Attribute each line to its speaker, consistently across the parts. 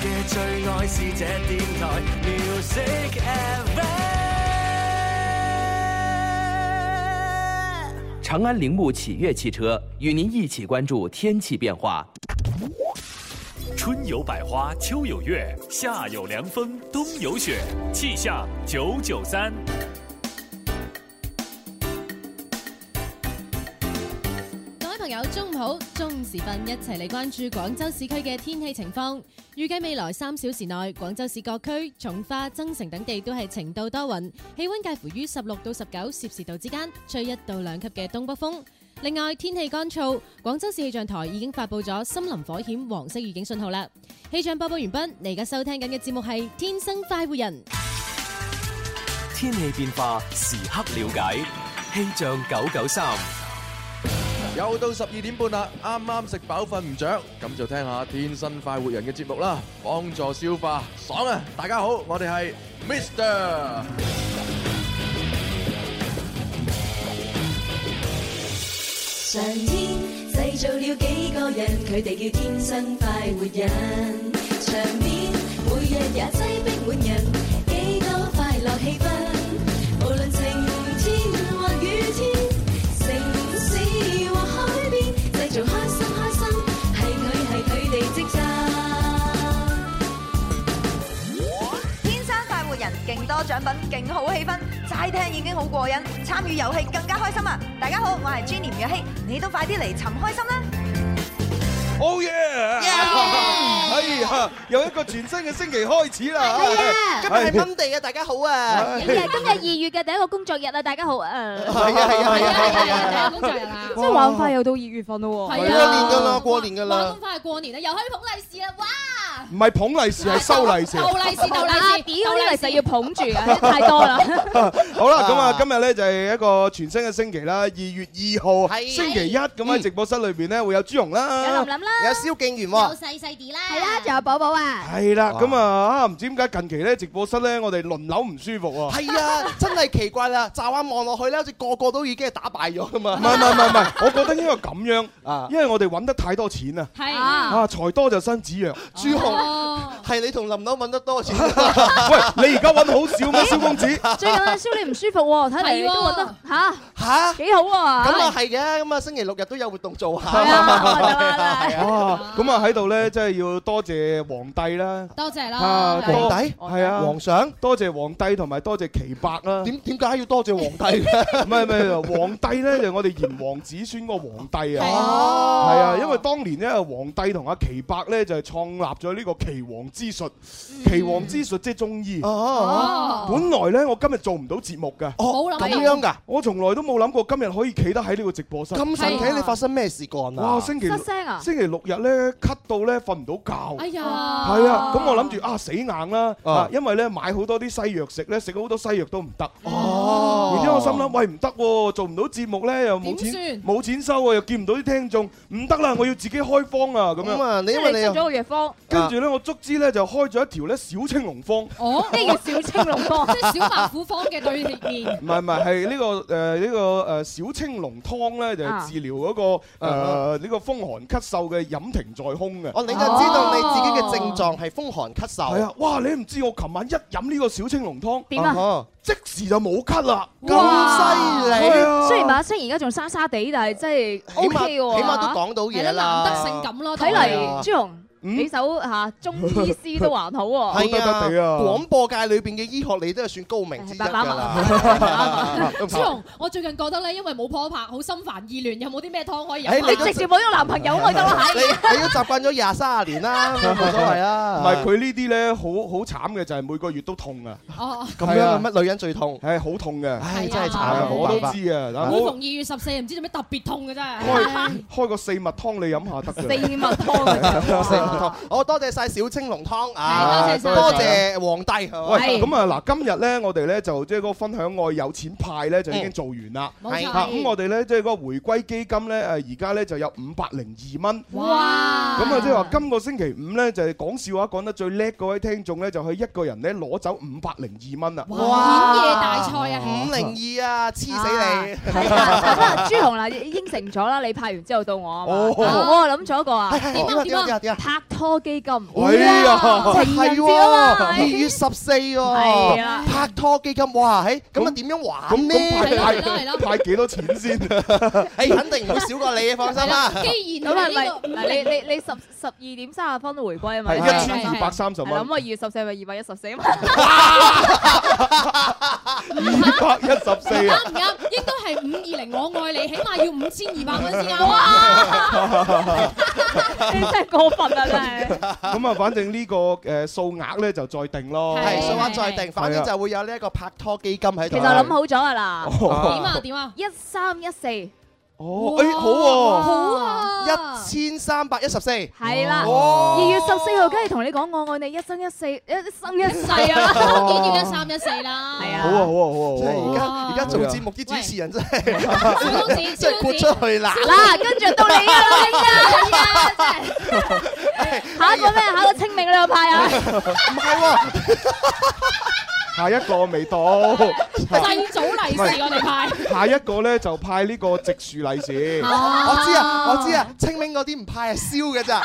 Speaker 1: 嘅最愛是這電台 Music FM。
Speaker 2: 长安铃木启悦汽车与您一起关注天气变化。
Speaker 3: 春有百花，秋有月，夏有凉风，冬有雪。气象九九三，
Speaker 4: 各位朋友，中午好！中午時分一齊嚟關注廣州市區嘅天氣情況。預計未來三小時內，廣州市各區、從化、增城等地都係晴到多雲，氣温介乎於十六到十九攝氏度之間，吹一到兩級嘅東北風。另外，天氣乾燥，廣州市氣象台已經發布咗森林火險黃色預警信號啦。氣象播報完畢，你而家收聽緊嘅節目係《天生快活人》。
Speaker 5: 天氣變化時刻了解，氣象九九三，。
Speaker 6: 又到十二點半啦，啱啱食飽瞓唔着，咁就聽下天生快活人嘅節目啦，幫助消化，爽啊！大家好，我哋係 Mr。
Speaker 7: 上天製造了幾個人，佢哋叫天生快活人。場面每日也擠逼滿人，幾多快樂氣氛。無論晴天或雨天，城市或海邊，製造開心開心，係佢係佢哋職責。
Speaker 8: 天生快活人，勁多獎品，勁好氣氛，齋聽已經好過癮，參與遊戲更加開心啊！大家好，我係 Jenny 吳若希，你都快啲嚟尋開心啦！
Speaker 9: Oh yeah！哎呀，又一個全新嘅星期開始啦！哎
Speaker 10: 今日係 Monday 啊，大家好啊！
Speaker 9: 係
Speaker 11: 今日今日二月嘅第一個工作日啊，大家好 啊！
Speaker 10: 係啊係啊係啊係啊係啊
Speaker 11: 工作日啊！
Speaker 12: 即係玩快又到二月份咯喎，
Speaker 10: 過年㗎啦，過年㗎
Speaker 4: 哇
Speaker 10: 啦
Speaker 4: 咁，快係過年啊啦，又可以捧利是啦！哇，
Speaker 9: 啊唔係捧利是，係收利是。
Speaker 4: 鬥利是鬥利是，
Speaker 12: 屌呢利是要捧住啊，
Speaker 11: 太多啦！
Speaker 9: 好啦，咁啊，今日咧就係一個全新嘅星期啦，二月二號
Speaker 10: 係
Speaker 9: 星期一，咁喺直播室裏邊咧會有朱紅啦。
Speaker 11: 琳啦，
Speaker 10: 有蕭敬元
Speaker 4: 又
Speaker 10: 喎，
Speaker 4: 細細啲啦，
Speaker 11: 係啦，仲有寶
Speaker 10: à.
Speaker 11: 寶啊！
Speaker 9: 係啦，咁啊啊，唔知點解近期咧直播室咧我哋輪流唔舒服喎。
Speaker 10: 係啊，真係奇怪啦！乍眼望落去咧，好似個個都已經係打敗咗㗎啊嘛
Speaker 9: 唔。係唔係唔係唔係，我覺得應該咁樣，
Speaker 10: 啊，
Speaker 9: 因為我哋揾得太多錢啊，
Speaker 4: 係
Speaker 11: 啊，
Speaker 9: 啊財多就身子弱。
Speaker 10: 朱紅
Speaker 4: 哦
Speaker 10: 係你同林柳揾得多啊錢，
Speaker 9: 喂，你而家揾好少咩，蕭公子？
Speaker 11: 最近阿蕭你唔舒服喎，睇嚟你都覺得吓
Speaker 10: 吓？
Speaker 11: 幾好喎！
Speaker 10: 咁啊係嘅，咁啊星期六日都有活動做下。
Speaker 11: 係啊我覺得啦
Speaker 10: 係啊
Speaker 9: 哇！咁啊喺度咧，真係要多謝皇帝啦，
Speaker 4: 多謝
Speaker 9: 啊
Speaker 4: 啦，
Speaker 10: 皇
Speaker 9: 多
Speaker 10: 帝
Speaker 9: 係啊，
Speaker 10: 皇上
Speaker 9: 多謝皇帝同埋多謝岐伯啦。
Speaker 10: 點點 解要多謝皇帝咧？
Speaker 9: 唔係唔係，皇帝咧就係我哋炎黃子孫嗰個皇帝啊。
Speaker 10: 哦
Speaker 9: 係啊，因為當年咧，皇帝同阿岐伯咧就係創立咗呢個岐黃之術。岐黃之術即係中醫。
Speaker 10: 哦，
Speaker 4: 哦，
Speaker 9: 本來咧，我今日做唔到節目嘅，
Speaker 4: 冇諗到
Speaker 10: 咁樣㗎，
Speaker 9: 我從來都冇諗過今日可以企得喺呢個直播室。
Speaker 10: 咁神
Speaker 4: 係啊
Speaker 10: 奇，你發生咩事幹啊？
Speaker 9: 哇！星期六
Speaker 11: 失聲啊！
Speaker 9: 星期六日咧，咳到咧瞓唔到覺
Speaker 4: 哎。呀，
Speaker 9: 係啊，咁我諗住啊死硬啦，
Speaker 10: 啊
Speaker 9: 啊因為咧買好多啲西藥食咧，食好多西藥都唔得。
Speaker 10: 哦，
Speaker 9: 然之後我心諗，喂唔得喎，做唔到節目咧又冇
Speaker 4: 點
Speaker 9: 錢，
Speaker 4: 算
Speaker 9: 冇錢收啊，又見唔到啲聽眾，唔得啦，我要自己開方啊咁
Speaker 10: 咁
Speaker 9: 樣。
Speaker 10: 啊，你
Speaker 11: 即
Speaker 10: 因
Speaker 11: 係
Speaker 10: 為
Speaker 11: 你
Speaker 10: 你
Speaker 11: 食
Speaker 10: 又
Speaker 11: 咗個藥方，
Speaker 9: 跟住咧，我足之咧就開咗一條咧小青龍方，唔
Speaker 4: 哦，
Speaker 11: 呢叫小青龍方。
Speaker 4: 即係小白虎方嘅對面，
Speaker 9: 係唔係係呢個誒呢個誒小青龍湯咧，就係
Speaker 11: 啊
Speaker 9: 治療嗰個誒呢個風寒咳嗽嘅飲停在胸嘅。
Speaker 10: Uh-huh。哦，你就知道你自己嘅症狀係風寒咳嗽。
Speaker 9: 係啊，哇！你唔知我琴晚一飲呢個小青龍湯，
Speaker 11: 點啊？
Speaker 10: 啊
Speaker 9: 即時就冇咳啦。
Speaker 10: 哈，Uh-huh。咁犀利，
Speaker 9: 係啊
Speaker 11: 雖 然馬星而家仲沙沙地，但係真係
Speaker 10: 起
Speaker 11: O
Speaker 10: 碼
Speaker 11: K 喎。
Speaker 10: 起碼
Speaker 11: 嚇
Speaker 10: 都講到
Speaker 4: 係
Speaker 10: 嘢
Speaker 4: 啦，
Speaker 10: 啦，
Speaker 4: 難得性感咯，
Speaker 11: 睇
Speaker 10: 係啊
Speaker 11: 嚟朱紅
Speaker 9: 嗯
Speaker 11: 你首嚇中醫師都還好喎。
Speaker 10: 係
Speaker 9: 好得得地啊
Speaker 10: 廣播界裏邊嘅醫學你都係算高明之一㗎
Speaker 11: 係爸爸
Speaker 10: 啦。Ờ,
Speaker 4: 朱紅，我最近覺得咧，因為冇破拍，好心煩意亂，有冇啲咩湯可以
Speaker 10: 哎
Speaker 4: 飲
Speaker 11: 你
Speaker 4: 啊？
Speaker 11: 直接揾咗男朋
Speaker 10: Ờ,
Speaker 11: 友咪得啦。
Speaker 10: 你啊你都習慣咗廿三廿年啦，冇所謂啊啦。
Speaker 9: 唔係佢呢啲咧，好好慘嘅就係每個月都痛啊，
Speaker 4: 哦，
Speaker 10: 咁
Speaker 9: à.
Speaker 10: 樣嘅乜女人最痛？
Speaker 9: 係好痛嘅。
Speaker 10: 唉，
Speaker 4: 係啊
Speaker 10: 真係慘
Speaker 9: 係
Speaker 10: 啊
Speaker 9: 啊，我
Speaker 10: 冇辦
Speaker 9: 都
Speaker 10: 法。
Speaker 9: 知啊，嗱
Speaker 4: 每
Speaker 9: 我
Speaker 4: 逢二月十四唔知做咩特別痛嘅真係。
Speaker 9: 開開個四物湯你 飲下得
Speaker 11: 四
Speaker 9: 嘅。
Speaker 11: 物湯啊！
Speaker 10: 四五湯，我多謝晒小青龍湯啊！
Speaker 4: 係多謝晒
Speaker 10: 多謝皇帝係嘛。
Speaker 9: 喂，咁啊嗱，今日咧我哋咧就即係嗰個分享愛有錢派咧就已經做完啦。
Speaker 4: 冇
Speaker 10: 係
Speaker 4: 錯，
Speaker 9: 嚇咁我哋咧即係嗰個回歸基金咧誒而家咧就有五百零二蚊。
Speaker 4: 哇！
Speaker 9: 咁啊，即係話今個星期五咧就係講笑話講得最叻嗰位聽眾咧，就去一個人咧攞走五百零二蚊啦。
Speaker 4: 哇！午夜大賽啊，
Speaker 10: 五零二啊，黐死你！
Speaker 11: 睇下睇下朱紅啦，應承咗啦，你拍完之後到我啊嘛。
Speaker 9: 哦
Speaker 11: 我啊諗咗一個啊，
Speaker 10: 係係
Speaker 4: 點啊
Speaker 10: 點啊點啊點啊！
Speaker 11: 拍
Speaker 13: 拍拖基金。
Speaker 10: 哎呀，
Speaker 13: 情人節
Speaker 10: 係喎，
Speaker 13: 啊嘛
Speaker 10: 二月十四
Speaker 13: 係
Speaker 10: 喎
Speaker 13: 啊，
Speaker 10: 拍拖基金，哇，嘿，咁啊點樣玩呢？
Speaker 9: 咁派派派幾多錢先？
Speaker 10: 誒，肯定唔會少過你，放心啦。
Speaker 13: 咁係咪嗱？你你你十十二點三十分回歸啊嘛？
Speaker 9: 係
Speaker 13: 係
Speaker 9: 1230蚊
Speaker 13: 係啦咁啊，二月十四咪二百一十四嘛？
Speaker 9: 二百一十四啊！
Speaker 4: 啱唔啱？應該係五二零我愛你，起碼要五千二百蚊先啱。
Speaker 13: 你真係過分啊！真係。
Speaker 9: 咁啊，反正呢個誒數額咧就再定咯。啊
Speaker 10: 係數額再定，反正就會有呢一個拍拖基金喺度。
Speaker 13: 其實我諗好咗噶啦。
Speaker 10: 哦點
Speaker 13: 啊點啊？一三一四。
Speaker 9: 哦，誒好喎，
Speaker 13: 好啊！
Speaker 10: 一千三百一十四。
Speaker 13: 係啦，
Speaker 10: 哇
Speaker 13: 二月十四號梗係同你講我愛你一生一世一生一世 啊！
Speaker 4: 當然而家三一四啦。
Speaker 13: 係
Speaker 10: 好
Speaker 13: 啊，
Speaker 10: 啊好啊好啊！而家而家做節目啲主持人 真係真係豁出去啦！
Speaker 13: 嗱，跟住到你啊，老 丁啊，下一個咩？下一個清明兩派啊！
Speaker 10: 唔係喎，
Speaker 9: 下一個 未到，
Speaker 4: 祭祖利是我哋派。哦
Speaker 9: 下一個咧就派呢個植樹利是。
Speaker 10: 我知啊我知啊，清明嗰啲唔派係燒嘅咋，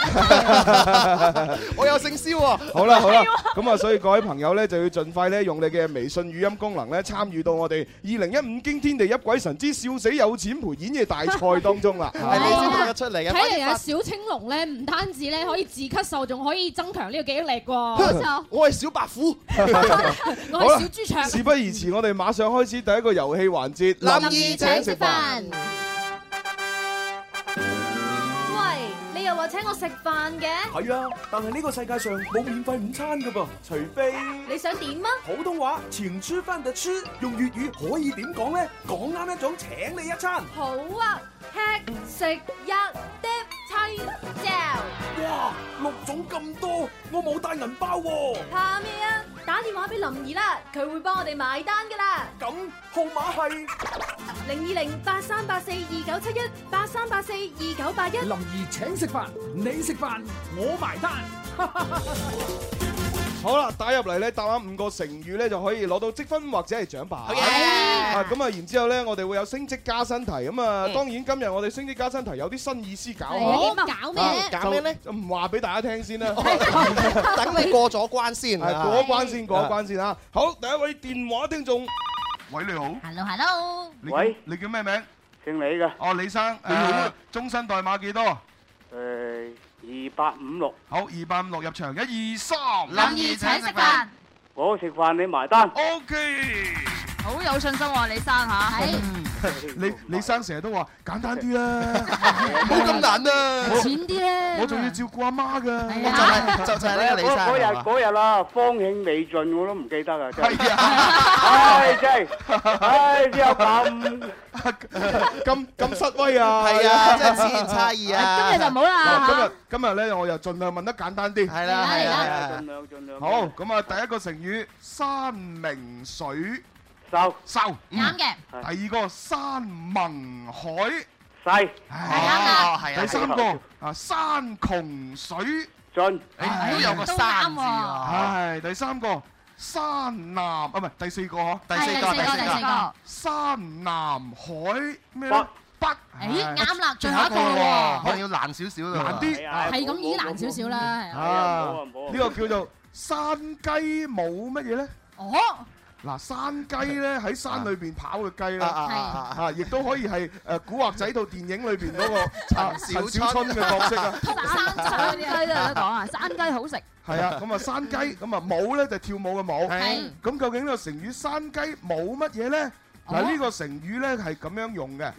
Speaker 10: 我有姓燒喎。
Speaker 9: 好啦好啦，咁啊，所以各位朋友咧就要盡快咧用你嘅微信語音功能咧參與到我哋二零一五驚天地泣鬼神之笑死有錢賠演嘅大賽當中啦。
Speaker 10: 係你先讀得出嚟
Speaker 4: 睇嚟啊， 小青龍咧唔單止咧可以治咳嗽，仲可以增強呢個記憶力喎。
Speaker 9: 冇錯
Speaker 10: 我係小白虎，
Speaker 4: 我
Speaker 9: 好
Speaker 4: 係
Speaker 9: 啦
Speaker 4: 小豬
Speaker 9: 事
Speaker 4: 腸。
Speaker 9: 不宜遲，我哋馬上開始第一個遊戲環節。
Speaker 10: 林姨
Speaker 9: 請
Speaker 10: 食
Speaker 9: 飯。
Speaker 12: 喂，你又話請我食飯嘅？
Speaker 6: 係啊，但係呢個世界上冇免費午餐噶噃，除非
Speaker 12: 你想點啊？
Speaker 6: 普通話前吃飯的吃，用粵語可以點講呢？講啱一種請你一餐。
Speaker 12: 好啊，吃食一碟青椒。
Speaker 6: 哇，六種咁多，我冇帶銀包喎、
Speaker 12: 怕咩啊？打電話俾林兒啦，佢會幫我哋埋單噶啦。
Speaker 6: 咁號碼係
Speaker 12: 零二零八三八四二九七一八三八四二九八一。
Speaker 6: 兒請食飯，你食飯，我埋 單。
Speaker 9: 好啦，打入嚟咧，答啱五個成語咧，就可以攞到積分或者係獎品。啊，咁啊，然之後咧，我哋會有升職加薪題。咁啊，當然今日我哋升職加薪題有啲新意思搞下。
Speaker 10: 係啊搞咩
Speaker 9: 啊
Speaker 10: 搞咩咧？
Speaker 9: 就唔話俾大家聽 先啦。
Speaker 10: 等你過咗關先。
Speaker 9: 係過一關先，過一關先啊！好，第一位電話聽眾，喂，你好。
Speaker 7: Hello Hello，
Speaker 4: 哦
Speaker 9: 你叫你叫咩名？姓李嘅。哦，李生，
Speaker 7: 你好啊
Speaker 9: 誒，終身代碼幾多？誒，
Speaker 7: 二八五六，
Speaker 9: 好，二八五六入場，一二三，
Speaker 7: 林兒請食飯，
Speaker 9: 我食飯你埋單。O K，
Speaker 7: 好有信心喎，你生下，
Speaker 9: 李李生成日都話簡單啲啦，
Speaker 10: 冇咁難啊
Speaker 9: 我
Speaker 10: 淺啲啦
Speaker 9: 我仲要照顧阿媽㗎。
Speaker 10: 就係就 就係呢個李
Speaker 14: 嗰
Speaker 10: 生
Speaker 15: dạ,
Speaker 10: 係
Speaker 14: 日
Speaker 10: 嘛
Speaker 14: 嗰日啊，方興未盡，我都唔記得啦。真係，唉 真係，唉之後咁
Speaker 9: 咁咁失威啊！
Speaker 10: 係啊真係此言差異啊今日就唔好啦
Speaker 9: 嗱今日今日咧，我又盡量問得簡單啲。係
Speaker 10: 啦係啦係
Speaker 9: dạ.
Speaker 10: 啦
Speaker 14: 盡量盡量。
Speaker 9: 好，咁啊，第一個成語山明水秀秀，啱
Speaker 7: 嘅。
Speaker 9: 第二個山盟海
Speaker 14: 細，
Speaker 9: 係
Speaker 10: 係啊
Speaker 9: 第三個啊山窮水盡，
Speaker 10: 都有個山字喎
Speaker 9: 係啊第三個山南啊，唔係第四個嗬，
Speaker 10: 第四個係第四個第四個
Speaker 9: 山南海咩咧北，
Speaker 10: 咦
Speaker 9: 係
Speaker 10: 啱啦最
Speaker 9: 仲
Speaker 10: 後一個啦喎
Speaker 9: 可能要難少少啦，難啲啊
Speaker 4: 係咁已難少少啦。係啊
Speaker 9: 啊，呢個叫做山雞冇乜嘢咧？
Speaker 4: 哦，
Speaker 9: 嗱，山雞咧喺山裏邊跑嘅雞咧，
Speaker 10: 啊啊啊
Speaker 9: 啊，亦都可以係誒古惑仔套電影裏邊嗰個啊
Speaker 10: 陳小春
Speaker 9: 小春嘅角色啊。
Speaker 13: 山雞都有得 講啊，山雞好食。
Speaker 9: 係啊，咁啊山雞，咁啊舞咧就跳舞嘅舞。
Speaker 13: 係
Speaker 9: 咁究竟呢個成語山雞舞乜嘢咧？
Speaker 4: 啊
Speaker 9: 嗱，呢個成語咧係咁樣用嘅。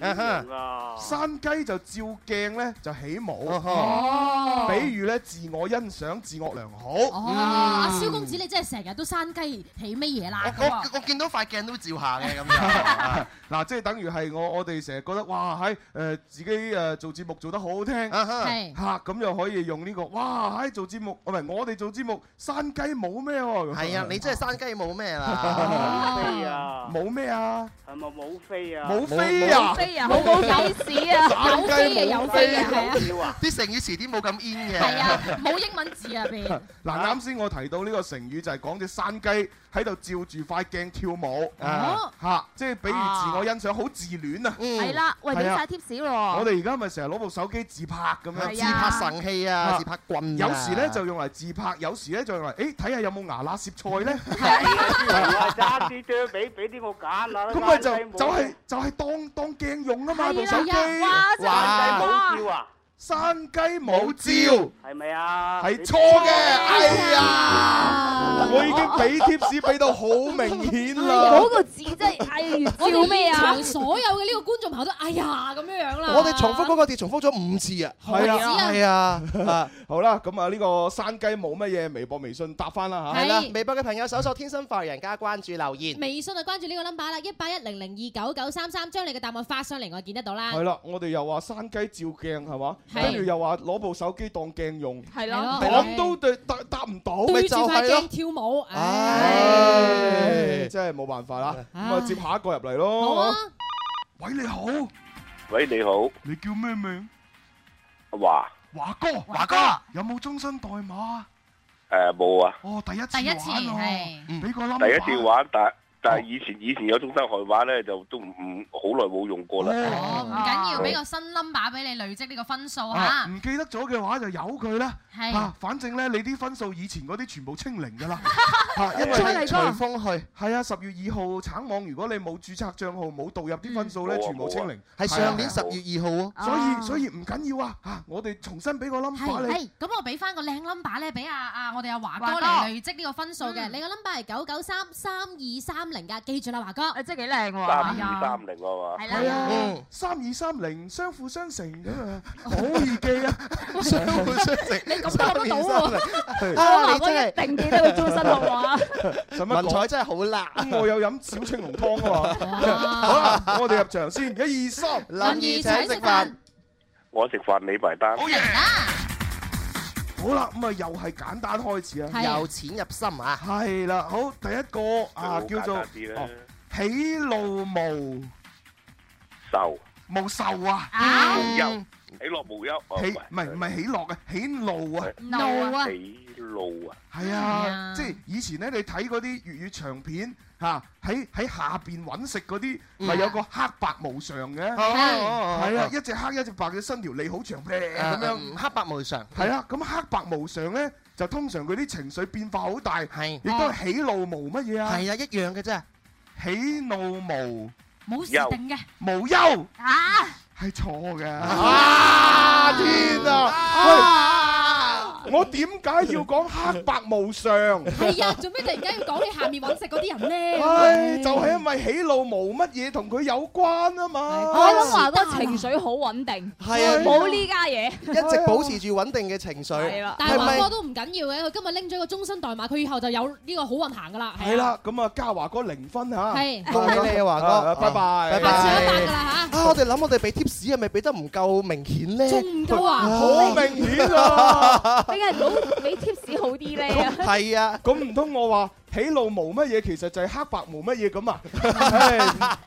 Speaker 9: 山雞就照鏡咧就起舞。
Speaker 4: 哦
Speaker 9: 比如咧自我欣賞、自我良好。
Speaker 4: 哦，阿蕭公子你真係成日都山雞起咩嘢啦？咁啊
Speaker 10: 我我見到塊鏡都照下嘅咁
Speaker 9: 啊嗱，即係等於係我我哋成日覺得哇喺誒、自己誒、做節目做得好好聽，
Speaker 4: 啊
Speaker 10: 係
Speaker 9: 嚇咁又可以用呢、個哇喺做節目，唔係我哋做節目山雞冇咩喎，
Speaker 10: 啊係啊，你真係山雞冇咩啦。
Speaker 9: 冇咩啊？
Speaker 14: 係咪冇飛啊？
Speaker 10: 冇飛啊！
Speaker 14: 冇
Speaker 10: 冇
Speaker 14: 斬雞冇
Speaker 10: 冇飛
Speaker 14: 飛
Speaker 10: 啊
Speaker 14: 啊
Speaker 10: 係啊！啲成語詞典冇咁 in 嘅。係啊，
Speaker 13: 冇英文字入 邊。
Speaker 9: 嗱，啱先我提到呢個成語就係講只山雞喺度照住塊鏡跳舞，啊
Speaker 13: 哦
Speaker 9: 嚇，即係比喻自我欣賞，好自戀
Speaker 11: 嗯
Speaker 9: 啊。
Speaker 7: 嗯
Speaker 13: 係啦，喂，俾
Speaker 9: 係啊
Speaker 13: 晒 tips 咯。
Speaker 9: 我哋而家咪成日攞部手機自拍咁樣，
Speaker 13: 係啊自拍神
Speaker 10: 器啊自拍棍啊
Speaker 9: 有時咧就用嚟自拍，有時咧就用嚟，誒睇下有冇牙罅攝菜咧。
Speaker 14: 揸啲張俾俾啲我揀啦。
Speaker 9: 咁咪就
Speaker 14: 山雞冇
Speaker 9: 就係就係當當鏡用啊嘛，部
Speaker 14: 係啊
Speaker 9: 手機。
Speaker 14: 哇真係山雞冇照啊！
Speaker 9: 山雞冇照。
Speaker 14: 係咪啊？
Speaker 9: 係錯嘅，哎呀！我已經俾 tips 俾到 好明顯啦。
Speaker 13: 嗰個字真係，哎，
Speaker 4: 我
Speaker 13: 照
Speaker 4: 哋
Speaker 13: 咩
Speaker 4: 現
Speaker 13: 啊
Speaker 4: 場？所有嘅呢個觀眾朋友都哎呀咁樣樣啦。
Speaker 10: 我哋重複嗰個字重複咗五次啊！
Speaker 9: 係啊
Speaker 10: 係啊，啊！
Speaker 9: 好啦，咁啊呢個山雞冇乜嘢，微博、微信答翻啦嚇。
Speaker 10: 係啦，微博嘅朋友搜索「天生快活人」加關注留言。
Speaker 4: 微信就關注呢個 number 啦，一八一零零二九九三三，將你嘅答案發上嚟，我見得到啦。
Speaker 9: 係啦，我哋又話山雞照鏡係嘛，
Speaker 4: 啊係
Speaker 9: 跟住又話攞部手機當鏡用，
Speaker 4: 係咯
Speaker 9: 講都對答答唔到，
Speaker 4: 對住塊鏡跳舞，
Speaker 9: 唉，真係冇辦法啦。咁啊，接下一個入嚟
Speaker 4: 好
Speaker 9: 咯
Speaker 4: 啊。
Speaker 9: 喂，你好，
Speaker 15: 喂，你好，
Speaker 9: 你叫咩名？
Speaker 15: 華，
Speaker 9: 華哥，華哥，有冇終身代碼啊？
Speaker 15: 诶冇啊，
Speaker 9: 哦，第一次第一次係，俾個 number。
Speaker 15: 第一次玩，但但系以前以前有中山海玩咧，就都唔唔好耐冇用過啦。
Speaker 13: 唔緊要，俾個新 number 俾你累積呢個分數
Speaker 9: 啊
Speaker 13: 嚇。
Speaker 9: 唔記得咗嘅話就由佢啦。
Speaker 13: 係
Speaker 9: 啊，反正咧你啲分數以前嗰啲全部清零㗎啦。啊
Speaker 10: 再嚟過隨
Speaker 9: 風去。係啊，十月二號橙網，如果你冇註冊帳號冇導入啲分數咧，全部清零。
Speaker 10: 啊係上年十
Speaker 9: 係啊。
Speaker 10: 月二號啊。
Speaker 9: 所以所以唔緊要啊！嚇，我哋重新俾個 number
Speaker 4: 係
Speaker 9: 你。，
Speaker 4: 哎咁我俾翻個靚 number 咧，俾阿阿我哋阿華
Speaker 13: 華
Speaker 4: 哥
Speaker 13: 哥
Speaker 4: 嚟累積呢個分數嘅。
Speaker 13: 嗯
Speaker 4: 你個 number 係九九三三二三零㗎，記住啦，華哥。誒，
Speaker 13: 真係幾靚喎
Speaker 15: 三二三零啊嘛，
Speaker 9: 係啊，
Speaker 10: 嗯
Speaker 9: 三二三零相輔相成咁 啊，好易記啊！
Speaker 10: 相輔相成
Speaker 9: 你
Speaker 10: 咁都諗得到喎
Speaker 9: 係
Speaker 10: 啊你真係
Speaker 13: 定記得佢終 身好啊！
Speaker 10: 文采真係好辣。
Speaker 9: 嗯我有飲小青龍湯 啊嘛。好啦，我哋入場先，一二三，
Speaker 10: 林怡請食飯。
Speaker 15: 我食飯你埋單。
Speaker 9: 好啦，咁啊又係簡單開始啊，
Speaker 10: 係由淺入深啊。
Speaker 9: 係啦，好第一個啊
Speaker 15: 最
Speaker 9: 叫
Speaker 15: 好
Speaker 9: 做
Speaker 15: 簡單啲啦
Speaker 9: 哦喜怒無
Speaker 15: 愁
Speaker 9: 無愁啊，
Speaker 15: 無憂，喜樂無憂。哦
Speaker 9: 喜唔係唔係喜樂嘅，喜怒啊，
Speaker 15: 係喜怒啊，
Speaker 9: 係啊，即係以前咧，你睇嗰啲粵語長片嚇，喺喺下邊揾食嗰啲，咪有個黑白無常嘅，
Speaker 10: 嗯哦啊嗯
Speaker 9: 係啊
Speaker 10: 哦，
Speaker 9: 一隻黑一隻白嘅身條脷好長咧咁
Speaker 10: 咁
Speaker 9: 樣。
Speaker 10: 樣黑白無常。
Speaker 9: 係啊，咁黑白無常咧，就通常佢啲情緒變化好大，亦都係喜怒無乜嘢啊。
Speaker 10: 係啊，一樣嘅啫。
Speaker 9: 喜怒無
Speaker 4: 冇
Speaker 9: 時定嘅，啊無憂係錯嘅。
Speaker 10: 啊天
Speaker 9: 啊！喂，我點解要講黑白無常？
Speaker 4: 係啊，做咩突然間要講你下面揾食嗰啲人咧？
Speaker 9: 唉，就係因為喜怒無乜嘢同佢有關啊嘛。
Speaker 12: 我諗華哥情緒好穩定，
Speaker 10: 係啊
Speaker 12: 冇呢家嘢，
Speaker 10: 一直保持住穩定嘅情緒。
Speaker 12: 係啦
Speaker 4: 但係華哥
Speaker 10: 咪？
Speaker 4: 都唔緊要嘅，佢今日拎咗個終身代碼，佢以後就有呢個好運行㗎啦。
Speaker 9: 係啦，咁啊，嘉華哥零分嚇，
Speaker 4: 係
Speaker 10: 恭喜你啊，華
Speaker 9: 啊
Speaker 10: 哥！
Speaker 9: 拜拜，
Speaker 10: 拜拜。
Speaker 4: 啦
Speaker 10: 啊，我哋諗我哋俾 tips 係咪俾得唔夠明顯咧？
Speaker 12: 仲唔夠啊
Speaker 9: 好明顯啊！
Speaker 12: 你係冇俾 tips 好啲咧。
Speaker 10: 係啊，
Speaker 9: 咁唔通我話喜怒無乜嘢，其實就係黑白無乜嘢咁啊？唉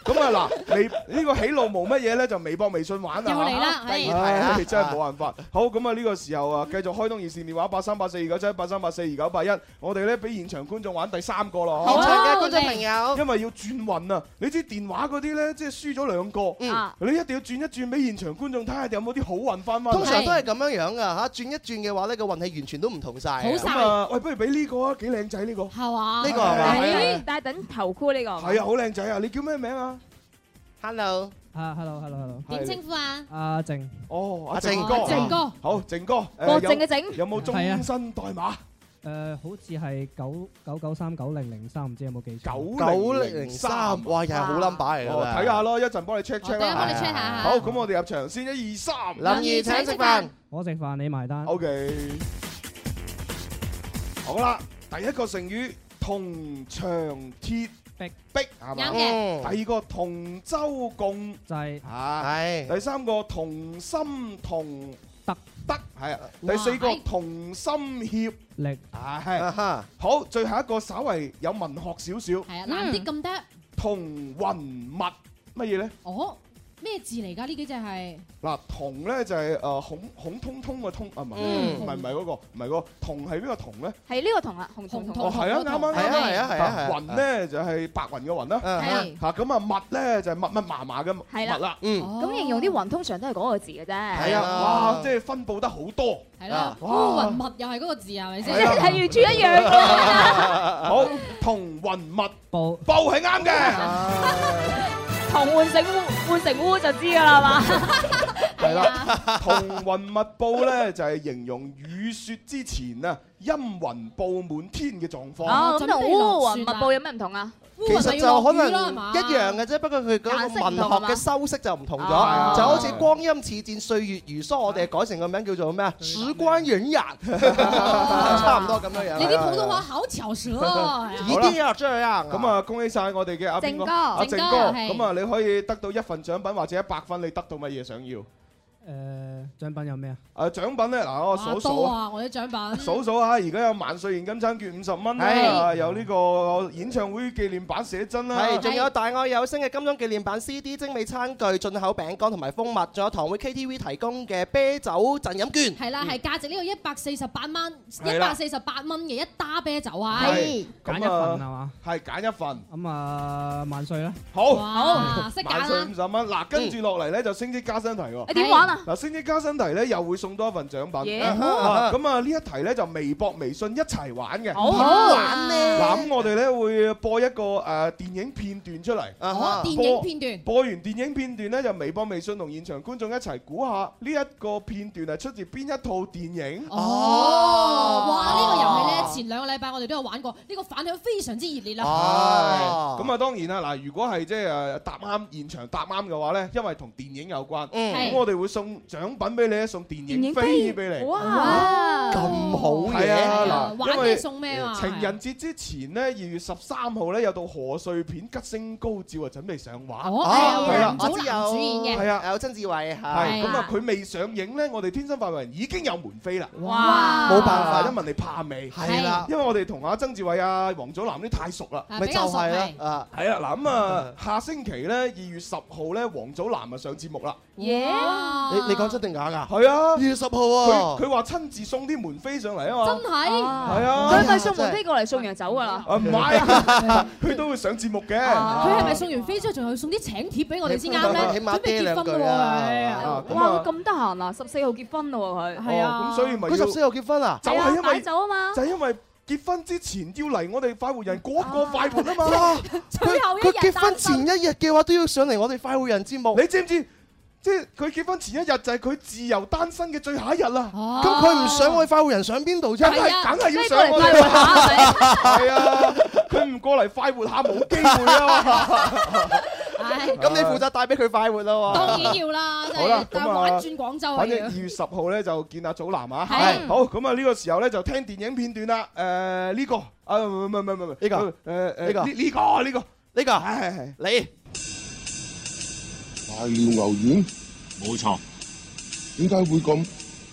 Speaker 9: 咁啊嗱，微呢個喜怒無乜嘢咧，就微博、微信玩啊！
Speaker 10: 又嚟啦
Speaker 9: 唉
Speaker 10: 第二題啦
Speaker 9: 真係冇辦法。好咁啊，呢個時候啊，繼續開通熱線電話八三八四二九七八三八四二九八一，我哋咧俾現場觀眾玩第三個咯。
Speaker 10: 好現場嘅觀眾朋友
Speaker 9: 因為要轉運啊！你知電話嗰啲咧，即係輸咗兩
Speaker 10: 嗯
Speaker 9: 個，你一定要轉一轉俾現場觀眾睇下有冇啲好運翻 翻。
Speaker 10: 通常都係咁樣樣噶嚇，轉一轉嘅話咧，個運氣完全都唔同晒。
Speaker 9: 咁啊！喂，不如俾呢個啊，幾靚仔呢個？
Speaker 4: 係嘛
Speaker 10: 呢個係嘛係啊
Speaker 12: 但係等頭箍呢個
Speaker 9: 係啊，好靚仔啊！你叫咩名啊？
Speaker 10: Hello，
Speaker 16: 啊，hello，hello，hello。
Speaker 4: 點稱呼啊？
Speaker 16: 阿靜。
Speaker 9: 哦，
Speaker 16: 阿
Speaker 9: 阿
Speaker 16: 靜
Speaker 9: 靜
Speaker 16: 哥
Speaker 9: 哥，
Speaker 16: 靜哥
Speaker 9: 好，靜哥，誒
Speaker 16: 郭靖嘅靖
Speaker 9: 有有冇
Speaker 16: 係啊
Speaker 9: 終身代碼？
Speaker 16: 誒，好似係九九九三九零零三，唔知有冇記錯？
Speaker 9: 9003
Speaker 10: 哇，又係好 number 嚟㗎
Speaker 9: 哦
Speaker 10: 啦
Speaker 9: 睇下咯，一陣幫你 check
Speaker 16: 哦等
Speaker 9: check 啦
Speaker 16: 下。幫你 check 下
Speaker 9: 好，咁我哋入場先，一二三，
Speaker 16: 林怡請食飯，我食飯你埋單。
Speaker 9: O K。好啦，第一個成語銅牆鐵
Speaker 16: 壁
Speaker 9: 壁係嘛？
Speaker 16: 啱
Speaker 9: 第
Speaker 16: 嘅
Speaker 9: 二個同舟共
Speaker 16: 濟
Speaker 9: 係。啊第三個同心同
Speaker 16: 德
Speaker 9: 德係啊。第四個同心協啊
Speaker 16: 力
Speaker 9: 係。好，最後一個稍為有文學少少。
Speaker 11: 啊
Speaker 13: 嗯
Speaker 4: 係啊，難啲咁多。
Speaker 9: 同雲密乜嘢咧？
Speaker 4: 哦，咩字嚟㗎？呢幾隻係
Speaker 9: 嗱，同咧就係誒孔孔通通嘅通啊，唔係
Speaker 4: 嗯
Speaker 9: 唔係唔係嗰個，唔係嗰個同係邊個同咧？
Speaker 11: 係呢個同啊，紅同同
Speaker 9: 哦，係啊，啱啱啱雲咧就係白雲嘅雲啦，
Speaker 11: 係
Speaker 9: 嚇咁啊密咧就係密密麻麻嘅密
Speaker 11: 係啦
Speaker 9: 啦，，
Speaker 11: 咁形容啲雲通常都係嗰個字嘅啫。
Speaker 9: 嗯係
Speaker 11: 係
Speaker 9: 啊，哇，即係分佈得好多，啊
Speaker 4: 係啦，烏
Speaker 9: 哇
Speaker 4: 雲密又係嗰個字係咪先？
Speaker 9: 係啊
Speaker 11: 係完全一樣嘅。啊
Speaker 9: 好，同雲密
Speaker 17: 布
Speaker 9: 布係啱 嘅，
Speaker 11: 同換成烏換成烏就知㗎啦嘛。
Speaker 9: 係啦。同雲密布咧就係形容雨雪之前啊陰雲布滿天嘅狀況。
Speaker 11: 哦，咁同烏雲密布有咩唔同啊？
Speaker 10: 其實就可能一樣
Speaker 11: 嘅。
Speaker 10: 嘅啫，不過佢嗰個
Speaker 11: 顏色唔
Speaker 10: 文
Speaker 11: 同係嘛
Speaker 10: 學嘅修飾就唔同咗，
Speaker 11: 啊
Speaker 10: 就好似光陰似箭，歲月如梭，我哋改成個名叫做咩啊？ 曙光影人，差唔多咁樣樣。啊
Speaker 4: 你啲普通話好巧舌啊！
Speaker 10: 咦啲啊，張啊，
Speaker 9: 咁啊，恭喜晒我哋嘅阿邊個
Speaker 4: 正哥
Speaker 9: 阿正
Speaker 4: 正
Speaker 9: 哥，
Speaker 4: 哥係
Speaker 9: 咁啊，你可以得到一份獎品或者一百分，你得到乜嘢想要？
Speaker 17: 誒獎品有咩啊？
Speaker 9: 誒獎品咧，嗱我
Speaker 4: 哇
Speaker 9: 數
Speaker 4: 多
Speaker 9: 數啊。
Speaker 4: 啊！我啲獎品
Speaker 9: 數數下，而家有萬歲現金餐券五十蚊啦，
Speaker 10: 係
Speaker 9: 有呢個演唱會紀念版寫真啦，
Speaker 10: 係，仲有大愛有聲嘅金鐘紀念版 CD 精美餐具、進口餅乾同埋蜂蜜，仲有堂會 KTV 提供嘅啤酒贈飲券。
Speaker 4: 係
Speaker 9: 嗯
Speaker 4: 啦，係價值呢個一百四十八蚊，
Speaker 10: 係
Speaker 4: 一
Speaker 10: 啦
Speaker 4: 百四十八蚊嘅一打啤酒啊！
Speaker 17: 係揀一份係
Speaker 9: 啊
Speaker 17: 嘛？
Speaker 9: 係揀一份。
Speaker 17: 咁啊，萬歲啦！
Speaker 9: 好，
Speaker 4: 哇識揀啦
Speaker 9: 萬歲五十蚊。嗱，跟住落嚟咧就升職加薪題喎。
Speaker 11: 你點玩啊？
Speaker 9: 嗱，升職加薪題咧又會送多一份獎品。
Speaker 11: 耶
Speaker 9: 啊咁啊，呢一題咧就微博、微信一齊玩嘅。
Speaker 11: 好好玩咧
Speaker 9: 嗱，咁我哋咧會播一個誒電影片段出嚟。
Speaker 4: 哦，電
Speaker 9: 播
Speaker 4: 影片段。
Speaker 9: 播完電影片段咧，就微博、微信同現場觀眾一齊估下呢一個片段係出自邊一套電影？
Speaker 4: 哦，哇！呢個遊戲咧，前兩個禮拜我哋都有玩過，呢個反響非常之熱烈啦。啊
Speaker 9: 係咁啊，當然啦，嗱，如果係即係誒答啱現場答啱嘅話咧，因為同電影有關，
Speaker 10: 嗯
Speaker 9: 咁我哋會送獎品俾你，送電
Speaker 11: 電
Speaker 9: 影
Speaker 11: 影
Speaker 9: 飛
Speaker 11: 飛
Speaker 9: 俾你。
Speaker 11: 哇！
Speaker 10: 咁好
Speaker 9: 係啊，嗱，
Speaker 4: 玩
Speaker 9: 因
Speaker 4: 咩
Speaker 9: 為呃
Speaker 4: 送咩啊？
Speaker 9: 情人節之前呢，二月十三號咧有到賀歲片《吉星高照》啊，準備上畫。
Speaker 4: 哦
Speaker 10: 係
Speaker 9: 係
Speaker 10: 啦
Speaker 9: 啦，，
Speaker 10: 我知有，
Speaker 9: 係啊，
Speaker 10: 有曾志偉嚇，
Speaker 9: 係咁啊！佢未上映咧，我哋天生快活人已經有門飛啦。
Speaker 10: 哇冇辦法
Speaker 9: 因為你怕未？
Speaker 10: 係啦
Speaker 9: 因為我哋同阿曾志偉啊、黃祖藍啲太熟啦，
Speaker 10: 咪就係啦，啊，
Speaker 9: 係啊，嗱咁啊，下星期咧二月十號咧，黃祖藍啊上節目啦。
Speaker 11: 耶！
Speaker 10: 你你講真定假㗎？
Speaker 9: 係啊，
Speaker 10: 二月十號
Speaker 9: 佢
Speaker 10: 喎，
Speaker 9: 佢話親自送啲門飛上嚟啊嘛。
Speaker 11: 真係
Speaker 9: 係啊
Speaker 11: 佢咪送門飛過嚟送完走㗎啦？
Speaker 9: 啊 唔係，啊佢都會上節目嘅。
Speaker 10: 哦
Speaker 4: 佢係咪送完飛之後仲要送啲請帖俾我哋先啱咧？
Speaker 10: 起
Speaker 4: 準備
Speaker 10: 碼嗲
Speaker 4: 結
Speaker 10: 兩
Speaker 4: 婚
Speaker 10: 句
Speaker 4: 咯喎，係啊！
Speaker 9: 啊咁
Speaker 11: 哇！
Speaker 9: 啊
Speaker 11: 佢咁得閒啊，十四號結婚咯喎佢。
Speaker 9: 係啊哦咁所以咪要
Speaker 10: 佢十四號結婚啊？
Speaker 9: 就係因為
Speaker 11: 擺酒啊嘛
Speaker 9: 就係因為結婚之前要嚟我哋快活人嗰個快活啊
Speaker 10: 哇
Speaker 9: 嘛。！
Speaker 10: 佢佢結婚前一日嘅話都要上嚟我哋快活人節目，
Speaker 9: 你知唔知？即係佢結婚前一日就係佢自由單身嘅最後一日啦。
Speaker 10: 咁佢唔上我哋快活人上邊度啫？
Speaker 9: 梗係梗係要上我
Speaker 10: 即係過嚟快活
Speaker 9: 哋
Speaker 10: 下，
Speaker 9: 係啊！佢唔過嚟快活下冇機會啊！
Speaker 10: 咁你負責帶俾佢快活啦啊喎。
Speaker 4: 當然要啦，真
Speaker 9: 好啦
Speaker 4: 係，
Speaker 9: 咁
Speaker 4: 但
Speaker 9: 啊
Speaker 4: 玩轉廣州啊
Speaker 9: 反正
Speaker 4: 要
Speaker 9: 二。月十號咧就見阿祖藍啊，
Speaker 4: 係
Speaker 9: 好咁啊！呢個時候咧就聽電影片段啦。誒呢個啊唔唔唔唔唔
Speaker 10: 個
Speaker 9: 呢誒誒
Speaker 10: 呢個
Speaker 9: 呢呢個呢個
Speaker 10: 呢個
Speaker 9: 係係
Speaker 10: 你
Speaker 6: 大料牛丸，冇錯。點解會咁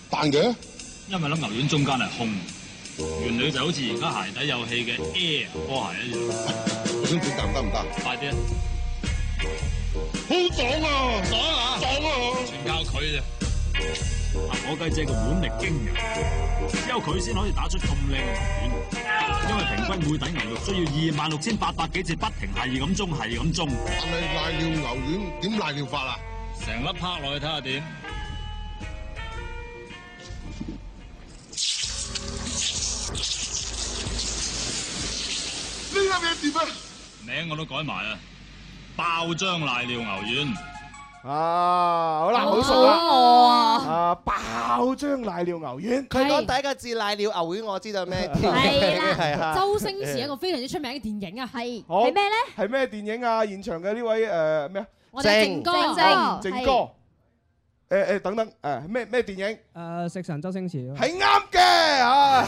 Speaker 6: 彈嘅？
Speaker 3: 因為粒牛丸中間係空，原理就好似而家鞋底有氣嘅 Air 波鞋一樣。我想整啖得唔得？快啲啊！好爽啊！爽啊！爽啊！全靠佢啫。嗱，我雞姐個腕力驚人，只有佢先可以打出咁靚嘅牛丸，因為平均每底牛肉需要二萬六千八百幾次不停係咁中係咁中。
Speaker 6: 但係瀨尿牛丸點瀨尿法啊？
Speaker 3: 成粒拍落去睇下點。
Speaker 6: 呢粒嘢點啊？
Speaker 3: 名我都改埋啦，爆漿瀨尿牛丸。
Speaker 9: 啊，好啦，
Speaker 10: 好
Speaker 9: 好熟啦，
Speaker 10: 好餓啊
Speaker 9: 啊，爆漿瀨尿牛丸，
Speaker 10: 佢講第一個字瀨尿牛丸，我知道咩電
Speaker 4: 係
Speaker 10: 影
Speaker 4: 啦
Speaker 10: 係啊。
Speaker 4: 周星馳一個非常之出名嘅電影啊，係
Speaker 9: 好咧？係咩電影啊？現場嘅呢位誒咩啊？
Speaker 4: 我哋正哥正正
Speaker 9: 正
Speaker 4: 係
Speaker 9: 哥，誒誒等等誒咩咩電影？
Speaker 17: 誒食神周星馳咯。
Speaker 9: 係啱嘅啊！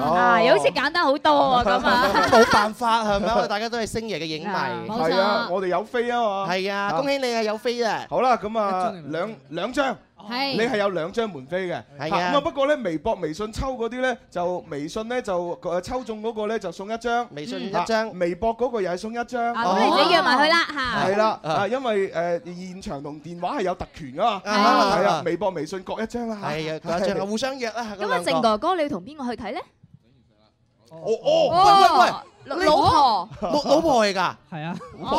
Speaker 11: 啊，又好似簡單好多啊咁啊！
Speaker 10: 冇辦法係咪？我哋大家都係星爺嘅影迷，
Speaker 9: 係啊，我哋有飛啊嘛。
Speaker 10: 係啊，恭喜你啊有飛啊！
Speaker 9: 好啦，咁啊，兩兩張，
Speaker 4: 係
Speaker 9: 你係有兩張門飛嘅，
Speaker 10: 係
Speaker 9: 嚇
Speaker 10: 啊
Speaker 9: 咁啊不過咧，微博、微信抽嗰啲咧，就微信咧就誒抽中嗰個咧就送一張，微
Speaker 10: 信一張
Speaker 9: 微博嗰個又係送一張。
Speaker 13: 啊咁你自己約埋佢啦嚇
Speaker 9: 係啦，啊因為誒現場同電話係有特權噶嘛，
Speaker 10: 啊啊
Speaker 9: 係啊
Speaker 10: 啊，
Speaker 9: 微博、微信各一張啦。
Speaker 10: 係啊各一張啊互相約啦
Speaker 13: 咁啊，靜哥哥，你要同邊個去睇咧？
Speaker 9: 哦哦
Speaker 13: 哦，
Speaker 9: 喂
Speaker 13: 老
Speaker 9: 喂喂，
Speaker 13: 老婆，
Speaker 10: 老老婆嚟㗎，
Speaker 16: 係啊，
Speaker 13: 哇！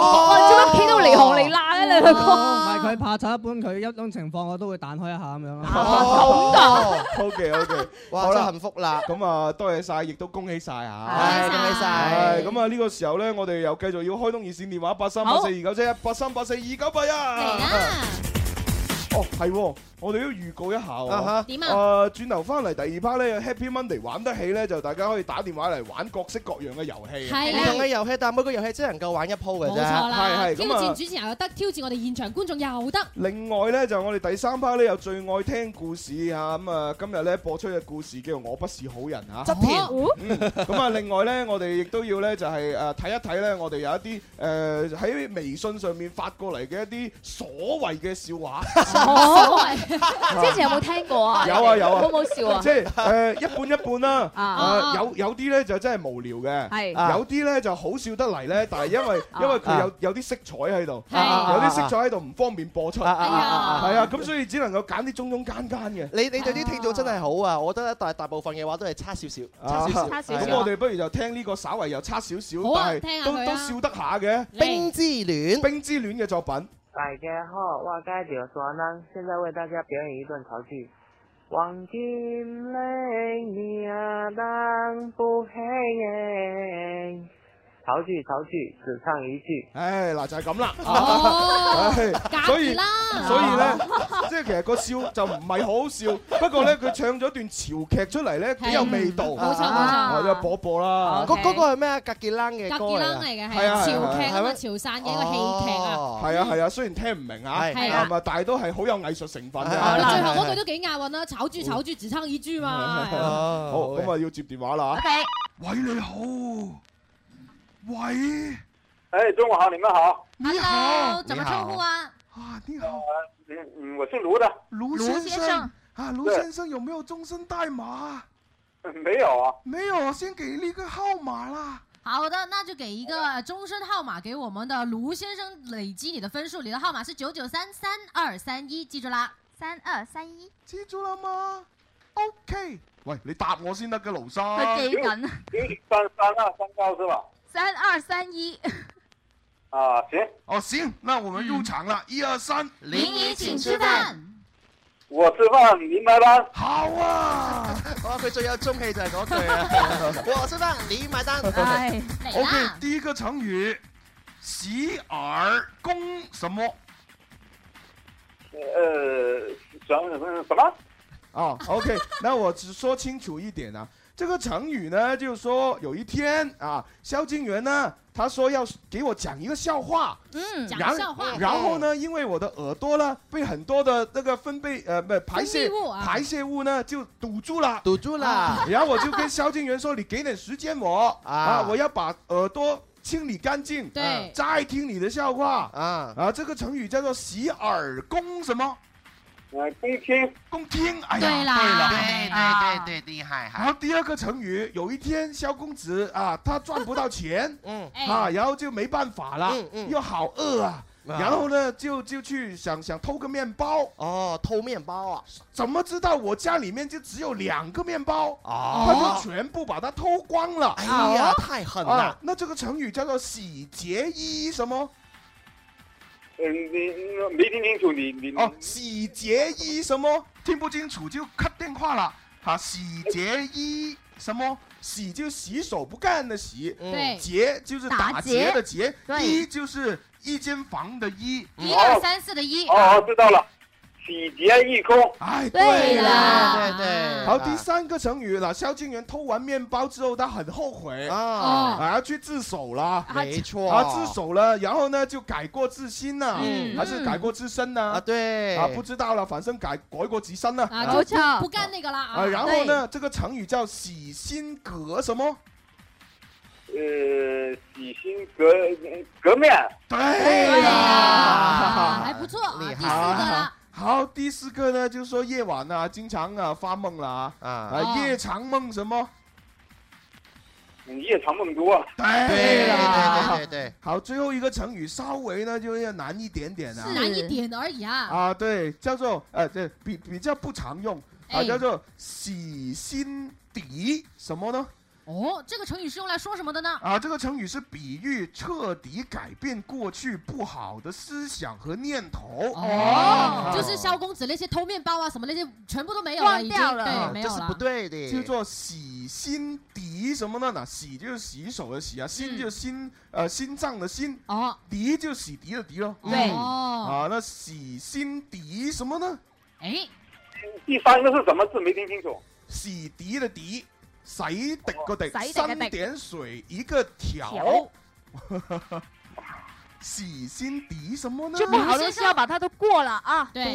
Speaker 13: 做乜企到離行離罅咧？你兩個
Speaker 16: 唔係佢怕醜，一般佢一種情況我都會彈開一下咁樣
Speaker 9: 哦
Speaker 10: Ờ,
Speaker 16: 咯。
Speaker 9: O K O K，
Speaker 10: 哇
Speaker 9: 好啦
Speaker 10: 真係幸福啦！
Speaker 9: 咁啊，多謝晒，亦都恭喜晒啊！
Speaker 10: 係恭喜晒
Speaker 9: 係咁啊，呢個時候咧，我哋
Speaker 10: ờ,
Speaker 9: 又繼續要開通熱線電話八三八
Speaker 10: 好
Speaker 9: 四二九七一八三八四二九八一。Ờ. 哦，係喎，我哋都預告一下
Speaker 10: 啊
Speaker 9: 喎
Speaker 10: 哈。
Speaker 9: 點
Speaker 4: à?
Speaker 10: 點
Speaker 9: 啊？誒，轉頭翻嚟第二 part 咧，Happy Monday 玩得起咧，就大家可以打電話嚟玩各式各樣嘅遊戲。
Speaker 10: 唔同嘅遊戲，但每個遊戲只能夠玩一鋪嘅啫。
Speaker 4: 冇錯啦，
Speaker 9: 係係
Speaker 4: 挑
Speaker 9: 咁啊
Speaker 4: 戰主持人又得，挑戰我哋現場觀眾又得。
Speaker 9: 另外咧，就我哋第三 part 咧有最愛聽故事嚇，咁啊今日咧播出嘅故事叫做《我不是好人》嚇。
Speaker 10: 側
Speaker 4: 哦
Speaker 10: 田
Speaker 9: 嗯咁啊，另外咧，我哋亦都要咧就係誒睇一睇咧，我哋有一啲誒喺微信上面發過嚟嘅一啲所謂嘅笑話。
Speaker 13: 哦， 之前有冇聽過啊？
Speaker 9: 有啊有啊，
Speaker 13: 好唔好笑啊？
Speaker 9: 即係誒一半一半啦，
Speaker 13: 啊
Speaker 9: 誒有有啲咧就真係無聊嘅，
Speaker 13: 係
Speaker 10: 啊
Speaker 9: 有啲咧就好笑得嚟咧，但係因為因為佢有有啲色彩喺度，
Speaker 10: 係
Speaker 9: 有
Speaker 10: 啊
Speaker 9: 啲色彩喺度唔方便播出，係
Speaker 10: 啊啊
Speaker 9: 啊，咁所以只能夠揀啲中中間間嘅。
Speaker 10: 你你對啲聽眾真係好啊！我覺得大大部分嘅話都係差少少，差少少。
Speaker 9: 啊咁我哋不如就聽呢個稍為又差少少，
Speaker 10: 好啊
Speaker 9: 但
Speaker 10: 聽
Speaker 9: 係
Speaker 10: 下
Speaker 9: 都
Speaker 10: 佢啊
Speaker 9: 都笑得下嘅《
Speaker 10: 冰之戀》。
Speaker 9: 《冰之戀》嘅作品。
Speaker 18: 大家好，我该怎么说呢？现在为大家表演一段潮剧。望见你呀，但不黑。潮剧，潮剧，只唱一句。
Speaker 9: 唉，嗱就係咁啦。
Speaker 18: 哦
Speaker 9: 唉
Speaker 18: 夾
Speaker 9: 所以
Speaker 18: 住啦
Speaker 9: 所以咧，即係其實個笑就唔係好好笑，不過咧佢唱咗段潮劇出嚟咧，幾有味道。
Speaker 10: 冇錯冇錯
Speaker 9: 我就播一播啦。
Speaker 10: 嗰嗰個係咩啊？格傑冷嘅
Speaker 4: 格
Speaker 10: 歌
Speaker 4: 傑
Speaker 10: 嚟
Speaker 4: 冷
Speaker 10: 㗎
Speaker 4: 嚟嘅係
Speaker 9: 係啊係
Speaker 4: 潮
Speaker 9: 啊
Speaker 4: 劇
Speaker 9: 係
Speaker 4: 啊
Speaker 9: 咩
Speaker 4: 嘛，潮汕嘅一個戲劇啊。
Speaker 9: 係啊係啊，雖然聽唔明啊，
Speaker 4: 係啊
Speaker 9: 咁啊，但係都係好有藝術成分嘅。
Speaker 4: 最
Speaker 9: 啊
Speaker 4: 後嗰句都幾押韻啦，炒
Speaker 9: 哦
Speaker 4: 豬炒豬只撐耳豬 嘛。係啊
Speaker 9: 好，咁啊要接電話啦嚇。喂，你好。哦喂。
Speaker 19: 哎，中午好，你们好。
Speaker 4: Hello，
Speaker 19: 怎么称呼
Speaker 4: 啊？
Speaker 9: 啊，你好。
Speaker 19: 嗯嗯，我姓卢的。
Speaker 9: 卢
Speaker 19: 先生
Speaker 9: 啊，卢
Speaker 19: 对
Speaker 9: 先生有没有终身代码？
Speaker 19: 没有啊。
Speaker 9: 没有，我先给一个号码啦。
Speaker 12: 好的，那就给一
Speaker 4: 呃
Speaker 12: 个终身号码给我们的卢先生，累积你的分数，你的号码是九九三三二三一，记住啦，三二三一，
Speaker 9: 记住了吗？OK。喂，你答我先得嘅，盧生。
Speaker 19: 佢記緊啊三三二三高是吧？
Speaker 12: 三二三一，
Speaker 19: 啊，行。
Speaker 9: 哦，行，那我们入场了，一二三，
Speaker 19: 林姨
Speaker 12: 请吃饭。
Speaker 19: 我吃饭，您买单。
Speaker 9: 好啊！
Speaker 10: 哇，佢最有中氣就係嗰句啊！我吃飯，你買單。
Speaker 9: OK，第一個成語，洗耳恭什麼？
Speaker 19: 呃，什么什么？
Speaker 9: 啊、o k 那我只说清楚一点啊，这个成语呢，就是说有一天啊，萧敬元呢，他说要给我讲一个笑话，
Speaker 13: 嗯
Speaker 9: 然
Speaker 7: 哦
Speaker 9: 然后呢，因为我的耳朵呢被很多的那个分泌呃不排
Speaker 13: 分
Speaker 9: 泄
Speaker 13: 泌物啊
Speaker 9: 排泄物呢就堵住了，
Speaker 10: 堵住了
Speaker 9: 啊然后我就跟萧敬元说，你给点时间我啊
Speaker 10: 啊
Speaker 9: 我要把耳朵。清理干净，
Speaker 10: 对
Speaker 9: 再听你的笑话
Speaker 10: 啊
Speaker 9: 啊！这个成语叫做洗耳恭什么？
Speaker 19: 呃，公听。
Speaker 9: 恭听，哎呀，
Speaker 19: 对啦
Speaker 9: 对
Speaker 19: 啊
Speaker 10: 對對，厲害
Speaker 9: 然后第二个成语，有一天萧公子啊，他赚不到钱，
Speaker 10: 嗯
Speaker 9: 啊，然后就没办法了
Speaker 10: 嗯，嗯
Speaker 9: 又好饿啊，
Speaker 10: 啊
Speaker 9: 然后呢，就就去想想偷个面包，
Speaker 10: 哦，偷面包啊！
Speaker 9: 怎么知道我家里面就只有两个面包，
Speaker 10: 哦
Speaker 9: 他就全部把它偷光了，
Speaker 10: 哎呀，太狠
Speaker 9: 啊
Speaker 10: 啦！，
Speaker 9: 那这个成语叫做洗劫衣什么？
Speaker 19: 嗯，你你没听清楚，你你
Speaker 9: 哦，洗劫衣什么？听不清楚就 cut 电话啊了。好，洗劫衣什么？洗就洗手不干的洗，
Speaker 12: 嗯
Speaker 13: 对
Speaker 9: 劫就是打
Speaker 13: 打
Speaker 9: 劫
Speaker 13: 劫
Speaker 9: 的劫，
Speaker 13: 对
Speaker 9: 衣就是一间房的衣。
Speaker 12: 一二三四的一，
Speaker 19: 哦，知道了，洗劫一空。
Speaker 9: 哎，
Speaker 12: 对
Speaker 9: 啦，
Speaker 12: 啦对
Speaker 10: 对
Speaker 9: 好，第三个成语了。萧敬元偷完面包之后，他很后悔
Speaker 10: 啊
Speaker 9: 啊，去自首了。
Speaker 10: 没错
Speaker 9: 啊，自首了，然后呢就改过自新呐，
Speaker 10: 嗯
Speaker 9: 还是改过自身呐？
Speaker 10: 啊，对
Speaker 9: 啊，不知道了，反正改改过自身了。
Speaker 4: 啊，
Speaker 9: 啊
Speaker 4: 就不不干那个了啊
Speaker 9: 啊，。然后呢，这个成语叫洗心革什么？
Speaker 19: 呃，洗心革革面。
Speaker 9: 对啦，
Speaker 4: 啊，还不错啊，第四个了。
Speaker 9: 好，第四个呢，就是说夜晚啊，经常啊发梦了啊，啊，夜长梦什么？
Speaker 19: 你夜长梦多啊。
Speaker 9: 对啦，
Speaker 10: 对对。
Speaker 9: 好，最后一个成语稍微呢就要难一点点啊，
Speaker 12: 难一点而已啊。
Speaker 9: 啊，对，叫做呃，这比比较不常用啊，
Speaker 12: 哎
Speaker 9: 叫做洗心底什么呢？
Speaker 12: 哦，这个成语是用来说什么的呢？
Speaker 9: 啊，这个成语是比喻彻底改变过去不好的思想和念头。
Speaker 12: 哦，
Speaker 9: 啊
Speaker 12: 就是萧公子那些偷面包啊什么那些全部都没有了，已经
Speaker 9: 啊
Speaker 4: 啊
Speaker 12: 对，没有了。
Speaker 10: 对
Speaker 12: 的
Speaker 9: 叫做洗心底什么呢？那洗就是洗手的洗啊，心就是心呃心脏的心，
Speaker 12: 嗯哦，
Speaker 9: 底就是洗涤的涤咯。
Speaker 12: 对哦
Speaker 9: 啊，那洗心底什么呢？
Speaker 12: 哎，
Speaker 19: 第三个是什么字？没听清楚。
Speaker 9: 洗涤的涤，洗滴
Speaker 19: 洗
Speaker 9: 个
Speaker 19: 滴
Speaker 9: 滴，
Speaker 19: 嘅
Speaker 9: 三
Speaker 19: 滴
Speaker 9: 点水一个条
Speaker 11: 条。
Speaker 9: 洗心底什么呢？
Speaker 11: 这不好东西要把它都过了啊！
Speaker 9: 对。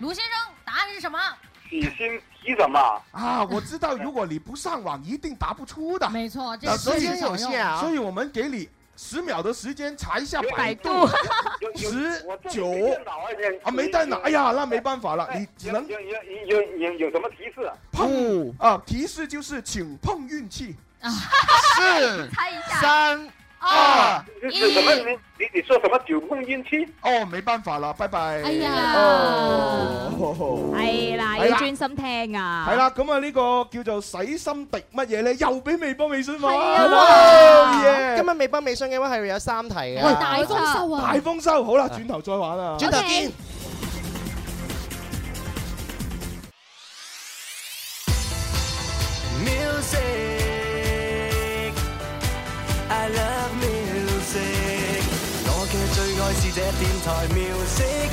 Speaker 12: 卢先生，答案是什么？
Speaker 9: 洗心提什么？啊，我知道，如果你不上网，一定答不出的。
Speaker 12: 没错，这
Speaker 9: 那
Speaker 12: 个
Speaker 9: 所以
Speaker 12: 时间有限啊
Speaker 9: 所以我们给你十秒的时间查一下百
Speaker 19: 有
Speaker 9: 度
Speaker 19: 有，有
Speaker 9: 十
Speaker 19: 我这
Speaker 9: 九
Speaker 19: 里没电脑啊这
Speaker 9: 啊，没带脑，哎呀，那没办法了，你只能
Speaker 19: 有有有有有有什么提示？
Speaker 9: 碰啊，提示就是请碰运气。
Speaker 19: 四
Speaker 9: 猜一下
Speaker 19: 三
Speaker 9: 二
Speaker 19: 是什么？你你你说什么九碰运气？
Speaker 9: 哦，没办法了，拜拜。
Speaker 11: 哎呀
Speaker 9: 哦，
Speaker 11: 係啦，
Speaker 9: 係
Speaker 11: 要專心聽啊！
Speaker 9: 系啦，，咁啊呢個叫做洗心滴乜嘢咧？又俾微博、微信我。
Speaker 11: 啊
Speaker 10: 哇
Speaker 9: 哦耶
Speaker 10: 今日微博、微信嘅話係會有三題嘅。
Speaker 9: 喂大豐
Speaker 10: 收
Speaker 9: 大豐收，好啦，轉頭再玩啊！
Speaker 10: 轉頭見。
Speaker 20: Music, I love music。我嘅最愛是這電台 Music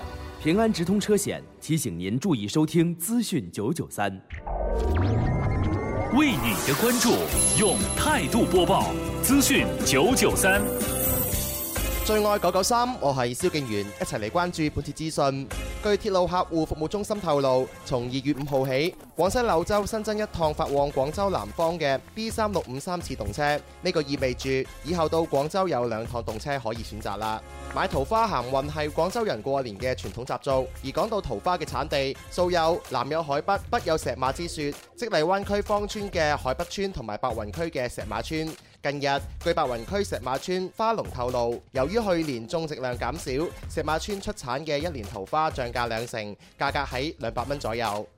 Speaker 20: FM。
Speaker 2: 平安直通车险提醒您注意收听资讯九九三。
Speaker 3: 为你的关注，用态度播报资讯九九三。
Speaker 10: 最愛九九三，我係蕭敬元，一齊嚟關注本次資訊。據鐵路客戶服務中心透露，從二月五號起，廣西柳州新增一趟發往廣州南方嘅 B 三六五三次動車，呢、個意味住以後到廣州有兩趟動車可以選擇啦。買桃花行運係廣州人過年嘅傳統習俗，而講到桃花嘅產地，素有南有海北，北有石馬之說，即荔灣區芳村嘅海北村同埋白雲區嘅石馬村。近日，據白雲區石馬村花農透露，由於去年種植量減少，石馬村出產嘅一年桃花漲價兩成，價格喺兩百蚊左右。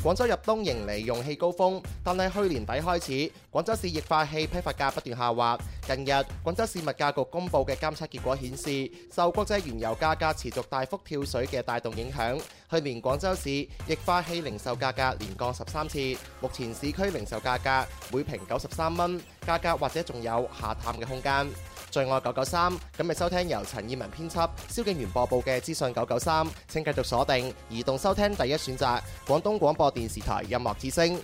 Speaker 10: 廣州入冬迎嚟用氣高峰，但係去年底開始，廣州市液化氣批發價不斷下滑。近日，廣州市物價局公布嘅監測結果顯示，受國際原油價格持續大幅跳水嘅帶動影響，去年廣州市液化氣零售價格連降十三次，目前市區零售價格每瓶九十三蚊，價格或者仲有下探嘅空間。最愛九九三，咁咪收聽由陳燕文編輯、蕭敬元播報嘅資訊九九三，請繼續鎖定移動收聽第一選擇廣東廣播電視台音樂之聲。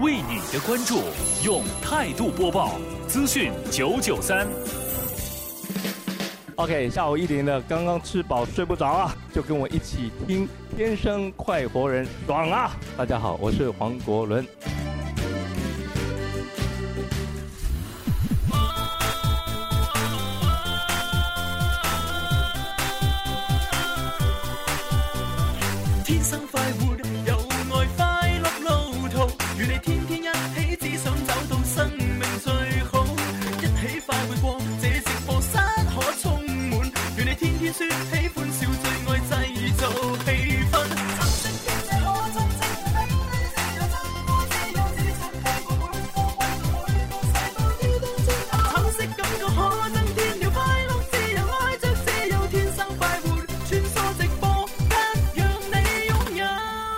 Speaker 3: 为你的关注，用态度播报资讯九九三。
Speaker 21: OK，下午一点了，刚刚吃饱睡不着啊，就跟我一起听《天生快活人》，爽啊！大家好，我是黄国伦。
Speaker 22: 天生快活，有愛快樂路途，與你天天一起，只想找到生命最好。一起快活過，這直播室可充滿，與你天天説喜歡笑，最愛製造氣氛。橙色感覺可增添了快樂，自由愛着，自由天生快活，穿梭直播間，讓你擁有。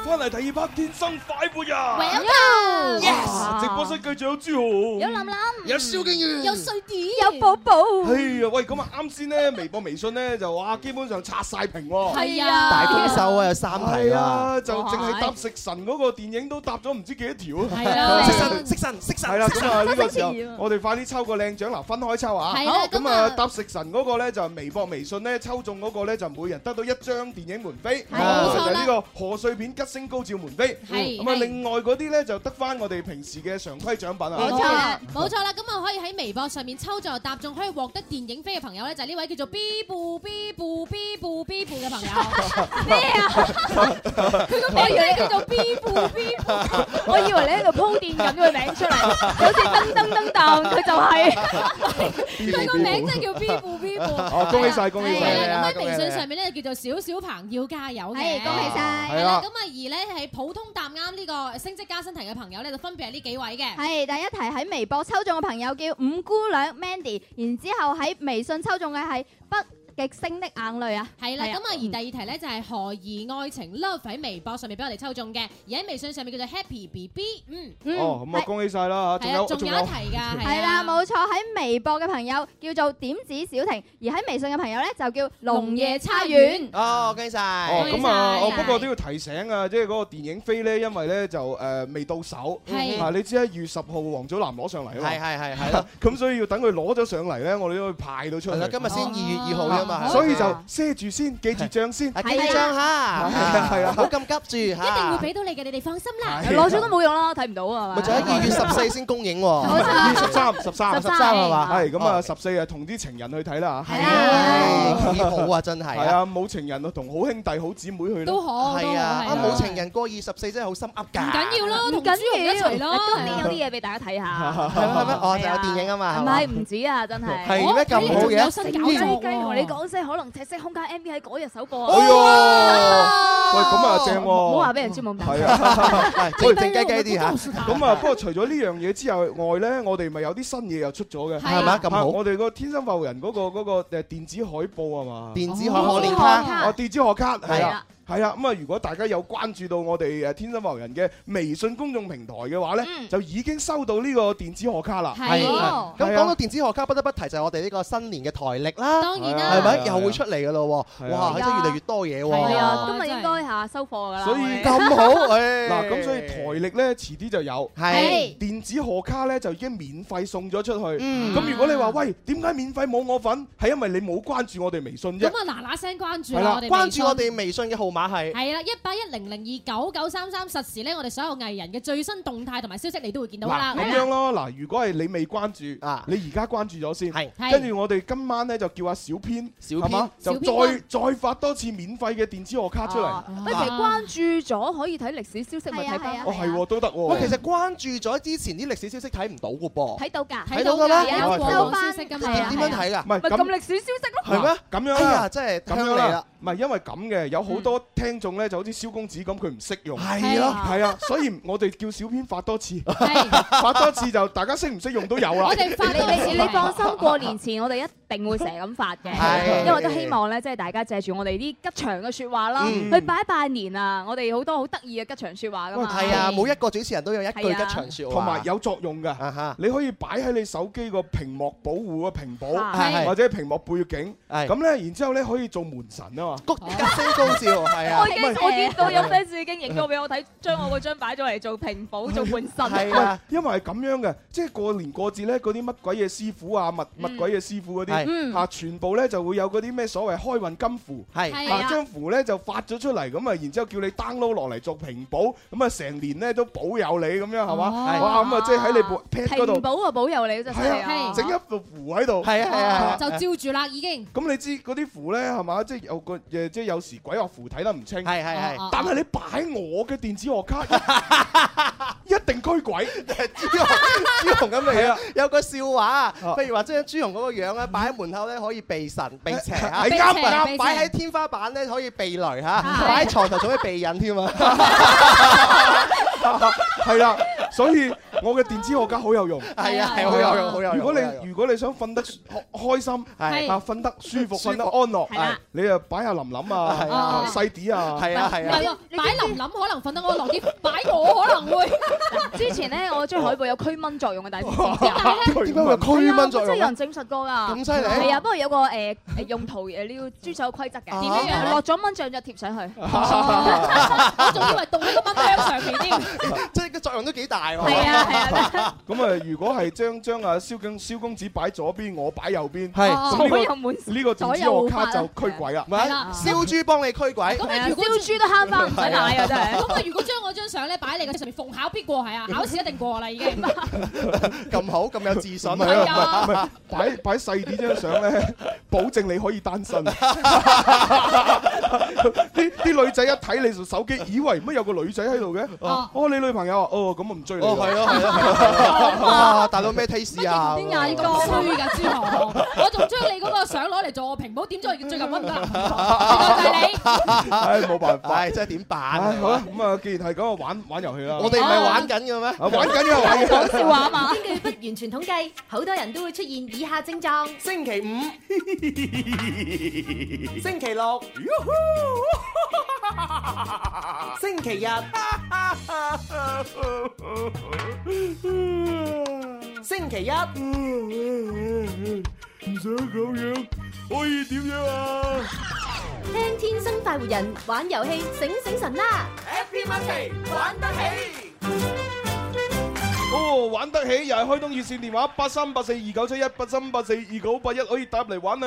Speaker 9: 翻嚟第二 part《天生快活人》
Speaker 11: Welcome
Speaker 9: Yes，直播室繼續有朱紅，
Speaker 11: 有林林
Speaker 9: 有蕭敬元，
Speaker 11: 有碎啲，有寶寶。
Speaker 9: 哎呀，喂，咁啊，啱先咧，微博、微信咧就哇，基本上刷晒屏喎。
Speaker 11: 係啊大豐
Speaker 10: 收啊有三題
Speaker 9: 係
Speaker 10: 啊
Speaker 9: 啊，就淨係答食神嗰個電影都答咗唔知幾多條啊。
Speaker 10: 係 啊食神食神食神
Speaker 9: 係啦，
Speaker 10: 食
Speaker 9: 咁
Speaker 10: 神
Speaker 9: 啊呢個時候
Speaker 10: 食神，
Speaker 9: 我哋快啲抽個靚獎嗱，分開抽啊。
Speaker 10: 係啦
Speaker 9: 好
Speaker 10: 咁
Speaker 9: 咁
Speaker 10: 啊
Speaker 9: 啊，答食神嗰個咧就係微博、微信咧抽中嗰個咧就每人得到一張電影門飛，
Speaker 10: 係冇錯
Speaker 9: 就係
Speaker 10: 啦
Speaker 9: 呢個賀歲片吉星高照門飛。
Speaker 4: 係
Speaker 9: 咁
Speaker 4: 係
Speaker 9: 啊，另外嗰啲咧就得翻我哋平時嘅常規獎品啊。
Speaker 4: 冇錯 啦，冇錯啦，咁啊可以喺微博上面抽中答中，可以獲得電影飛嘅朋友咧，就係呢位叫做 B 部 B 部 B 部 B 部嘅 朋友。咩啊？佢個名咧叫做 B 部 B 部，
Speaker 11: 我以為你喺度鋪墊緊個名出嚟，好似噔噔噔噔，佢就係
Speaker 4: 佢個名真係叫 B 部 B 部。
Speaker 9: 哦恭喜晒恭喜晒
Speaker 4: 係啦咁
Speaker 9: 恭
Speaker 4: 喺
Speaker 9: 喜你
Speaker 4: 微信上面咧叫做小小鵬要加油嘅。
Speaker 13: 啊係恭喜晒
Speaker 4: 係啦，
Speaker 13: 係啦
Speaker 4: 咁啊而咧係普通答啱呢個升職加薪題嘅朋友咧，就分別係呢幾位嘅。
Speaker 13: 係第一題喺微博抽中嘅朋友叫五姑娘 Mandy，然之後喺微信抽中嘅係北極星的眼淚啊，
Speaker 4: 係啦，咁啊，而第二題咧就係何以愛情 love 喺微博上面俾我哋抽中嘅，而喺微信上面叫做 Happy BB，嗯，
Speaker 9: 哦，咁啊，恭喜晒啦嚇！
Speaker 4: 係啊，仲有一 題㗎，
Speaker 13: 係啦，冇錯喺微博嘅朋友叫做點子小婷，而喺微信嘅朋友咧就叫龍夜叉丸。
Speaker 10: 哦，恭喜晒！
Speaker 9: 哦，咁啊，我不過都要提醒啊，即係嗰個電影飛咧，因為咧就誒未到手，
Speaker 10: 係
Speaker 9: 啊，你知啦，二月十號黃祖藍攞上嚟啊嘛，
Speaker 10: 係係係係咯，
Speaker 9: 咁所以要等佢攞咗上嚟咧，我哋都要派到出
Speaker 10: 係
Speaker 9: 去
Speaker 10: 啦。今日先2月2號啫嘛
Speaker 9: 啊
Speaker 10: 係
Speaker 9: 所以就遮住先，記住帳先，
Speaker 10: 啊記住帳嚇
Speaker 9: 係啊，
Speaker 10: 唔好咁急住
Speaker 4: 一定會
Speaker 10: 嚇。
Speaker 4: 俾到你嘅，你哋放心啦。
Speaker 10: 係攞咗
Speaker 11: 都冇用啦，睇唔到啊
Speaker 10: 咪就喺二月十四先公映喎，
Speaker 9: 二月十三，十三，
Speaker 10: 十三係嘛？
Speaker 9: 係咁啊，十四啊，同啲情人去睇啦嚇。係
Speaker 10: 啊幾好啊真係啊
Speaker 9: 係啊，冇情人啊，同好兄弟、好姊妹去咯
Speaker 4: 都好
Speaker 10: 係啊，
Speaker 4: 都好係
Speaker 10: 啊
Speaker 4: 啊
Speaker 10: 冇情人過二十四真係好心噏㗎。
Speaker 4: 唔緊要咯，同
Speaker 11: 緊
Speaker 4: 朱紅一齊咯。
Speaker 11: 今年有啲嘢俾大家睇下。
Speaker 10: 係咩係咩？哦，就有電影啊嘛。
Speaker 11: 唔
Speaker 10: 嘛
Speaker 11: 係唔止啊，真係
Speaker 10: 係咩咁好嘅
Speaker 11: 食雞
Speaker 10: 咦
Speaker 11: 雞同你講聲，可能赤色空間 M V 喺嗰日首播啊。
Speaker 10: 哎呦
Speaker 9: 喂，咁啊正喎！
Speaker 11: 唔好話俾人知冇咁大
Speaker 9: 係啊，
Speaker 10: 喂靜雞雞啲嚇
Speaker 9: 咁啊，不過除咗呢樣嘢之外，外咧我哋咪有啲新嘢又出咗嘅，
Speaker 10: 係嘛啊咁好
Speaker 9: 我哋個天生發育人嗰個嗰個誒電子海報啊嘛，
Speaker 10: 電子可可連卡
Speaker 9: 哦，電子可卡係
Speaker 10: 係
Speaker 9: 啦
Speaker 10: 啦。
Speaker 9: 係啦，咁啊，如果大家有關注到我哋誒天生發育人嘅微信公眾平台嘅話咧，就已經收到呢個電子可卡啦。
Speaker 10: 係
Speaker 9: 啊
Speaker 10: 咁講到電子學家，不得不提就係我哋呢個新年嘅台歷啦，
Speaker 4: 當
Speaker 11: 然啦
Speaker 10: 係
Speaker 9: 係啊
Speaker 10: 咪又會出嚟㗎咯喎？
Speaker 9: 係啊
Speaker 10: 哇，真係越嚟越多嘢
Speaker 11: 係啊，
Speaker 10: 喎！
Speaker 11: 今日應該嚇收貨㗎啦。
Speaker 9: 所以
Speaker 11: 我哋
Speaker 10: 咁好，
Speaker 9: 嗱，
Speaker 10: 嗱
Speaker 9: 咁所以台歷咧，遲啲就有。
Speaker 10: 係
Speaker 9: 電子賀卡咧，就已經免費送咗出去。
Speaker 10: 嗯
Speaker 9: 咁如果你話喂，點解免費冇我份？係因為你冇關注我哋微信
Speaker 4: 咁
Speaker 9: 啫。
Speaker 4: 啊，嗱嗱聲關注
Speaker 9: 係啦
Speaker 4: 啦，我哋
Speaker 10: 關注我哋微信嘅號碼係。
Speaker 4: 係啦，一八一零零二九九三三，實時咧，我哋所有藝人嘅最新動態同埋消息，你都會見到㗎啦。
Speaker 9: 嗱咁樣咯，嗱，如果係你未關注，
Speaker 10: 啊
Speaker 9: 你而家關注咗先，
Speaker 4: 係
Speaker 9: 跟住我哋今晚咧就叫阿小編，小
Speaker 10: 編
Speaker 9: 就
Speaker 11: 小
Speaker 9: 再
Speaker 11: 編
Speaker 9: 再發多次免費嘅電子賀卡出嚟
Speaker 11: 啊。喂，其實關注咗可以睇歷史消息，咪睇翻
Speaker 9: 哦，係喎，都得
Speaker 10: 我
Speaker 9: 喎。
Speaker 10: 其實關注咗之前啲歷史消息睇唔到嘅噃。
Speaker 11: 睇到㗎，
Speaker 10: 睇到㗎啦
Speaker 11: 有啲
Speaker 10: 我係
Speaker 11: 收
Speaker 10: 睇到
Speaker 11: 翻
Speaker 4: 消息㗎
Speaker 10: 嘛點點樣睇㗎
Speaker 9: 唔係
Speaker 11: 咪
Speaker 9: 咁
Speaker 11: 咁歷史消息咯。
Speaker 10: 係咩？
Speaker 9: 咁樣
Speaker 10: 哎
Speaker 9: 啦
Speaker 10: 呀，真係
Speaker 9: 咁
Speaker 10: 香
Speaker 9: 樣
Speaker 10: 嚟啦
Speaker 9: 啦！，唔係因為咁嘅，有好多聽眾咧就好似蕭公子咁，佢唔識用，
Speaker 10: 係咯
Speaker 9: 係啊，所以我哋叫小編發 多次，發多次就大家識唔識用都有啦。
Speaker 11: 我哋發你你你放心，過年前我哋一定會成日咁發嘅
Speaker 9: 係，
Speaker 11: 因為我都希望咧，即係大家借住我哋啲吉祥嘅説話啦，
Speaker 10: 嗯
Speaker 11: 去拜一拜年啊！我哋好多好得意嘅吉祥説話噶嘛。
Speaker 10: 係啊，每一個主持人都有一
Speaker 11: 啊
Speaker 10: 句吉
Speaker 9: 啊
Speaker 10: 祥説話，啊
Speaker 9: 同埋有作用㗎，你可以擺喺你手機個屏幕保護個屏保
Speaker 11: 啊
Speaker 10: 係，係
Speaker 9: 或者屏幕背景，咁咧，然之後咧可以做門神啊嘛，
Speaker 10: 吉星高照，係啊
Speaker 11: 哦我已經我見到有 fans 已經影咗俾我睇，將我嗰張擺咗嚟做屏保做換身。
Speaker 9: 喂，因為係咁樣嘅，即係過年過節咧，嗰啲乜鬼嘢師傅啊、乜
Speaker 10: 嗯
Speaker 9: 乜鬼嘢師傅嗰啲
Speaker 11: 係
Speaker 9: 嚇，全部咧就會有嗰啲咩所謂開運金符，
Speaker 10: 係
Speaker 11: 係
Speaker 9: 啊
Speaker 11: 啊
Speaker 9: 張符咧就發咗出嚟，咁啊，然之後叫你 download 落嚟做屏保，咁啊成年咧都保佑你咁樣係嘛？
Speaker 11: 哦
Speaker 9: 哇咁啊，即係喺你部 pad 嗰
Speaker 11: 屏
Speaker 9: 度
Speaker 11: 保啊，保佑你真係啊！
Speaker 9: 整一個符喺度，
Speaker 10: 係啊係啊
Speaker 4: 就照住啦，已經。
Speaker 9: 咁你知嗰啲符咧係嘛？即係有個誒，即係有時鬼畫符睇得唔清。
Speaker 10: 係係係
Speaker 9: 但係你擺我嘅電子學卡，一定驅鬼。
Speaker 10: 朱紅咁嘅
Speaker 9: 係啊哦
Speaker 10: 樣，有個笑話，譬如話即係朱紅嗰個樣咧，擺喺門口咧可以避神 避邪嚇，
Speaker 9: 係啱避邪
Speaker 10: 啊
Speaker 9: 避邪
Speaker 10: 擺喺天花板咧可以避雷嚇，擺喺床頭仲可以避孕添啊！
Speaker 9: 係啦，所以我嘅電子學卡好有用。
Speaker 10: 係啊係好有用好有用
Speaker 9: 如果
Speaker 10: 好有
Speaker 9: 你如果你想瞓得開開心，
Speaker 10: 係
Speaker 9: 啊瞓得舒服，
Speaker 10: 舒服
Speaker 9: 瞓得安樂
Speaker 10: 係啦，
Speaker 9: 你啊擺下林林
Speaker 10: 係啊
Speaker 9: 啊，細啲啊，
Speaker 10: 係啊係
Speaker 4: 唔係喎，擺林林可能瞓得安樂啲，擺我可能會。
Speaker 11: 之前咧，我張海報有驅蚊作用嘅，但係唔知點解咧
Speaker 10: 點解會有驅蚊作
Speaker 11: 真係
Speaker 10: 用
Speaker 11: 有
Speaker 10: 咧
Speaker 11: 人？證實過㗎，
Speaker 10: 咁犀利啊
Speaker 11: 係啊，不過有個誒誒用途 誒，你要遵守規則嘅。
Speaker 10: 點樣樣咧
Speaker 11: 落咗蚊醬就 貼上去。
Speaker 10: 我
Speaker 4: 哦
Speaker 11: 仲以為
Speaker 4: 凍喺個蚊香上面添，
Speaker 10: 即係個作用都幾大大喎。
Speaker 9: 係啊係啊。咁啊，如果係將將啊蕭公蕭公子擺左邊，我擺右邊，
Speaker 10: 係
Speaker 9: 咁呢
Speaker 10: 左
Speaker 9: 個
Speaker 10: 右哦啊滿
Speaker 9: 呢個電子我卡就驅鬼啦。
Speaker 10: 咪燒豬幫你驅鬼。
Speaker 4: 咁啊，如果咁啊，如果將我張相咧擺喺你嘅上面，逢考必過係啊，考試一定過啦已經。
Speaker 10: 咁好咁有自信。
Speaker 9: 唔係
Speaker 4: 係啊
Speaker 9: 唔係 擺擺細啲張相咧，保證你可以單身。啲啲女仔一睇你手機，以為乜有個女仔喺度嘅？
Speaker 10: 哦
Speaker 9: 哦，你女朋友啊？哦，咁我唔追你啦。
Speaker 10: 哦係咯係咯係 咯哇大佬咩 taste 啊
Speaker 4: 啲眼光衰 㗎，朱紅，我仲將你嗰個相攞嚟做我屏保，點咗最近揾唔得？
Speaker 9: 唉，冇辦法，
Speaker 10: 真係點辦
Speaker 9: 唉好啦，咁啊，既然係咁，我玩玩遊戲啦。
Speaker 10: 我哋唔係玩緊嘅咩？
Speaker 9: 啊玩緊嘅玩緊。
Speaker 5: 根據不完全統計，好多人都會出現以下症狀：
Speaker 10: 星期五、
Speaker 5: 星期六、
Speaker 10: 星期日、星期一，
Speaker 5: 唔想咁樣，可以點樣啊？聽天生快活人玩遊戲，醒醒神啦！Happy Monday，玩得起。
Speaker 9: 哦，玩得起又係開通熱線電話八三八四二九七一八三八四二九八一可以打入嚟玩啊！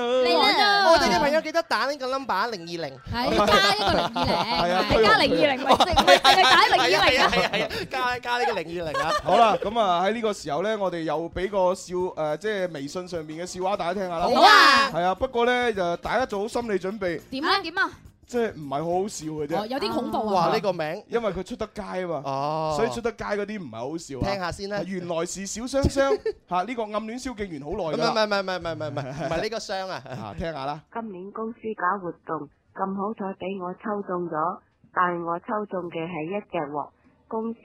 Speaker 10: 我哋嘅朋友記得打呢個 number 啊零二零，
Speaker 9: 係加一個020係啊係加020咪
Speaker 10: 係
Speaker 9: 咪淨係打020啊
Speaker 10: 係啊係啊係啊，加加呢個零二零啊！
Speaker 9: 好啦，咁啊喺呢個時候呢，我哋又俾個笑誒、呃即係微信上面嘅笑話大家聽下啦。
Speaker 10: 好啊
Speaker 9: 係啊，不過呢，就大家做好心理準備，
Speaker 4: 點
Speaker 11: 哦
Speaker 4: 啊點啊！
Speaker 9: 即係唔係好好笑嘅啫。
Speaker 4: 哦有啲恐怖啊
Speaker 10: 哇呢個名，
Speaker 9: 因為佢出得街啊嘛，
Speaker 10: 哦
Speaker 9: 所以出得街嗰啲唔係好笑啊。
Speaker 10: 聽下先啦
Speaker 9: 原來是小雙雙嚇，呢個暗戀蕭敬元好
Speaker 10: 唔
Speaker 9: 耐
Speaker 10: 係
Speaker 9: 㗎
Speaker 10: 唔
Speaker 9: 啦。
Speaker 10: 係唔係唔係唔係唔係唔係呢個箱
Speaker 9: 啊
Speaker 10: 啊！
Speaker 9: 聽下啦。
Speaker 17: 今年公司搞活動，咁好彩俾我抽中咗，但係我抽中嘅係一隻鑊。公司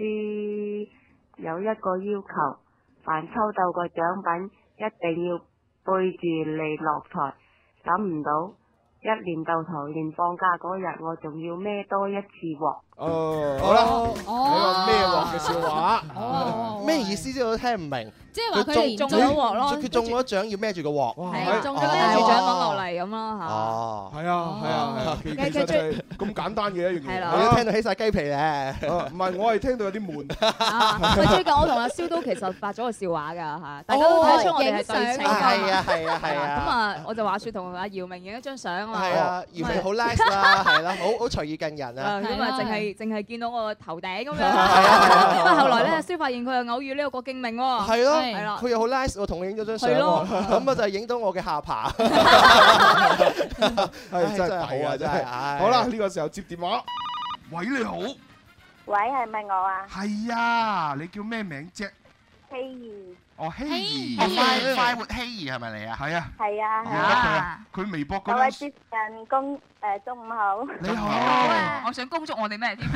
Speaker 17: 有一個要求，凡抽到個獎品一定要背住嚟落台，諗唔到一年到頭，連放假嗰日我仲要孭多一次鑊。
Speaker 9: 哦，
Speaker 10: 好啦，
Speaker 4: 哦
Speaker 10: 呢個咩鑊嘅笑
Speaker 4: 哦
Speaker 10: 話？咩意思啫？我聽唔明。
Speaker 4: 即係話佢連
Speaker 10: 中
Speaker 4: 中咗鑊咯
Speaker 10: 佢中咗獎要孭住個鑊。
Speaker 11: 係啊中咗
Speaker 10: 哦
Speaker 11: 孭住獎品落嚟咁咯嚇。
Speaker 10: 哦，
Speaker 9: 係啊，係啊，係啊，其其
Speaker 11: 佢
Speaker 9: 實就
Speaker 11: 最
Speaker 9: 係咁簡單嘅一樣
Speaker 11: 係
Speaker 9: 嘢。
Speaker 11: 啦
Speaker 10: 我都聽到起晒雞皮咧。
Speaker 9: 啊唔係，我係聽到有啲悶。
Speaker 11: 喂，最近我同阿蕭都其實發咗個笑話㗎嚇，大家都睇出我哋係對情㗎嘛
Speaker 10: 係啊係啊係啊
Speaker 11: 咁啊，我就話説同阿姚明影一張相啊嘛。
Speaker 10: 係啊，姚明好 nice 啦，係啦，好好隨意近人
Speaker 11: 啊
Speaker 10: 啊。
Speaker 11: 咁啊，淨係淨係見到我個頭頂咁 樣。
Speaker 10: 啊
Speaker 11: 咁啊，後來咧，阿蕭發現佢又偶遇呢個郭敬明喎。
Speaker 10: 係咯，
Speaker 11: 係啦。
Speaker 10: 佢又好 nice，我同佢影咗張相
Speaker 11: 係咯
Speaker 10: 喎，咁啊就係影到我嘅下巴。
Speaker 9: 係真係
Speaker 10: 好
Speaker 9: 好啊，真係。
Speaker 10: 唉
Speaker 9: 好啦，呢個時候接電話。喂，你好。
Speaker 23: 喂，係咪我啊？
Speaker 9: 係啊，你叫咩名啫？
Speaker 23: 希兒，
Speaker 9: 哦，希
Speaker 23: 兒
Speaker 9: 兒。
Speaker 23: 哦快快活
Speaker 9: 希兒係咪你啊？係啊。
Speaker 23: 係啊，
Speaker 9: 我
Speaker 23: 係
Speaker 9: 記得佢
Speaker 23: 啊。
Speaker 9: 啊，佢微博
Speaker 23: 各
Speaker 9: 嗰
Speaker 23: 位
Speaker 9: 張
Speaker 23: 主持人公誒中午好，
Speaker 9: 你好，
Speaker 7: 我想恭祝我哋咩添？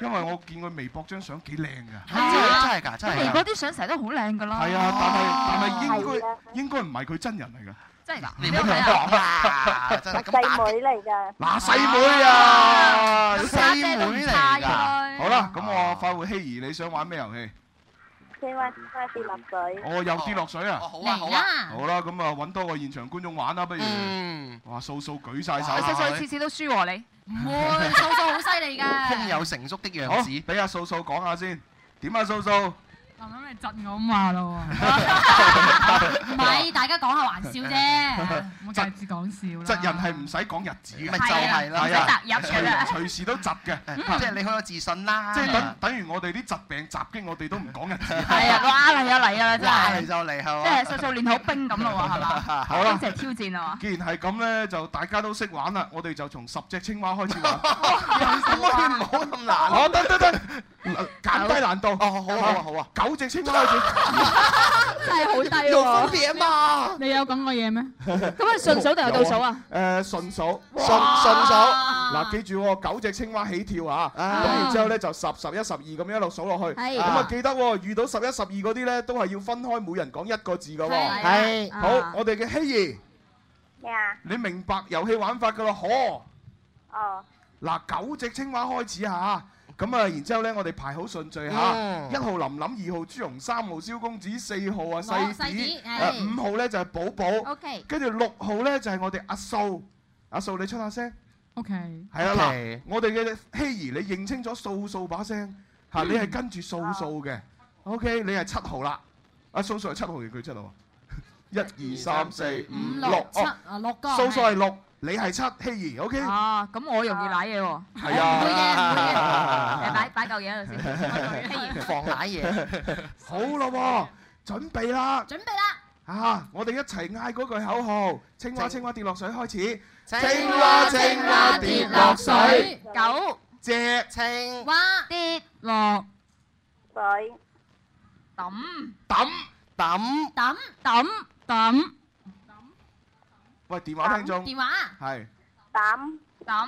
Speaker 9: 因為我見佢微博張相幾靚㗎。
Speaker 7: 係
Speaker 9: 㗎
Speaker 7: 微博啲相成日都好靚噶啦。
Speaker 9: 係啊，但係但係應該應該唔係佢真人嚟㗎。
Speaker 7: 真係㗎，
Speaker 9: 你
Speaker 7: 唔好 講
Speaker 9: 啦，
Speaker 23: 我細妹嚟㗎。
Speaker 9: 嗱，細妹啊，
Speaker 23: 咁家
Speaker 9: 細
Speaker 23: 姐都唔
Speaker 9: 妹嚟
Speaker 23: 差
Speaker 9: 㗎。
Speaker 23: 嘅
Speaker 9: 好啦，咁我快活希兒，你想玩咩遊戲？
Speaker 23: 青蛙青蛙跌落水。
Speaker 9: 我又跌落水啊！好
Speaker 23: 啊好啊
Speaker 9: 好啦，咁啊揾多個現場觀眾玩啦，不如。
Speaker 23: 嗯
Speaker 9: 哇，素素舉晒手。
Speaker 7: 細細次次都輸喎你。唔
Speaker 23: 會
Speaker 7: 數數好犀利㗎
Speaker 12: 哎
Speaker 9: 成熟的樣子。俾阿素素講下先。點啊，素素？
Speaker 12: 咁你窒我嘛咯？
Speaker 11: à.
Speaker 12: 唔係，大家講下玩笑 啫，唔好介意講笑啦。
Speaker 9: 窒人係唔使講日子嘅。
Speaker 12: 咪就係啦
Speaker 9: 係啊
Speaker 12: 唔使窒入嘅嗯
Speaker 9: 隨隨時都窒嘅。
Speaker 12: 即係
Speaker 9: 你啊好有自信啦即係等等於我哋啲疾病襲擊我哋都唔講日子。
Speaker 7: 係啊，哇嚟啊嚟啊真
Speaker 11: Dạ,
Speaker 7: 係。
Speaker 9: 就嚟係
Speaker 7: 即係數數練好兵咁咯喎，係嘛？
Speaker 9: 好啦
Speaker 7: 成日挑戰啊嘛。
Speaker 9: 既然係咁咧，就大家都識玩 啦，我哋就從十隻青蛙開 始玩。
Speaker 11: 哦
Speaker 10: 可唔可以唔好咁難？
Speaker 9: 好，哦得得得，減低難度。哦，好
Speaker 10: 啊好啊好
Speaker 9: 啊，九隻青蛙開始。
Speaker 11: 真係好低喎。
Speaker 9: 有分別
Speaker 10: 啊嘛。
Speaker 12: 你有講過嘢咩？
Speaker 11: 咁啊，順數定係倒數啊？？
Speaker 9: 誒，順數，順
Speaker 10: 順數。
Speaker 9: 嗱，記住喎，九隻青蛙起跳啊！咁然之後咧就十、十一、十二咁樣一路數落去。
Speaker 10: 係
Speaker 9: 咁啊，記得喎，遇到十一、十二嗰啲咧，都係要分開每人講一個字㗎喎。
Speaker 23: 係係
Speaker 9: 好，我哋嘅希兒，
Speaker 23: 咩啊？
Speaker 9: 你明白遊戲玩法㗎啦，嗬？
Speaker 23: 哦，
Speaker 9: 嗱，九隻青蛙開始嚇，咁啊，然之後咧，我哋排好順序嚇，
Speaker 23: 嗯哦
Speaker 9: 一號林林，二號朱紅，三號蕭公子，四號啊
Speaker 23: 細
Speaker 9: 細子
Speaker 23: 子，
Speaker 9: 誒
Speaker 23: 係
Speaker 9: 五號咧就係寶寶
Speaker 23: OK，
Speaker 9: 跟住六號咧就係我哋阿素，阿素你出下聲，
Speaker 12: OK。
Speaker 9: 係啊
Speaker 10: OK
Speaker 9: 嗱，我哋嘅希兒你認清楚素素把聲，嚇，
Speaker 23: 嗯
Speaker 9: 你係跟住數數嘅。OK，你係七號啦。啊，數數係七號定佢七號啊？一二三四五
Speaker 7: 六
Speaker 9: 六
Speaker 7: 七
Speaker 11: Ờ,
Speaker 7: 啊六個
Speaker 9: 哦，數數係
Speaker 7: 係
Speaker 9: 六，你係七，希兒 OK。
Speaker 7: 啊，咁我容易舐嘢喎。
Speaker 9: 係
Speaker 7: 唔會嘅，唔會嘅。
Speaker 9: 啊
Speaker 11: Dạ,
Speaker 7: 誒，擺擺嚿嘢喺度先。
Speaker 9: 放奶嘢。 好咯喎，準備啦。
Speaker 7: 準備啦！
Speaker 9: 啊！我哋一齊嗌嗰句口號：青蛙青蛙跌落水開始。
Speaker 7: 青蛙青蛙跌落水九
Speaker 9: 隻
Speaker 7: 青蛙跌落水，抌
Speaker 9: 抌
Speaker 7: 抌抌抌抌
Speaker 9: 喂，電話聽眾。
Speaker 7: 電話
Speaker 9: 係
Speaker 7: 抌抌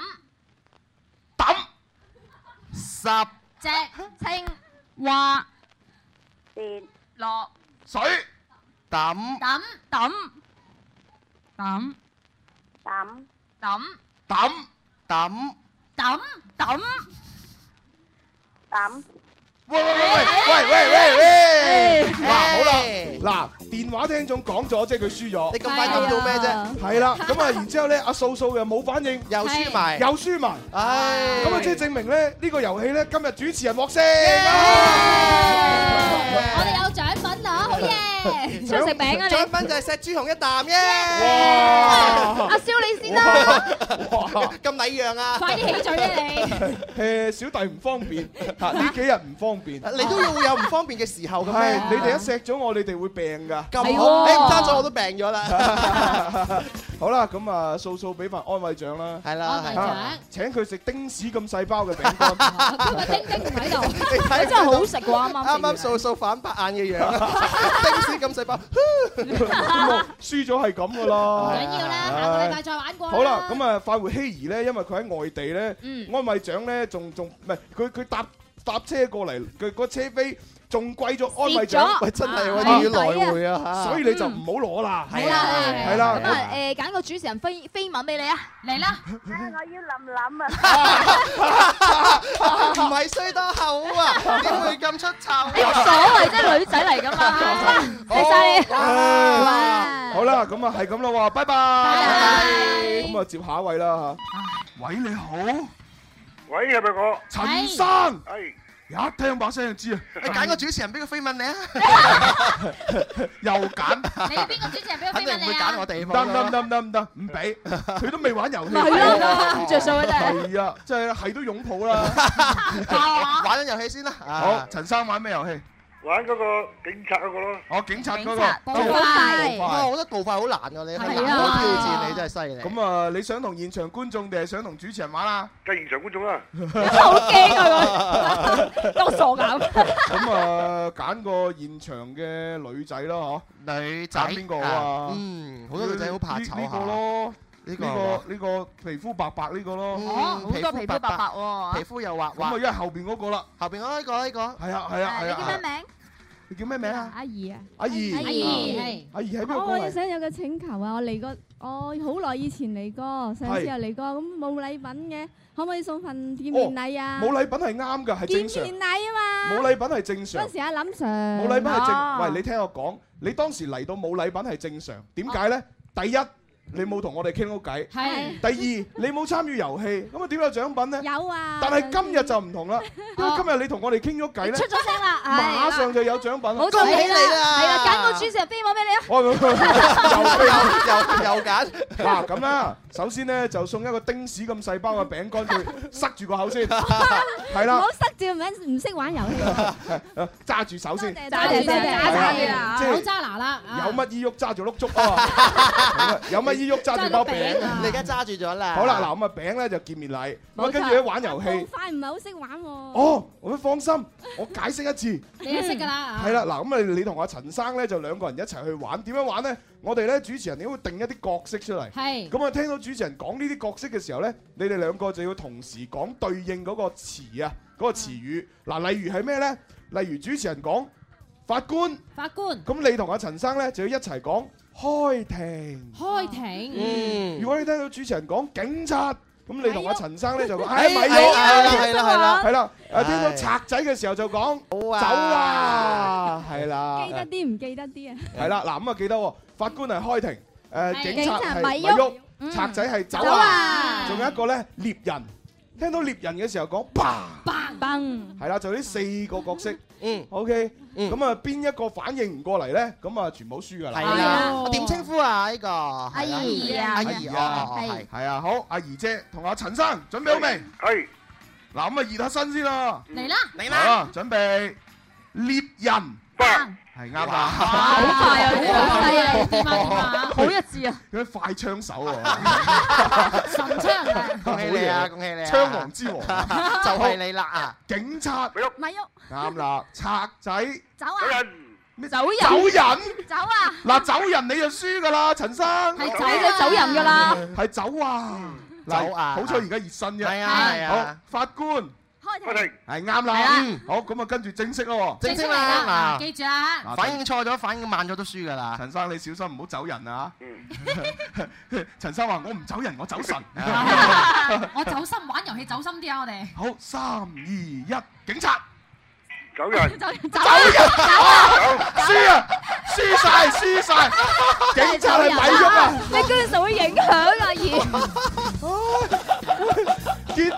Speaker 9: 十
Speaker 7: 隻青蛙跌落
Speaker 9: 水，
Speaker 10: 抌
Speaker 7: 抌抌抌抌抌
Speaker 9: 抌
Speaker 10: 抌
Speaker 7: 抌抌抌。
Speaker 9: 喂喂喂喂喂喂喂！嗱好啦，嗱電話聽眾講咗，即係佢輸咗。
Speaker 10: 你咁快咁做咩啫
Speaker 9: 係啦，咁啊，然之後咧，阿素素又冇反應，
Speaker 10: 又輸埋
Speaker 9: 又輸埋。
Speaker 10: 唉
Speaker 9: 咁啊，即係證明咧，呢個遊戲咧，今日主持人獲勝。
Speaker 4: 我哋有獎品攞，好嘢！
Speaker 9: 出去食餅啊你
Speaker 10: 獎品就係錫朱紅一啖耶！
Speaker 9: 哇
Speaker 13: 阿蕭你先啦，
Speaker 10: 咁禮讓啊！
Speaker 13: 快啲起嘴啊你！
Speaker 9: 誒，小弟唔方便，嚇呢幾日唔方便。
Speaker 10: 你都要有唔方便嘅時候嘅咩
Speaker 9: 係？你哋一錫咗我，你哋會病㗎。
Speaker 10: 咁好，你唔爭咗我都病咗啦。
Speaker 9: 好啦，咁啊，素素俾份安慰獎啦，係
Speaker 10: 啦安慰獎
Speaker 9: 請佢食丁屎咁細包嘅餅 乾。
Speaker 10: 你睇
Speaker 13: 真
Speaker 10: 唔
Speaker 13: 係好食
Speaker 10: 睇
Speaker 13: 喎啱啱食
Speaker 10: 啱
Speaker 13: 完
Speaker 10: 啱掃掃反白眼 嘅樣，丁屎咁細包，
Speaker 9: 輸咗係咁噶啦，
Speaker 10: 唔緊要啦
Speaker 9: 唉
Speaker 10: 下個禮拜再玩過啦
Speaker 9: 好啦，咁啊，快活希兒咧，因為佢喺外地咧
Speaker 10: 嗯，
Speaker 9: 安慰獎咧，仲仲唔係佢佢搭搭車過嚟，佢個車飛。仲貴咗安
Speaker 13: 蝕
Speaker 9: 慰獎，
Speaker 13: 咗喂真係喎
Speaker 9: 啊
Speaker 13: 仲要來回啊嚇
Speaker 9: 所以你就唔好攞啦，
Speaker 13: 好啦，
Speaker 9: 係啦
Speaker 13: 咁，啊誒揀個主持人飛飛吻俾你啊，
Speaker 7: 嚟啦！
Speaker 13: 我要
Speaker 23: 冧冧啊！
Speaker 10: 唔係衰多口啊，點會咁出醜啊？
Speaker 11: 你所謂即係女仔嚟㗎嘛，你犀利。
Speaker 9: 唉好啦，咁啊係咁啦喎，拜拜，咁啊接下一位啦嚇，喂你好，喂係咪我？陳生，一聽把聲就知啊，
Speaker 10: 你揀個主持人俾個飛吻 你啊！
Speaker 9: 又揀，
Speaker 10: 你
Speaker 7: 邊個主持人俾個飛吻
Speaker 9: à?
Speaker 7: 你啊？
Speaker 10: 哋
Speaker 9: 唔得唔得唔得唔得，唔俾，佢都未玩遊戲，
Speaker 10: 咪係咯唔着數啊真係
Speaker 9: 係啊，即係係都擁抱啦。
Speaker 10: 玩緊遊戲先啦。
Speaker 9: 好，陳生玩咩遊戲？
Speaker 24: 玩嗰個警察嗰個咯。
Speaker 9: 哦，警察嗰
Speaker 10: 警
Speaker 9: 個
Speaker 10: 察
Speaker 9: 都
Speaker 10: 捕
Speaker 9: 好
Speaker 10: 快
Speaker 9: 捕快
Speaker 10: 哇我覺得捕快好難㗎，你係難到挑戰你真係犀利。
Speaker 9: 咁啊，你想同現場觀眾定係想同主持人玩啊？梗係現場觀眾啦，
Speaker 11: 好驚啊！
Speaker 9: 佢
Speaker 11: 當傻狗。
Speaker 9: 咁啊，揀個現場嘅女仔啦，嗬。
Speaker 10: 女
Speaker 9: 仔邊個啊？
Speaker 10: 嗯，好多女仔好怕醜
Speaker 9: 呢呢個
Speaker 10: 下
Speaker 9: 咯，
Speaker 10: 呢
Speaker 9: 呢個
Speaker 10: 個
Speaker 9: 呢個皮膚白白呢個咯。
Speaker 7: 哦好多皮膚白白喎
Speaker 10: 皮膚又滑
Speaker 9: 咁
Speaker 10: 滑。
Speaker 9: 啊，因為後邊嗰個啦。
Speaker 10: 後邊嗰個呢個
Speaker 9: 係啊係啊係啊。係啊
Speaker 13: 名？
Speaker 9: 你叫咩名啊？
Speaker 25: 阿怡啊，
Speaker 9: 阿怡。
Speaker 25: 阿怡係
Speaker 9: 阿怡喺邊度
Speaker 25: 我
Speaker 9: 過
Speaker 25: 我
Speaker 9: 嚟？
Speaker 25: 想有個請求啊！我嚟過，我好耐以前嚟過，上次又嚟過，咁冇禮品嘅，可唔可以送份見面禮啊？
Speaker 9: 冇禮品係啱㗎，係
Speaker 25: 見
Speaker 9: 正常。
Speaker 25: 面禮啊嘛！
Speaker 9: 冇禮品係正常
Speaker 25: 嗰陣。時阿林 Sir
Speaker 9: 冇禮品係
Speaker 25: 啊
Speaker 9: 正，喂，你聽我講，你當時嚟到冇禮品係正常，點解呢？第一，你冇同我哋傾到偈；
Speaker 25: 係
Speaker 9: 第二，你冇參與遊戲，咁啊點有獎品呢？
Speaker 25: 有啊！
Speaker 9: 但係今日就唔同啦，因為今日你同我哋傾咗偈呢，
Speaker 13: 出咗聲啦，
Speaker 9: 馬上就有獎品啦，
Speaker 13: 錯係啦，揀個主持人飛吻俾你啊！
Speaker 9: 我 又又又
Speaker 10: 又揀
Speaker 9: 嗱咁啦，首先咧就送一個丁屎咁細包嘅餅乾佢，塞住個口先，係
Speaker 25: 唔
Speaker 9: 啦
Speaker 25: 好，塞住唔緊唔識玩遊戲。
Speaker 9: 揸住手先，
Speaker 25: 揸住揸住
Speaker 9: 係啦即係
Speaker 4: 渣拿啦，
Speaker 9: 有乜衣喐揸住碌竹 啊，有乜衣喐揸住包餅。啊
Speaker 10: 你而家揸住咗啦。
Speaker 9: 好啦，嗱咁啊餅咧就見面禮，咁
Speaker 25: 冇
Speaker 9: 啊
Speaker 25: 錯
Speaker 9: 跟住咧玩遊
Speaker 25: 好
Speaker 9: 戲。
Speaker 25: 快唔係好識玩喎。
Speaker 9: 哦，我放心，我解釋一次。
Speaker 25: 你都識㗎
Speaker 11: à?
Speaker 25: 啦
Speaker 9: 係啦，嗱咁啊，你同阿陳生咧就兩個人一齊去玩，點樣玩咧？我哋咧主持人你會定一啲角色出嚟。
Speaker 25: 係
Speaker 9: 咁啊，聽到主持人講呢啲角色嘅時候咧，你哋兩個就要同時講對應嗰個詞啊，嗰個詞語。嗱，例如係咩咧？例如主持人講法官，
Speaker 4: 法官。
Speaker 9: 咁你同阿陳生咧就要一齊講開庭。
Speaker 4: 開庭。
Speaker 9: 如果你聽到主持人講警察，咁你同阿陳生咧就講，
Speaker 10: 哎
Speaker 9: 哎咪咗，
Speaker 10: 哎係啦係啦
Speaker 9: 係啦，
Speaker 10: 哎
Speaker 9: 誒聽到賊仔嘅時候就講走
Speaker 10: 啊
Speaker 9: 啦，係啦
Speaker 25: 記，得啲唔記得
Speaker 11: à?
Speaker 25: 啲啊？
Speaker 9: 係啦，嗱咁啊記得喎，法官係開庭，誒
Speaker 25: 係
Speaker 9: 警察
Speaker 25: 警察咪
Speaker 9: 係咪
Speaker 25: 喐
Speaker 9: 喐，
Speaker 25: 嗯
Speaker 9: 賊仔係走
Speaker 25: 走
Speaker 9: 啦，
Speaker 25: 啊
Speaker 9: 仲有一個咧獵人，聽到獵人嘅時候講啪。
Speaker 11: 崩，
Speaker 9: 係啦，就呢四個角色。嗯，OK，咁啊，邊一個反應唔過嚟咧？咁啊，全部輸㗎啦。
Speaker 10: 係啦，我點稱呼啊？呢個阿
Speaker 9: 係啊
Speaker 10: 阿
Speaker 9: 阿
Speaker 10: 姨
Speaker 9: 姨
Speaker 10: 啊
Speaker 9: 啊，，
Speaker 10: 係
Speaker 9: 係係啊，好，阿姨姐同阿陳生準備好未？係。嗱，咁啊，熱下身先啦。
Speaker 12: 嚟啦，
Speaker 9: 嚟啦，準備獵人。係啱啦，好
Speaker 11: 快啊好快啊
Speaker 9: 快
Speaker 11: 好一致啊！
Speaker 9: 佢快槍手喎，
Speaker 10: 神槍啊恭喜你啊恭喜你啊
Speaker 9: 槍王之王啊，
Speaker 10: 就係你啦啊！
Speaker 9: 警察
Speaker 13: 咪喐，
Speaker 9: 啱啦，賊仔
Speaker 13: 走啊！
Speaker 9: 咩
Speaker 13: 走人，
Speaker 9: 走人。
Speaker 13: 走啊！
Speaker 9: 嗱，走人你就輸㗎啦，陳生。
Speaker 13: 係走就走人㗎啦
Speaker 9: 係走啊！嗱
Speaker 10: 走啊
Speaker 9: 好彩而家熱身啫。係
Speaker 10: 啊係啊。
Speaker 9: 好，法官。
Speaker 13: 開
Speaker 9: 庭。係啱啦。嗯好，咁啊，跟住正式咯喎。
Speaker 10: 正式啦嗱，
Speaker 12: 記住啊！
Speaker 10: 反應錯咗，反應慢咗都輸㗎啦。
Speaker 9: 陳生，你小心唔好走人啊！ 陳生話：我唔走人，我走神。
Speaker 12: 我走心玩遊戲走心啲啊！我哋
Speaker 9: 好，三二一，警察。走
Speaker 12: 人
Speaker 9: 人。
Speaker 12: 走人
Speaker 9: 走人。輸啊！輸晒，輸晒。警察係咪喐啊！
Speaker 11: 你居然就會影響啊！
Speaker 9: 見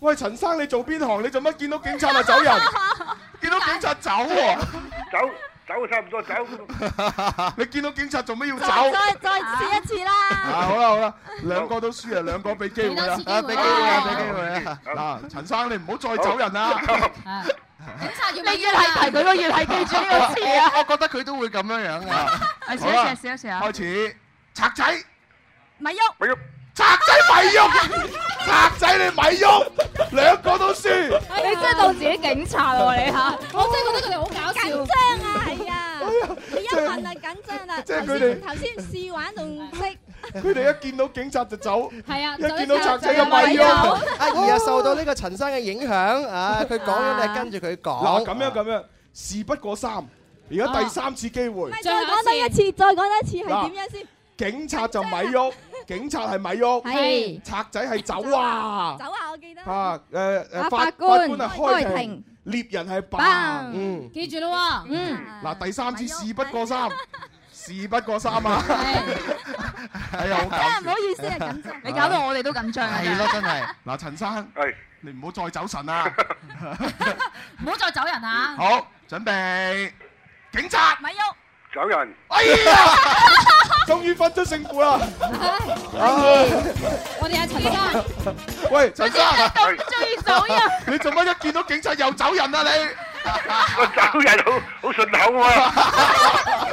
Speaker 9: 喂陳生，你做邊行？你做乜見到警察就走人？見到警察走喎、
Speaker 6: 走走差唔多走。
Speaker 9: 你見到警察做咩要走？
Speaker 13: 再再試一次啦！
Speaker 9: 啊，好啦好啦，兩個都輸啊，兩個俾機會啦，
Speaker 12: 俾多次機會啦
Speaker 9: 啊俾機會啊，俾機會啊！嗱，陳生你唔好再走人啊啦，
Speaker 12: 警察要
Speaker 13: 你越係提佢我越係記住呢個詞啊
Speaker 10: 我我覺得佢都會咁樣樣 啊。
Speaker 9: 係
Speaker 10: 好啦
Speaker 11: 試一試啊
Speaker 9: 開始，賊仔，
Speaker 13: 咪喐，
Speaker 9: 咪喐，賊仔咪喐，賊仔你咪喐，兩個都輸。
Speaker 11: 你真係當自己警察喎！你嚇，
Speaker 12: 我真係覺得佢哋好搞笑。
Speaker 25: 緊張
Speaker 11: à,
Speaker 25: 啊，係啊，
Speaker 9: 哎
Speaker 25: 你一問啊緊張啦，
Speaker 9: 即係
Speaker 25: 頭
Speaker 9: 佢
Speaker 25: 先
Speaker 9: 哋
Speaker 25: 頭先試玩仲唔識，
Speaker 9: 佢哋一見到警察就走，
Speaker 12: 係啊
Speaker 9: 一見到賊仔就咪喐。
Speaker 10: 阿姨啊，受到呢個陳生嘅影響啊， 佢講咗你係跟住佢
Speaker 9: 嗱
Speaker 10: 講。
Speaker 9: 咁樣咁樣，事不過三，而家第三次機會，
Speaker 25: 再講多一次，再講多一次係點樣先？
Speaker 9: 警察就咪喐，警察係咪喐，
Speaker 25: 係
Speaker 9: 賊仔係走啊
Speaker 25: 走，啊，我記得。
Speaker 9: 啊誒誒
Speaker 25: 啊
Speaker 9: 法
Speaker 25: 法
Speaker 9: 法
Speaker 25: 官
Speaker 9: 官係開
Speaker 25: 開
Speaker 9: 庭
Speaker 25: 庭，
Speaker 9: 獵人係
Speaker 25: 棒
Speaker 9: 棒，嗯，
Speaker 12: 記住咯喎，
Speaker 13: 嗯，
Speaker 9: 嗱第三次事不過三，事不過三啊，係啊，好搞笑，
Speaker 11: 你搞到我哋都緊張啊！
Speaker 9: 係咯，真係嗱，陳生，你唔好再走 神啊，
Speaker 12: 唔好再走人啊！
Speaker 9: 好，準備，警察。
Speaker 12: 咪喐，
Speaker 9: 走人！哎呀，終於分出勝負啦！
Speaker 12: 我哋阿陳生。
Speaker 9: 喂，陳生，
Speaker 12: 終於走
Speaker 11: 啊
Speaker 12: 人！
Speaker 9: 你做乜一見到警察又走人啊你？
Speaker 6: 我走人好好順口啊！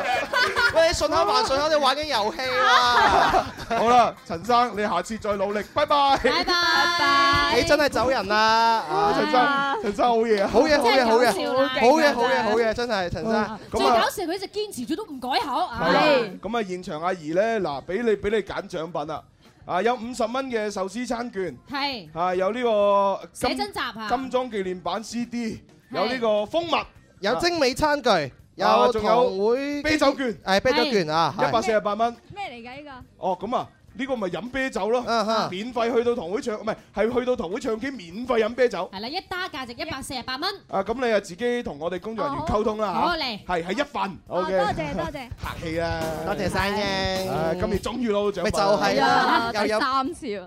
Speaker 10: 喂，你順口還順口，你玩緊遊戲 啦。
Speaker 9: 好啦，陳生，你下次再努力，拜拜。
Speaker 12: 拜拜
Speaker 10: 你真係走人 啦！
Speaker 9: 啊陳生，陳生好嘢啊！
Speaker 10: 好嘢，好嘢，好嘢，
Speaker 12: 真係搞笑啦
Speaker 10: 好嘢，好
Speaker 9: à,
Speaker 10: 嘢，好嘢，真係陳生。
Speaker 12: 最搞笑佢就堅持住都唔改口，
Speaker 4: À,
Speaker 9: 係啦
Speaker 12: 唉，
Speaker 9: 咁啊，現場阿姨咧，嗱，俾你俾你揀獎品啦，啊，有五十蚊嘅壽司餐券，
Speaker 12: 係
Speaker 9: 啊，有呢個
Speaker 12: 寫真集啊
Speaker 9: 金裝紀念版 CD，
Speaker 10: 係
Speaker 9: 有呢個蜂蜜，
Speaker 10: 有精美餐具，
Speaker 9: 啊
Speaker 10: 有
Speaker 9: 仲
Speaker 10: 堂
Speaker 9: 有
Speaker 10: 會
Speaker 9: 啤酒券，
Speaker 10: 係啤酒券啊，
Speaker 9: 一百四十八蚊。
Speaker 25: 咩嚟㗎呢
Speaker 9: 哦，咁啊，呢個咪飲啤酒咯
Speaker 10: 哈，
Speaker 9: 免費去到堂會唱，唔係係去到堂會唱 K 免費飲啤酒。
Speaker 4: À,
Speaker 12: 係啦，一打價值一百四十八蚊，
Speaker 9: 啊，咁你啊自己同我哋工作人員溝通啦嚇
Speaker 12: 好好嚟
Speaker 9: 係係一份
Speaker 12: 哦
Speaker 9: ，OK。
Speaker 12: 多謝多謝
Speaker 9: 客氣啦，
Speaker 10: 多謝晒啫
Speaker 9: 唉今日終於攞到獎
Speaker 10: 咪
Speaker 9: 品
Speaker 10: 就係啦，又有
Speaker 25: 三次啊，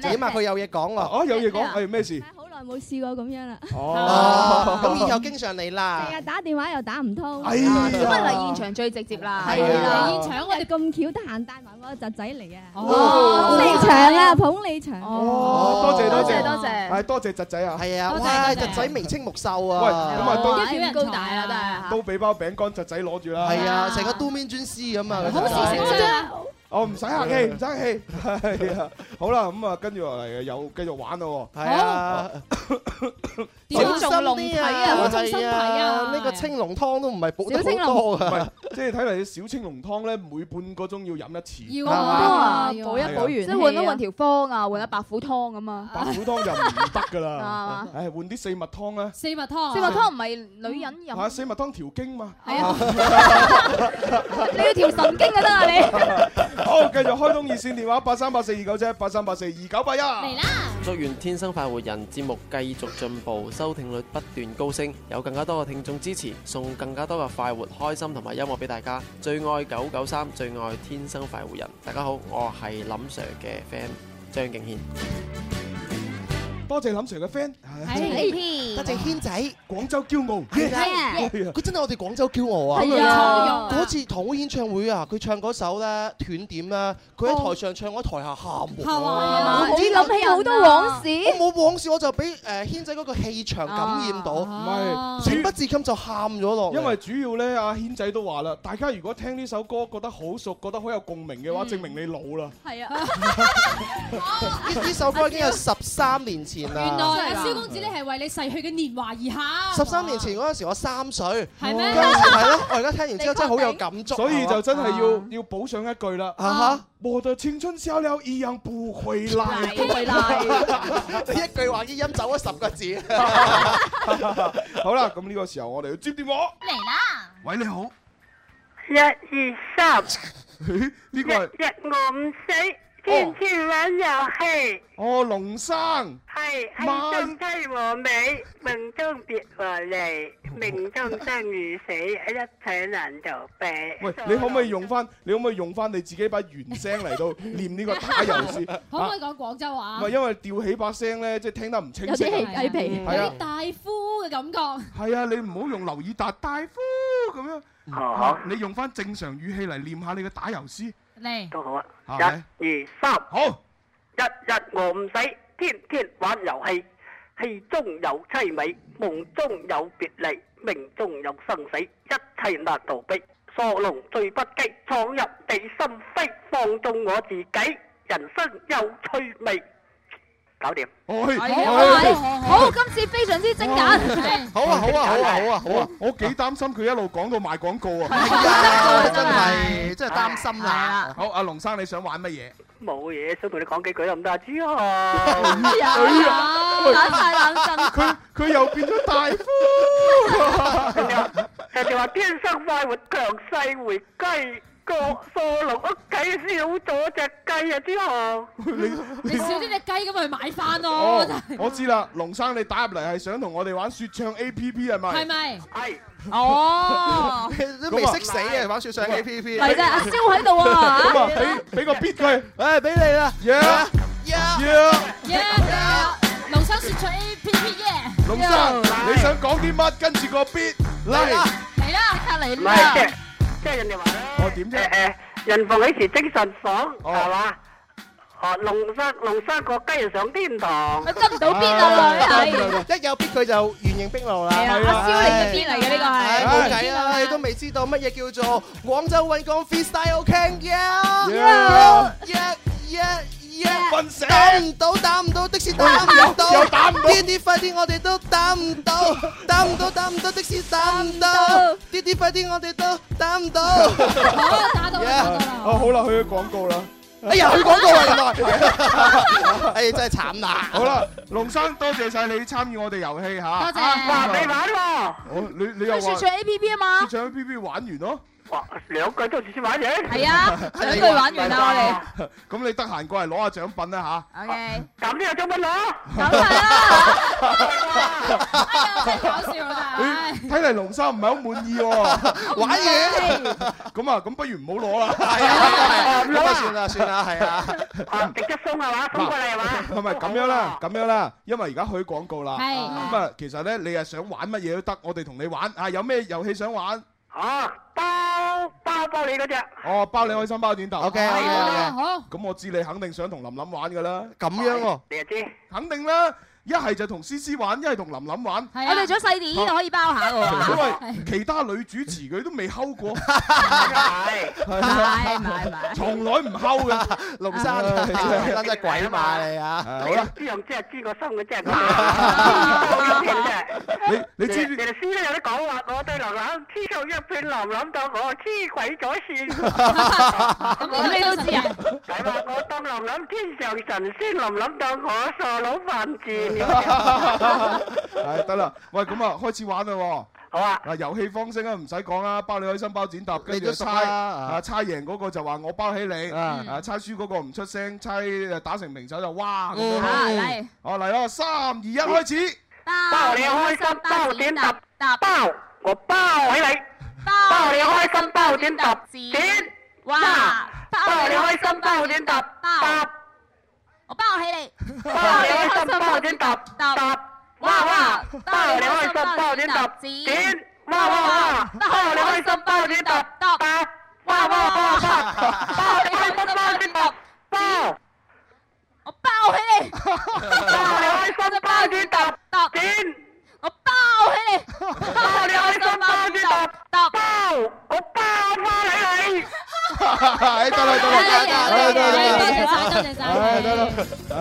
Speaker 10: 起碼佢有嘢講喎。
Speaker 9: 哦，有嘢講，係啊咩事？
Speaker 25: 好耐冇試過咁樣啦，
Speaker 11: Ờ.
Speaker 10: 哦，咁以後經常嚟啦。
Speaker 25: 成日打電話又打唔通，
Speaker 10: 哎呀
Speaker 11: Ờ,
Speaker 25: 咁咪嚟
Speaker 11: 現場最直接啦，
Speaker 10: 係啊
Speaker 25: 現場我哋咁巧得閒帶埋我侄仔嚟
Speaker 11: à.
Speaker 25: 啊，
Speaker 9: 哦
Speaker 25: 捧你場啊，捧你場，
Speaker 9: 哦，多謝多謝
Speaker 25: 多謝多謝
Speaker 9: 係多謝侄仔啊，
Speaker 10: 係啊
Speaker 25: 多謝多謝
Speaker 10: 哇，侄仔眉清目秀
Speaker 9: 喂，
Speaker 10: 啊！
Speaker 9: 咁啊
Speaker 11: 一
Speaker 9: 都
Speaker 11: 表人高大啦，都係
Speaker 9: 都俾包餅乾侄仔攞住啦，
Speaker 10: 係啊，成個都面專司咁啊！
Speaker 9: 好事成
Speaker 10: 張，
Speaker 9: 哦，唔使客氣，唔使客氣， 係啊，好啦，咁啊，跟住落嚟又繼續玩咯喎，
Speaker 10: 係啊，
Speaker 9: 小
Speaker 10: 心啲啊！係啊，呢個青龍湯都唔係補得好多啊！
Speaker 9: 即係睇嚟小青龍湯咧，每半個鐘要飲一次，
Speaker 11: 要
Speaker 9: Ờ.
Speaker 11: 啊，補一補完，
Speaker 9: 係
Speaker 11: 即
Speaker 9: 啊
Speaker 11: 係換一換條方啊，換一白虎湯咁啊。
Speaker 9: 白虎湯就唔得㗎啦
Speaker 11: 啊，
Speaker 9: 唉，換啲四物湯啦，
Speaker 12: 四物湯，
Speaker 11: 四物湯唔係女人飲，
Speaker 9: 嚇四物湯調經嘛，
Speaker 11: 係
Speaker 9: Ờ.
Speaker 11: 你要調神經啊得啊你。
Speaker 9: 好，繼續開通熱線電話八三八四二九七八三八四二九八一。嚟
Speaker 12: 啦！
Speaker 14: 祝願《天生快活人》節目繼續進步，收聽率不斷高升，有更加多嘅聽眾支持，送更加多嘅快活、開心同埋音樂俾大家。最愛九九三，最愛《天生快活人》。大家好，我係林 Sir 嘅 friend 張敬軒。
Speaker 9: 多謝林 Sir 嘅 friend，
Speaker 10: 係多謝軒仔，
Speaker 9: 廣州驕傲，
Speaker 10: 係啊佢真係我哋廣州驕傲啊！
Speaker 9: 係啊
Speaker 10: 嗰次堂會演唱會啊，佢唱嗰首咧斷點咧，佢喺 à? 台上唱，我喺台下喊喎。
Speaker 13: 係嘛
Speaker 10: 你
Speaker 13: 你諗起好多往事
Speaker 10: 我冇往事，我就俾誒軒仔嗰個氣
Speaker 9: À.
Speaker 10: 場感染到，
Speaker 9: 唔係
Speaker 10: 情不自禁就喊咗落嚟。
Speaker 9: 因為主要咧，阿軒仔都話啦，大家如果聽呢首歌覺得好熟，覺得好有共鳴
Speaker 10: 嗯
Speaker 9: 嘅話，證明你老啦。
Speaker 11: 係
Speaker 13: 啊，
Speaker 10: 呢呢首歌已經 有十三年前啦。
Speaker 4: 原來阿蕭公子你係為你逝去嘅年華而喊。
Speaker 10: 十三年前嗰陣時，我三歲，
Speaker 4: 係咩
Speaker 10: 嗰陣時係咯，我而家聽完之後真係好有感觸，À。
Speaker 9: 所以就真係
Speaker 10: 啊
Speaker 9: 要要補上一句啦。
Speaker 10: 啊哈！
Speaker 9: 我的青春小鳥一樣不回來，
Speaker 10: 不回來你一句話啲音走咗十個字。
Speaker 9: 好啦，咁呢個時候我哋要接電話。
Speaker 12: 嚟啦！
Speaker 9: 喂，你好。
Speaker 15: 一二三，
Speaker 9: 呢個係
Speaker 15: 一我唔死，天天玩遊戲，
Speaker 9: 哦，龍生。
Speaker 15: 係輕鬆雞和尾，命中別和離，命中生與死，一切難逃避。
Speaker 9: 喂，你可唔可以用翻？你可唔可以用翻你自己把原聲 嚟到念呢個打油先？
Speaker 4: 可唔可以
Speaker 9: 啊
Speaker 4: 講廣州話？
Speaker 9: 唔係因為吊起把聲咧，即係聽得唔清晰啊。係
Speaker 4: 有
Speaker 9: 啊
Speaker 4: 啲，大夫嘅感覺。
Speaker 9: 係啊，你唔好用劉以達大夫咁樣。啊
Speaker 15: 哦
Speaker 9: 你用翻正常語氣嚟念下你嘅打油詩。
Speaker 4: 嚟
Speaker 15: 都好啊，
Speaker 9: 係
Speaker 15: 一
Speaker 9: 咪
Speaker 15: 二三，
Speaker 9: 好，
Speaker 15: 日日我唔死，天天玩遊戲，戲中有凄美，夢中有別離，命中有生死，一切難逃避。傻龍最不羈，闖入你心扉，放縱我自己，人生有趣味。搞掂。
Speaker 11: 哎
Speaker 13: 好，今次非常之精簡。
Speaker 9: 好啊，好啊，好啊，好啊，好啊！我幾擔心佢一路講到賣廣告啊！
Speaker 10: 真係真係 啊擔心啦。
Speaker 9: 好，阿龍生你想玩乜嘢？
Speaker 15: 冇嘢，想同你講幾句啦，唔得啊，朱紅。
Speaker 9: 哎呀打晒冷震佢佢又變咗大
Speaker 15: 夫。人哋話人哋話天生快活，強勢回雞。個傻龍屋企少咗隻雞啊，朱紅。
Speaker 4: 你少啲只雞咁去買翻咯，
Speaker 9: 哦，我知啦，龍生你打入嚟係想同我哋玩說唱 A P P 係咪？
Speaker 4: 係咪？
Speaker 15: 係。
Speaker 11: 哦
Speaker 10: 都未識死啊！玩雪上 A P P，
Speaker 11: 嚟啫阿蕭喺度啊
Speaker 9: 咁啊，俾俾個 beat 佢，
Speaker 10: 誒俾你啦
Speaker 9: ，yeah yeah，
Speaker 4: Yeah，龍生說唱 A P P yeah。
Speaker 9: 龍生你想講啲乜？跟住個 beat
Speaker 15: Dạ.
Speaker 9: 嚟，
Speaker 4: 嚟啦，嚟
Speaker 15: 唔係，即係即係人哋話咧。我點啫？誒人逢喜時精神爽，係嘛？哦，龍生龍生個雞就上天堂。
Speaker 11: 跟唔到邊
Speaker 10: 啊
Speaker 9: À,
Speaker 11: 啊女係。
Speaker 10: 一有逼佢就原形畢露啦。
Speaker 9: Dạ,
Speaker 11: 係啊阿蕭你嘅邊嚟嘅呢個係
Speaker 10: 唉冇計啦，你都未知道乜嘢叫做廣州運港 freestyle king
Speaker 9: Yeah
Speaker 10: 一一一
Speaker 9: 瞓醒
Speaker 10: 打唔到，打唔到的士打唔到，
Speaker 9: 又又打唔到
Speaker 10: 啲啲快啲，我哋都打唔到，打唔到，打唔到的士打唔到，啲啲快啲，我哋都打唔到。
Speaker 4: 好打
Speaker 9: Dạ.
Speaker 4: 到啦，
Speaker 9: 哦好啦，去廣告啦。
Speaker 10: 哎呀，去廣告啊，原來， 哎真係慘啦。
Speaker 9: 好啦，龍生多謝晒你參與我哋遊戲嚇，
Speaker 11: 多謝哇你玩
Speaker 15: 喎，
Speaker 9: 我你你又
Speaker 11: 說
Speaker 9: 話
Speaker 11: 唱 A P P 啊嘛
Speaker 9: 說，唱 A P P 玩完咯，
Speaker 15: 哇兩句都先玩完，
Speaker 11: 係啊兩句玩完啦
Speaker 9: 我哋，咁你得閒過嚟攞下獎品啦嚇，
Speaker 11: OK，
Speaker 15: 咁呢個獎品攞。
Speaker 4: 真係搞 笑啊！真係唉
Speaker 9: 睇嚟龍生唔係好滿意喎，
Speaker 10: 玩
Speaker 9: 嘢， 咁啊咁不如唔好攞啦，係
Speaker 10: 啊咁啊算啦算啦係啊，
Speaker 15: 值得送 啊嘛，送過嚟係嘛。
Speaker 9: 唔係咁樣啦，咁樣啦，因為而家去廣告啦，
Speaker 15: 係
Speaker 9: 咁啊其實咧你係想玩乜嘢都得，我哋同你玩啊，有咩遊戲想玩？
Speaker 15: 啊，包包包你嗰只。
Speaker 9: 哦，包你開心包點頭。OK
Speaker 15: 係啊好。
Speaker 9: 咁我知你肯定想同琳琳玩㗎啦。
Speaker 10: 咁樣喎。
Speaker 15: 你就知。
Speaker 9: 肯定啦，一係就同思思玩，一係同琳琳玩。
Speaker 11: 我哋咗細啲可以包下
Speaker 9: 哎 因
Speaker 11: 喎。
Speaker 9: 為其他女主持佢都未睺過，
Speaker 15: 係
Speaker 9: 啊
Speaker 11: 買買買
Speaker 9: 從來唔睺嘅。
Speaker 10: 龍生
Speaker 9: 唉真係啊
Speaker 10: 真係鬼馬你啊！
Speaker 9: 好啦，
Speaker 15: 知用知啊，知個心嘅真係咁。
Speaker 9: 你你知
Speaker 15: 你哋師呃咧有啲講話，我對琳琳痴到一片，琳琳當我痴鬼咗線。
Speaker 11: 咁你都知啊？
Speaker 15: 佢話我當琳琳天上神仙，琳琳當我傻佬犯賤。
Speaker 9: 係得啦，喂，咁啊，開始玩啦喎！
Speaker 15: 好啊！
Speaker 9: 嗱，遊戲方式啊，唔使講啦，包你開心包剪揼，跟住
Speaker 10: 都熟啦
Speaker 9: 猜
Speaker 10: 啊
Speaker 9: 啊，猜贏嗰個就話我包起你，
Speaker 10: 啊
Speaker 9: 啊，猜輸嗰個唔出聲，猜誒打成平手就哇咁
Speaker 10: 嗯
Speaker 9: 樣。
Speaker 10: 好嚟
Speaker 9: 好嚟咯，三二一，開始。
Speaker 15: 包你開心，包點揼包，我包起你。包你開心，包點揼剪哇！包你開心，包點揼包。
Speaker 11: 我包起你，
Speaker 15: 包你開心，心包剪揼揼，哇哇！得你開心包剪揼剪，哇哇哇！得你開心包剪揼揼，哇哇哇哇！包你開心包剪揼包，
Speaker 11: 我包起你，
Speaker 15: 包你開心包剪揼剪，
Speaker 11: 我包起你，
Speaker 15: 包你開心包剪揼包，我包翻你你。
Speaker 9: 唉，得啦得啦得啦得啦
Speaker 12: 多謝晒，多謝晒。
Speaker 9: 唉得啦，唉，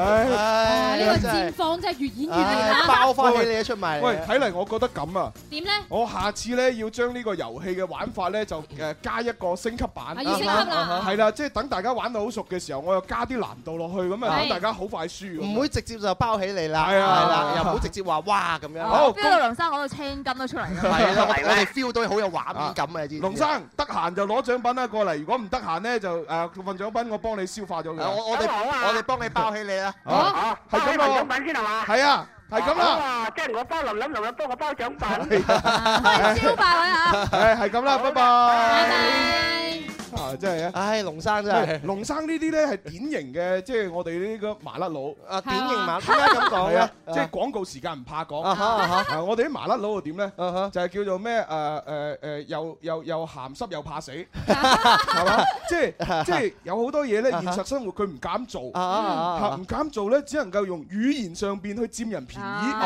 Speaker 12: 呢個尖方真係越演越烈
Speaker 9: 唉
Speaker 12: 啦，
Speaker 9: 喂喂，睇嚟我覺得咁啊，
Speaker 12: 點咧？
Speaker 9: 我下次咧要將呢個遊戲嘅玩法咧就誒加一個升級版，
Speaker 12: 啊要升級啦
Speaker 9: 係啦，即係等大家玩到好熟嘅時候，我又加啲難度落去，咁啊等大家好快輸。唔會
Speaker 10: 直接就包起你啦，
Speaker 9: 係
Speaker 10: 係啦
Speaker 9: 啊，
Speaker 10: 又唔好直接話哇咁樣。
Speaker 11: 我 feel 到梁生攞到青筋都出嚟啦。
Speaker 10: 係啦，我哋 feel 到好有畫面感啊！知唔知
Speaker 9: 龍生得閒就攞獎品啦過嚟，如果唔得閒咧就誒份獎品我幫你消化咗佢。
Speaker 10: 我我哋我哋幫你包起你啦。
Speaker 9: 啊，係咁
Speaker 15: 包
Speaker 9: 咯
Speaker 15: 起份獎品先係嘛
Speaker 9: 係啊，係咁啦。
Speaker 15: 哇！即係我包林林，林林幫我包獎品。
Speaker 9: 啊
Speaker 11: 招拜位啊！
Speaker 9: 係係咁啦，拜拜。
Speaker 12: 拜
Speaker 9: 啊，真係啊！
Speaker 10: 唉，龍生真
Speaker 9: 喂
Speaker 10: 係
Speaker 9: 龍生呢啲咧係典型嘅，即係我哋呢個麻甩佬。
Speaker 10: 啊典型麻點解咁講
Speaker 9: 係
Speaker 10: 咧
Speaker 9: 啊？，即係廣告時間唔怕講。
Speaker 10: 啊哈啊哈啊
Speaker 9: 啊我哋啲麻甩佬又點咧？就係叫做咩？誒誒誒，又又又鹹濕又怕 死，係嘛？即 係即係有好多嘢咧，現實生活佢唔敢做，
Speaker 10: 啊啊啊
Speaker 9: 嚇唔敢做咧，只能夠用語言上邊去佔人便宜。
Speaker 11: 哦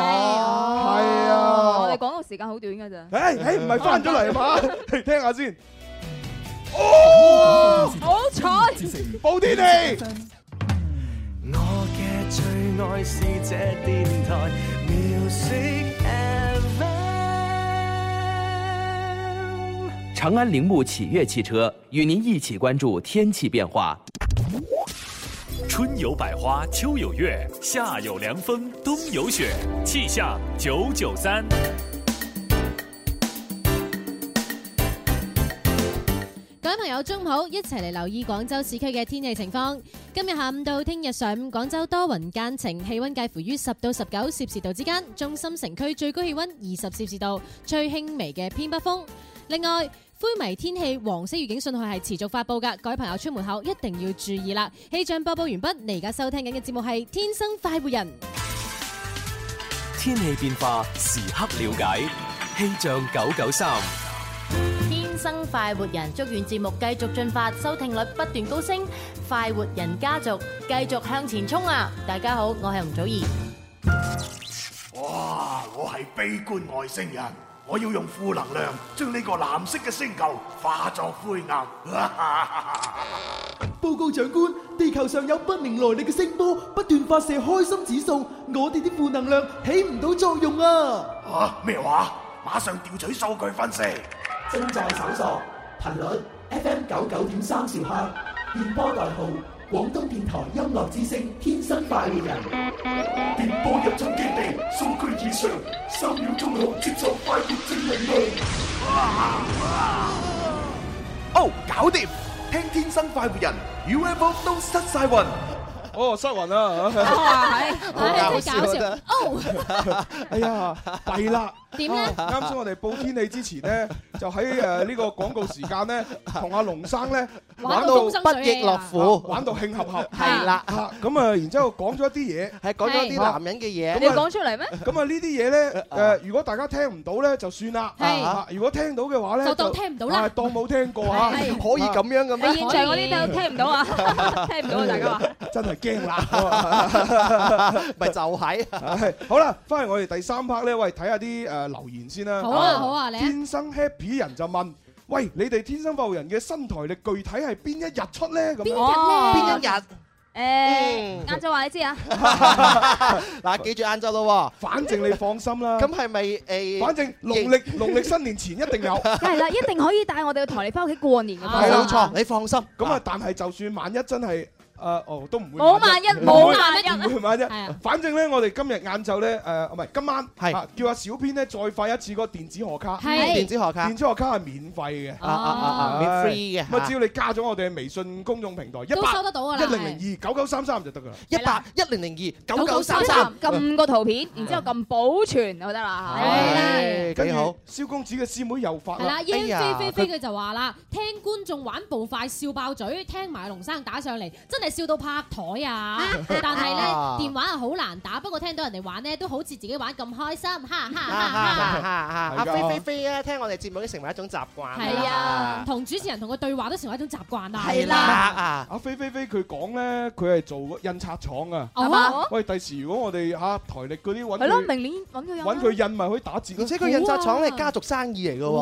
Speaker 9: 係啊，
Speaker 11: 我哋廣告時間好短㗎咋。
Speaker 9: 誒誒，唔係翻咗嚟嘛？聽下先。
Speaker 11: 哦，好彩，
Speaker 9: 報天地。
Speaker 20: 我嘅最愛是這電台 Music FM。
Speaker 2: 长安铃木启悦汽车与您一起关注天气变化。
Speaker 3: 春 有百花，秋有月，夏有凉风，冬有雪。气象九九三，
Speaker 4: 各位朋友，中午好，一齊嚟留意廣州市區嘅天氣情況。今日下午到聽日上午，廣州多雲間晴，氣温介乎於十到十九攝氏度之間，中心城區最高氣温二十攝氏度，吹輕微嘅偏北風。另外，灰霾天氣黃色預警信號係持續發布㗎，各位朋友出門口一定要注意啦。氣象播報完畢，你而家收聽緊嘅節目係《天生快活人》。
Speaker 16: 天氣變化時刻了解，氣象九九三。
Speaker 26: 天生快活人，祝願節目繼續進發，收聽率不斷高升，快活人家族繼續向前衝啊！大家好，我係容祖兒。
Speaker 18: 哇！我係悲觀外星人，我要用負能量將呢個藍色嘅星球化作灰 暗。
Speaker 19: 報告長官，地球上有不明來歷嘅聲波不斷發射開心指數，我哋啲負能量起唔到作用
Speaker 6: à.
Speaker 19: 啊！
Speaker 18: 啊！咩
Speaker 9: À,
Speaker 18: 話？馬上調取數據分析。
Speaker 19: 正在搜索頻率 FM 九九點三兆赫，電波代號廣東電台音樂之聲，天生快活人。電波入侵基地，數據以上，三秒鐘後接受快活正能
Speaker 18: 哦，搞掂！聽天生快活人，UFO 都失晒魂。
Speaker 9: 哦，失魂啦！
Speaker 18: 好搞笑
Speaker 15: 哎
Speaker 9: 啊！
Speaker 18: 哦，
Speaker 9: 哎呀，弊啦！
Speaker 18: 點呢
Speaker 9: 啊啱先我哋報天氣之前咧，就喺誒呢個廣告時 間咧，同阿龍生咧
Speaker 10: 玩到不亦樂
Speaker 9: 啊
Speaker 10: 乎，
Speaker 9: 玩到慶合合，
Speaker 10: 係啦
Speaker 9: 啊咁啊，然之後講咗一啲嘢，
Speaker 10: 係講咗一啲男人嘅嘢。
Speaker 11: 你要講出嚟咩？
Speaker 9: 咁啊呢啲 嘢咧，誒如果大家聽唔到咧就算啦，
Speaker 10: 係
Speaker 9: 啊如果聽到嘅話咧
Speaker 10: 就當聽唔到啦
Speaker 9: 啊當冇聽過嚇，
Speaker 10: 係可以咁樣嘅咩
Speaker 9: 啊
Speaker 11: 你現場嗰啲就聽唔到啊，聽唔到啊，大家話。
Speaker 9: 真係驚 啦，
Speaker 10: 咪就係。
Speaker 9: 好啦，翻嚟我哋第三 part 咧，喂，睇下啲誒留言先啦。
Speaker 12: 好啊好啊你啊
Speaker 9: 天生 happy 人就問。喂，你哋天生快活人嘅新台歷具體係邊一日出咧？咁樣
Speaker 11: 哦
Speaker 10: 邊一日？
Speaker 11: 誒，晏晝話你知啊，
Speaker 10: 嗱，記住晏晝咯
Speaker 9: 喎。反正你放心啦。
Speaker 10: 咁係咪誒？
Speaker 9: 反正農曆農曆新年前一定有。
Speaker 11: 梗係啦，一定可以帶我哋去台嚟翻屋企過年嘅。
Speaker 10: Ờ,
Speaker 9: 係啦，冇
Speaker 10: 錯，你放心。
Speaker 9: 咁啊，但係就算萬一真係誒，哦，都唔會
Speaker 11: 冇
Speaker 9: 萬
Speaker 11: 萬一
Speaker 9: 唔會
Speaker 11: 冇萬一
Speaker 9: 唔會萬
Speaker 11: 係
Speaker 9: 一
Speaker 11: 啊。
Speaker 9: 反正咧，我哋今日晏晝咧，誒，唔係今晚，係叫阿小編咧再發一次嗰個電子賀卡。
Speaker 10: 係電子賀卡
Speaker 9: 電子賀卡係免費嘅。
Speaker 10: 啊啊啊啊免 free 嘅
Speaker 9: 咁啊，只要你加咗我哋嘅微信公眾平台，一
Speaker 10: 都
Speaker 9: 百
Speaker 10: 收得到㗎啦
Speaker 9: 一零零二九九三三就得㗎啦。
Speaker 10: 一百一零零二九九三三。
Speaker 11: 撳個圖片，然之後撳保存就得啦
Speaker 9: Ờ.
Speaker 11: 嚇。
Speaker 9: 係
Speaker 10: 幾好。
Speaker 9: 蕭公子嘅師妹又發
Speaker 12: 係啦，
Speaker 9: 啦。
Speaker 4: 哎
Speaker 12: 英飛飛飛佢就話啦，聽觀眾玩步快笑爆嘴，聽埋龍生打上嚟，真係
Speaker 4: 係笑到拍台 啊！但係咧電話係好難打，不過聽到人哋玩咧，都好似自己玩咁開心，哈哈啊哈
Speaker 10: 啊
Speaker 4: 哈！
Speaker 10: 阿飛飛飛咧，聽我哋節目已經成為一種習慣。
Speaker 4: 係啊，同主持人同佢對話都成為一種習慣啦。
Speaker 10: 係
Speaker 9: 啦
Speaker 10: 啊！
Speaker 9: 阿飛飛飛佢講咧，佢係做嗰印刷廠啊。
Speaker 4: 係嘛
Speaker 9: 喂，第時如果我哋嚇台歷嗰啲揾
Speaker 13: 係咯，
Speaker 9: 佢
Speaker 13: 明年揾佢有
Speaker 11: 啊
Speaker 9: 揾佢印咪可以打字咯。
Speaker 10: 而且佢印刷廠係家族生意嚟嘅
Speaker 11: Ờ,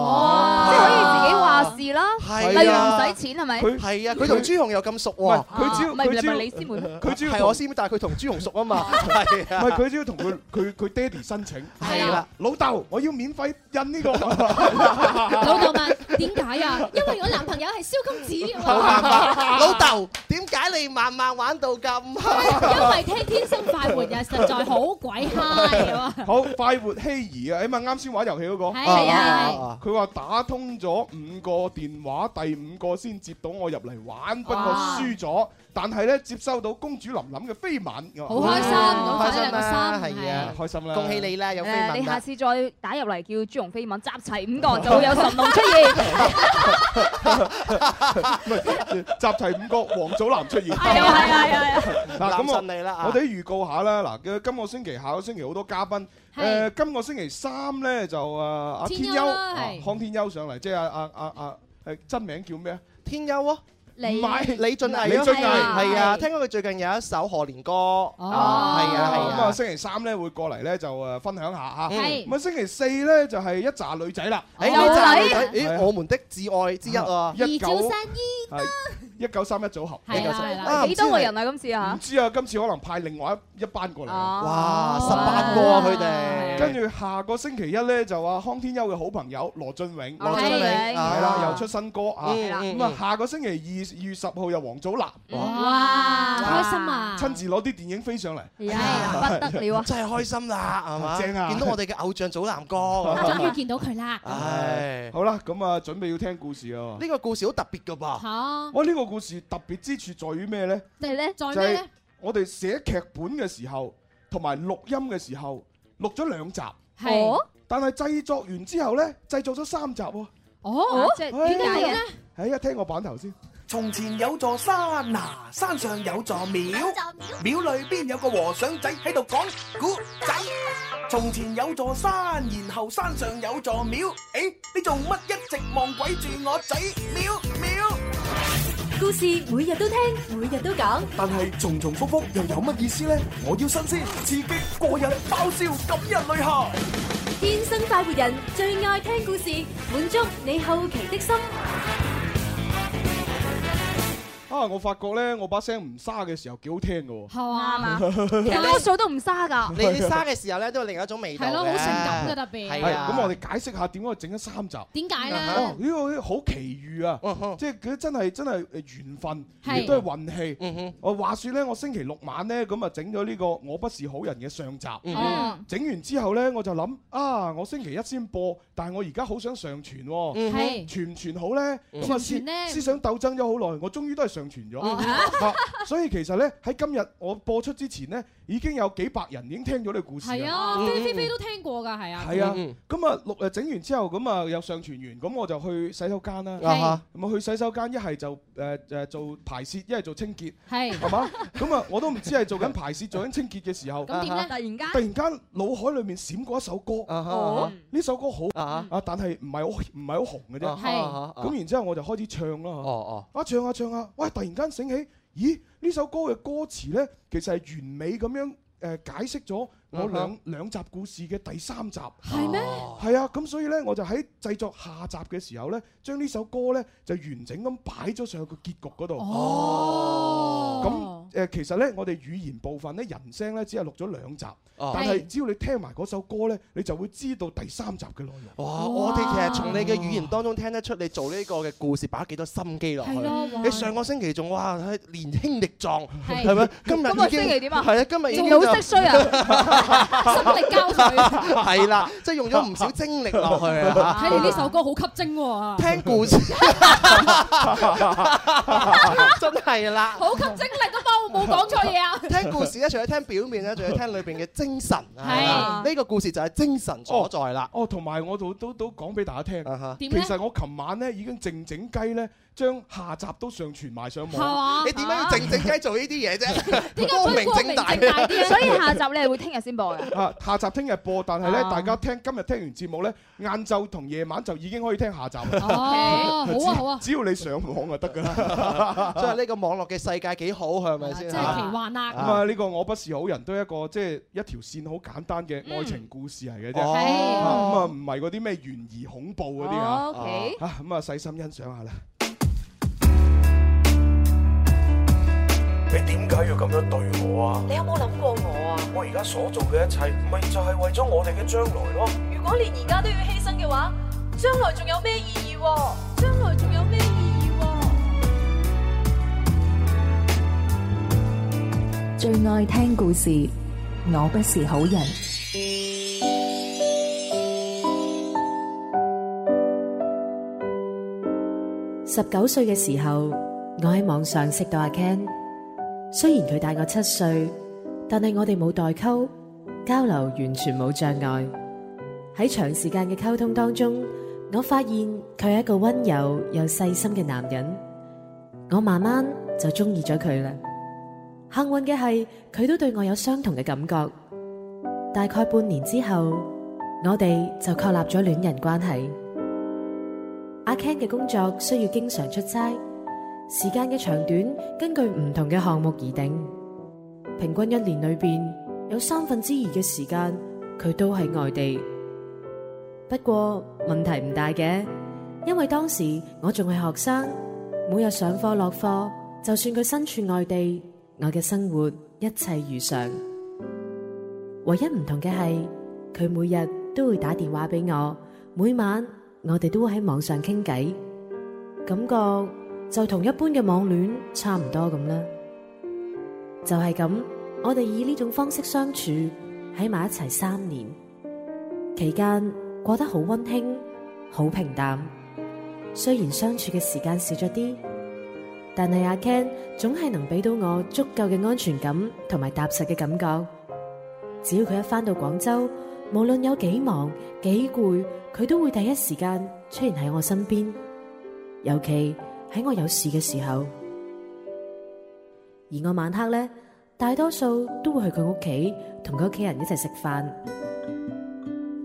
Speaker 13: 即係可以自己話
Speaker 10: 喎。
Speaker 13: 事啦，
Speaker 10: 係
Speaker 13: 例如唔使錢係咪？
Speaker 10: 係啊，佢同朱紅又咁熟
Speaker 9: 係
Speaker 10: 喎。
Speaker 9: 佢只要
Speaker 13: 咪
Speaker 9: 佢只要
Speaker 13: 咪你師妹咯
Speaker 9: 佢只要
Speaker 10: 係
Speaker 9: 同
Speaker 10: 我師妹，但係佢同朱紅熟啊 嘛。係
Speaker 9: 唔係佢只要同佢佢佢爹哋申請。
Speaker 10: 係啦，
Speaker 9: 老豆，我要免費印呢個。
Speaker 4: 老豆問點解啊？因為我男朋友係蕭公子啊喎。
Speaker 10: 冇辦法， 老豆點解你慢慢玩到咁？
Speaker 4: 因為聽天生快活日
Speaker 11: Dạ,
Speaker 4: 實在好鬼 high 啊！
Speaker 9: 好快活希兒啊！起碼啱先玩遊戲嗰個，
Speaker 4: 係係係
Speaker 9: 佢話打通咗五個電話，第五個先接到我入嚟玩，不過
Speaker 4: 哇
Speaker 9: 輸咗。但係咧，接收到公主琳琳嘅飛吻，
Speaker 11: 好開心
Speaker 9: 哇
Speaker 11: 咁快樂個心
Speaker 10: 係啊
Speaker 9: 開心啦！
Speaker 10: 恭喜你啦，有飛
Speaker 11: 誒你
Speaker 10: 吻
Speaker 11: 下
Speaker 10: 啦！
Speaker 11: 次再打入嚟叫朱紅飛吻，集齊五個就會有神龍出現。
Speaker 9: 唔係 集齊五個王祖藍出現，
Speaker 11: 係啊係啊係啊
Speaker 9: 嗱咁我
Speaker 10: 男神嚟啦啊
Speaker 9: 我哋預告下啦，嗱，嘅今個星期、下個星期好多嘉賓，
Speaker 10: 係
Speaker 9: 誒，今個星期三咧就啊，阿
Speaker 10: 天
Speaker 9: 天
Speaker 10: 優
Speaker 9: 優、
Speaker 10: 啦
Speaker 9: 啊
Speaker 10: 係
Speaker 9: 康天優上嚟，即係阿阿阿阿誒真名叫咩啊？
Speaker 10: 天優啊！
Speaker 9: 李唔係
Speaker 10: 李俊毅啊，
Speaker 9: 李俊毅
Speaker 10: 係啊，à, 聽講佢最近有一首賀年歌，係啊係
Speaker 9: 咁啊，
Speaker 10: 啊，
Speaker 9: 星期三咧會過嚟咧就誒分享下嚇。
Speaker 10: 係
Speaker 9: 咁啊，星期四咧就係一紮女仔啦。
Speaker 10: 誒呢紮女仔，
Speaker 9: 係啊
Speaker 10: 咦，我們的摯愛之一啊，
Speaker 9: 一九一九三一組合，
Speaker 10: 係啦係啦
Speaker 9: 啊
Speaker 11: 幾多個人啊？今次
Speaker 9: 唔
Speaker 11: 啊？
Speaker 9: 知啊，今次可能派另外一一班過嚟。
Speaker 11: 哇
Speaker 10: 十八個啊佢哋
Speaker 9: 跟住下個星期一咧就話康天庥嘅好朋友羅俊永，
Speaker 10: 羅俊永
Speaker 9: 係
Speaker 10: 啊
Speaker 9: 啦，又出新歌啊。
Speaker 10: 嗯嗯
Speaker 9: 咁啊，下個星期二二月十號又王祖藍，
Speaker 4: 哇，開心啊！
Speaker 9: 親自攞啲電影飛上嚟，
Speaker 10: 呀 不得了啊真係開心啦係嘛
Speaker 9: 正啊！
Speaker 10: 見到我哋嘅偶像祖 藍哥，
Speaker 4: 終於見到佢
Speaker 9: À.
Speaker 4: 啦！
Speaker 9: 唉，好啦，咁啊，準備要聽故事啊。
Speaker 10: 呢個故事好特別㗎噃。
Speaker 4: 嚇，
Speaker 9: 我呢個故事特別之處在於咩呢？
Speaker 4: 你咧再
Speaker 9: 就
Speaker 4: 咩
Speaker 9: 係
Speaker 4: 咧？
Speaker 9: 我哋寫劇本嘅時候，同埋錄音嘅時候，錄咗兩集。
Speaker 4: 係哦
Speaker 9: 但係製作完之後呢，製作咗三集喎。啊
Speaker 4: 哦
Speaker 11: 即係點解嘅呢？
Speaker 9: 係啊，聽我版頭先。
Speaker 19: 從前有座山啊，山上有座廟，廟裏邊有個和尚仔喺度講古仔。從前有座山，然後山上有座廟，誒，你做乜一直望鬼住我仔？廟廟。
Speaker 5: 故事每日都聽，每日都講。
Speaker 19: 但係重重複複又有乜意思呢？我要新鮮、刺激、過癮、爆笑、感人淚下。
Speaker 5: 天生快活人最愛聽故事，滿足你好奇的心。
Speaker 9: 啊，我發覺呢，我把聲唔沙嘅時候幾好聽㗎喎。
Speaker 4: 係
Speaker 10: 啊
Speaker 4: 嘛
Speaker 13: 其實多數都唔沙 㗎。
Speaker 10: 你你生嘅時候咧都有另一種味道
Speaker 13: 係咯好性感
Speaker 4: 㗎特別
Speaker 10: 係
Speaker 9: 係
Speaker 10: 啊，
Speaker 9: 咁，我哋解釋下點解整咗三集。
Speaker 4: 點解咧？
Speaker 9: 哦，呢個好奇遇啊！即係佢真係真係誒緣分，
Speaker 4: 係
Speaker 9: 亦都係
Speaker 10: 嗯
Speaker 9: 運氣。我話説咧，我星期六晚咧咁啊整咗呢個《我不是好人》嘅上集
Speaker 11: 嗯哦。
Speaker 9: 整完之後咧，我就諗啊，我星期一先播，但係我而家好想上傳
Speaker 11: 嗯
Speaker 9: 喎
Speaker 11: 係，
Speaker 9: 傳唔傳好咧？
Speaker 11: 嗯
Speaker 9: 咁
Speaker 11: 傳
Speaker 9: 啊
Speaker 11: 唔傳呢
Speaker 9: 思思想鬥爭咗好耐，我終於都係上傳咗。
Speaker 10: 嗯
Speaker 11: 哦
Speaker 9: 啊所以其實咧喺今日我播出之前咧，已經有幾百人已經聽咗呢個故事啦。
Speaker 4: 係啊，
Speaker 9: 嗯
Speaker 4: 飛飛飛都聽過㗎，係啊，
Speaker 9: 係啊，咁啊錄誒整完之後，咁啊又上傳完，咁我就去洗手間啦。
Speaker 4: 係啊
Speaker 9: 咁啊去洗手間，一係就誒誒做排泄，一係做清潔，
Speaker 4: 係
Speaker 9: 係嘛？咁啊我都唔知係做緊排泄、做緊清潔嘅時候，啊
Speaker 11: 咁點咧？突然
Speaker 9: 突
Speaker 11: 間
Speaker 9: 然間腦海裡面閃過一首歌，
Speaker 4: 哦
Speaker 11: 哈
Speaker 9: 呢首歌好啊，但係唔係好唔係好紅嘅啫。
Speaker 11: 啊哈啊哈
Speaker 9: 咁然之後我就開始唱啦。哦哦，啊唱下唱下，喂！突然間醒起，咦？呢首歌嘅歌詞呢，其實係完美咁樣誒解釋咗我
Speaker 10: 嗯
Speaker 9: 兩
Speaker 10: 哼
Speaker 9: 兩集故事嘅第三集。
Speaker 10: 係咩
Speaker 9: 係啊，咁所以呢，我就喺製作下集嘅時候呢，將呢首歌呢就完整咁擺咗上去個結局嗰度。哦，咁。誒、其實咧，我哋語言部分咧，人聲咧只係錄咗兩集，
Speaker 10: 哦
Speaker 9: 但
Speaker 10: 係
Speaker 9: 係只要你聽埋嗰首歌咧，你就會知道第三集嘅內容。
Speaker 10: 哇！我哋其實從你嘅語言當中聽得出你做呢個嘅故事擺咗幾多心機落去
Speaker 9: 係咯哇。
Speaker 10: 你上個星期仲哇係年輕力壯，
Speaker 9: 係
Speaker 10: 係咪？今日
Speaker 9: 今個
Speaker 10: 已經
Speaker 9: 星期點啊
Speaker 10: 係啊，今日已經
Speaker 9: 仲
Speaker 10: 就
Speaker 9: 老色衰 啊
Speaker 4: 心力交瘁。
Speaker 10: 係啦，即係用咗唔少精力落去啊！
Speaker 4: 睇嚟呢 首歌 好吸睛喎，
Speaker 10: 聽故事真係啦，
Speaker 4: 好吸睛力啊，幫
Speaker 27: 冇講錯嘢啊！
Speaker 10: 聽故事咧，除咗聽表面咧，仲要聽裏邊嘅精神。啊
Speaker 27: 係
Speaker 10: 呢個故事就係精神所在啦。啊
Speaker 9: 哦，同埋我都都都講俾大家聽，其
Speaker 10: 點呢
Speaker 9: 實我琴晚咧已經靜靜雞咧將下集都上傳埋上
Speaker 10: 係嘛
Speaker 9: 網。
Speaker 10: 你點解要靜靜雞做呢啲嘢啫？
Speaker 9: 光明正大
Speaker 28: 所以下集你係會聽日先播
Speaker 11: à?
Speaker 28: 嘅。
Speaker 9: 啊，下集聽日播，但係咧，
Speaker 28: 啊
Speaker 9: 大家聽今日聽完節目咧，晏晝同夜晚就已經可以聽下集啦。
Speaker 10: 哦
Speaker 9: 只
Speaker 10: 好啊好啊
Speaker 9: 只要你上網就得㗎啦。
Speaker 10: 所以呢個網絡嘅世界幾好，係咪先？
Speaker 9: 真係奇
Speaker 4: 幻
Speaker 9: 咁啊，呢個我不是好人都係一個即係一條線好簡單嘅
Speaker 11: 嗯
Speaker 9: 愛情故事嚟嘅啫。
Speaker 11: 哦
Speaker 10: 嗯
Speaker 9: 啊
Speaker 10: 係
Speaker 9: 咁啊，唔係嗰啲咩懸疑恐怖嗰啲啊
Speaker 10: 哦。，OK
Speaker 9: 啊，咁啊，細心欣賞下啦。
Speaker 6: 你點解要咁樣對我啊？
Speaker 11: 你有冇諗過我啊？
Speaker 6: 我而家所做嘅一切，咪就係為咗我哋嘅將來咯。
Speaker 11: 如果你而家都要犧牲嘅話，將來仲有咩意義喎？將來仲有咩意義喎？
Speaker 29: 最爱听故事，我不是好人。
Speaker 25: 十九歲嘅時候，我喺網上識到阿 Ken。雖然佢大我七歲，但係我哋冇代溝，交流完全冇障礙。喺長時間嘅溝通當中，我發現佢係一個温柔又細心嘅男人。我慢慢就中意咗佢啦。幸運嘅係，佢都對我有相同嘅感覺。大概半年之後，我哋就確立咗戀人關係。阿 Ken 嘅工作需要經常出差，時間嘅長短根據唔同嘅項目而定。平均一年裏邊有三分之二嘅時間佢都喺外地。不過問題唔大嘅，因為當時我仲係學生，每日上課落課，就算佢身處外地，我嘅生活一切如常。唯一唔同嘅係，佢每日都會打電話俾我，每晚我哋都會喺網上傾偈，感覺就同一般嘅網戀差唔多咁啦。就係咁，我哋以呢種方式相處喺埋一齊三年，期間過得好溫馨、好平淡。雖然相處嘅時間少咗啲，但係阿 Ken 總係能俾到我足夠嘅安全感同埋踏實嘅感覺。只要佢一翻到廣州，無論有幾忙幾攰，佢都會第一時間出現喺我身邊。尤其喺我有事嘅時候，而我晚黑呢，大多數都會去佢屋企同佢屋企人一齊食飯。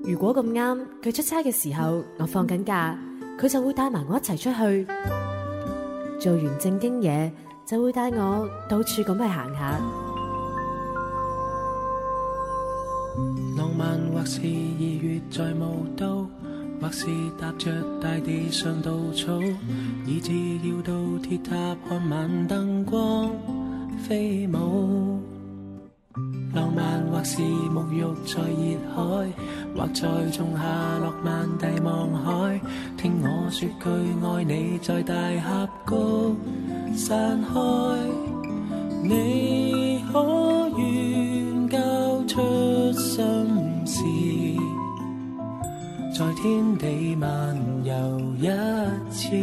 Speaker 25: 如果咁啱佢出差嘅時候，我放緊假，佢就會帶埋我一齊出去。做完正經嘢，就會帶我到處咁去行下。
Speaker 22: 浪漫或是二月在霧都，或是踏着大地上稻草，以至要到鐵塔看晚燈光飛舞。浪漫或是沐浴在熱海，或在仲夏落漫地望海，聽我說句愛你，在大峽谷散開。你可願交出心事，在天地漫遊一次。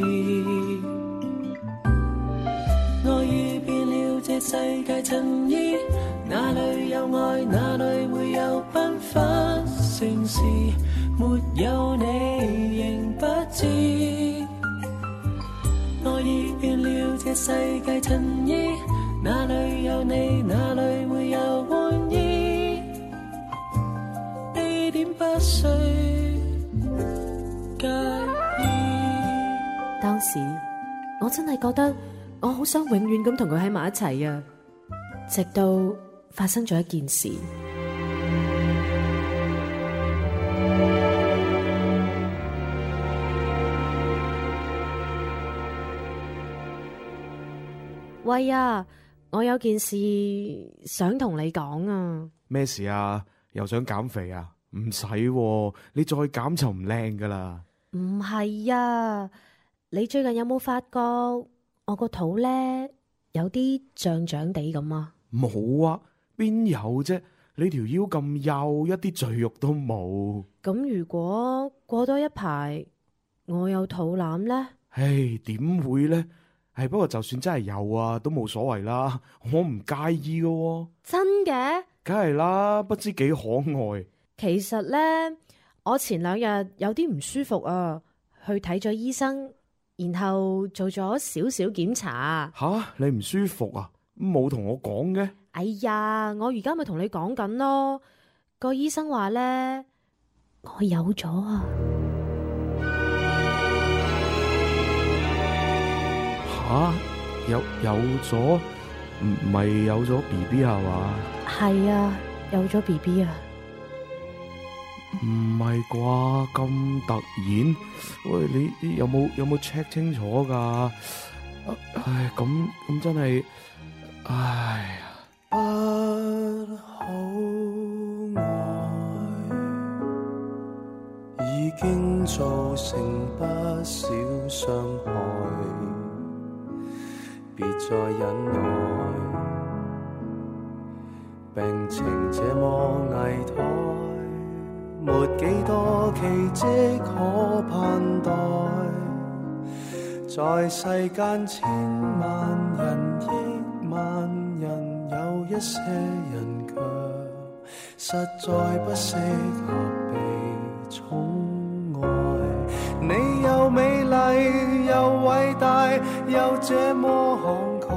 Speaker 22: 愛已變了這世界襯衣，哪裏有愛，哪裏會有繽紛盛事，沒有你仍不知。愛已變了這世界襯衣，哪裏有你，哪裏會有玩意？呢點不需介意。
Speaker 25: 當時我真係覺得我好想永遠咁同佢喺埋一齊啊！直到發生咗一件事，喂啊！我有件事想同你講啊！
Speaker 30: 咩事啊？又想減肥啊？唔使、喎，你再減就唔靚噶啦。
Speaker 25: 唔係啊，你最近有冇發覺我個肚咧有啲脹脹地咁啊？
Speaker 30: 冇啊，邊有啫？你條腰咁幼，一啲赘肉都冇。
Speaker 25: 咁如果過多一排我有肚腩呢？
Speaker 30: 唉，點會呢？
Speaker 31: 係不過就算真係有啊，都冇所謂啦， 我唔介意噶喎。
Speaker 25: 真嘅？
Speaker 31: 梗係啦，不知幾可愛。
Speaker 25: 其實呢，我前兩日有啲唔舒服啊，去睇咗醫生，然後做咗少少檢查。
Speaker 31: 吓，你唔舒服啊？冇同我講嘅。
Speaker 25: 哎呀，我而家咪同你講緊咯，個醫生話呢，我有咗啊！
Speaker 31: 吓，有有咗，唔唔係有咗 B B 啊係嘛？
Speaker 25: 係啊，有咗 B B 啊！
Speaker 31: 唔係啩？咁突然？喂，你你有冇有冇 check 清楚㗎？啊唉，咁咁真係，唉呀，
Speaker 19: 不好愛，已經造成不少傷害，別再忍耐，病情這麼危殆，沒幾多奇蹟可盼待，在世間千萬人億萬人，有一些人卻實在不適合被寵愛。你又美麗又偉大又這麼慷慨，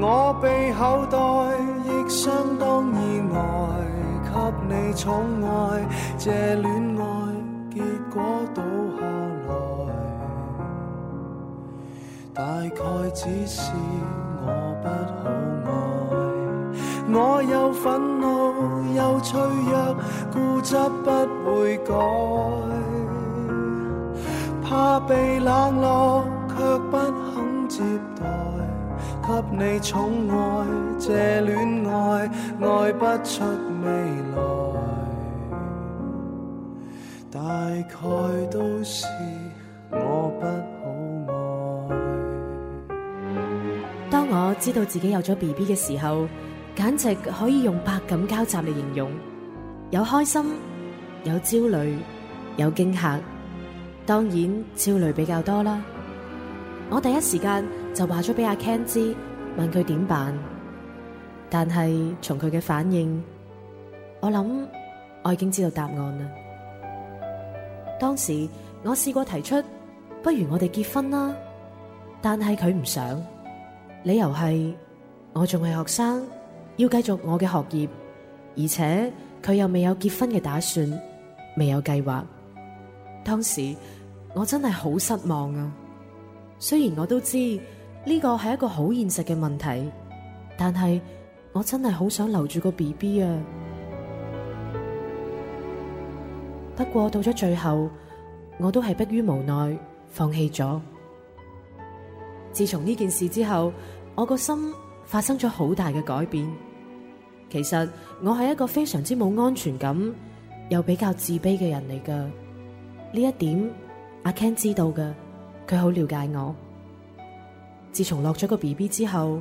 Speaker 19: 我被厚待亦相當意外，給你寵愛，這戀愛結果倒下來，大概只是我不好愛。我又憤怒又脆弱，固執不會改，怕被冷落卻不肯接待，給你寵愛，這戀愛愛不出未來，大概都是我不好愛。
Speaker 25: 當我知道自己有咗 B B 嘅時候，簡直可以用百感交集嚟形容，有開心，有焦慮，有驚嚇，當然焦慮比較多啦。我第一時間就話咗俾阿 Ken 知，問佢點辦，但係從佢嘅反應，我諗我已經知道答案啦。當時我試過提出，不如我哋結婚啦，但係佢唔想，理由係。我仲係學生，要繼續我嘅學業，而且佢又未有結婚嘅打算，未有計劃。當時我真係好失望啊！雖然我都知呢個係一個好現實嘅問題，但係我真係好想留住個 BB 啊！不過到咗最後，我都係迫於無奈放棄咗。自從呢件事之後，我個心發生咗好大嘅改變。其實我係一個非常之冇安全感，又比較自卑嘅人嚟噶。呢一點阿 Ken 知道噶，佢好了解我。自從落咗個 BB 之後，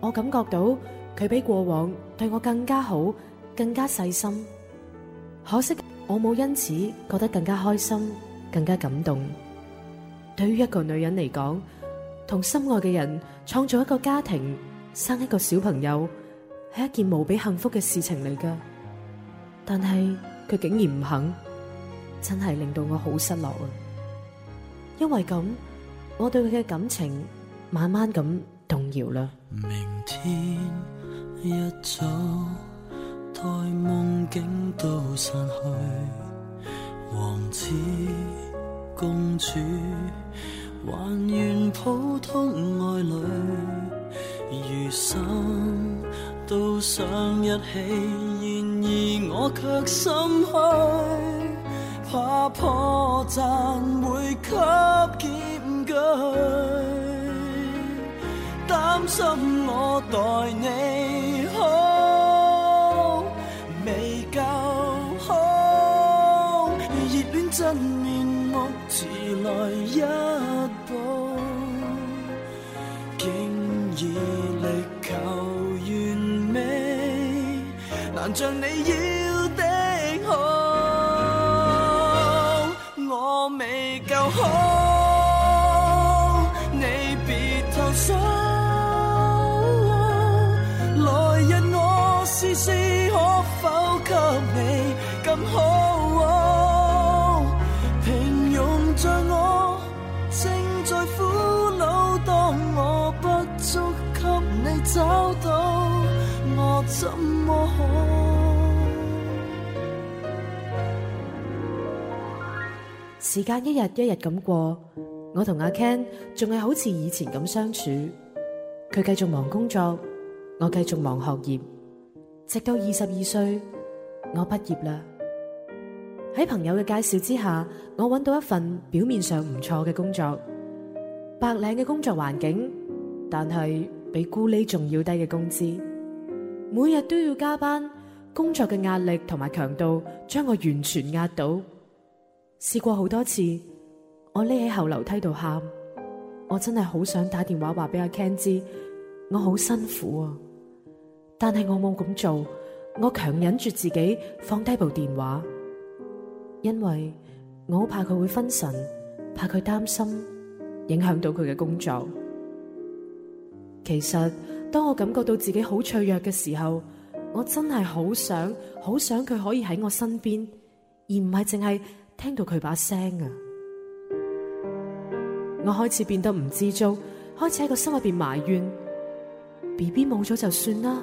Speaker 25: 我感覺到佢比過往對我更加好，更加細心。可惜我冇因此覺得更加開心，更加感動。對於一個女人嚟講，同心愛嘅人創造一個家庭，生一個小朋友，係一件無比幸福嘅事情嚟噶。但係佢竟然唔肯，真係令到我好失落啊！因為咁，我對佢嘅感情慢慢咁動搖啦。
Speaker 19: 天一早，待夢境都散去，王子公主還原普通愛侶，餘生都想一起，然而我卻心虛，怕破綻會給檢舉。擔心我待你好，未夠好，熱戀真面目遲來一步，竟已力求完美，難像你要的好，我未夠好。
Speaker 6: 咁
Speaker 19: 哦
Speaker 6: 好，平庸像我，正在苦惱，當我不足給你找到，我怎麼可？
Speaker 25: 時間一日一日咁過，我同阿 Ken 仲係好似以前咁相處。佢繼續忙工作，我繼續忙學業，直到二十二歲，我畢業啦。喺朋友嘅介紹之下，我揾到一份表面上唔錯嘅工作，白領嘅工作環境，但係比咕喱仲要低嘅工資，每日都要加班，工作嘅壓力同埋強度將我完全壓倒。試過好多次，我匿喺後樓梯度喊，我真係好想打電話話俾阿 Ken 知，我好辛苦啊！但係我冇咁做，我強忍住自己放低部電話，因為我好怕佢會分神，怕佢擔心，影響到佢嘅工作。其實當我感覺到自己好脆弱嘅時候，我真係好想，好想佢可以喺我身邊，而唔係淨係聽到佢把聲啊！我開始變得唔知足，開始喺個心入邊埋怨，B B 冇咗就算啦，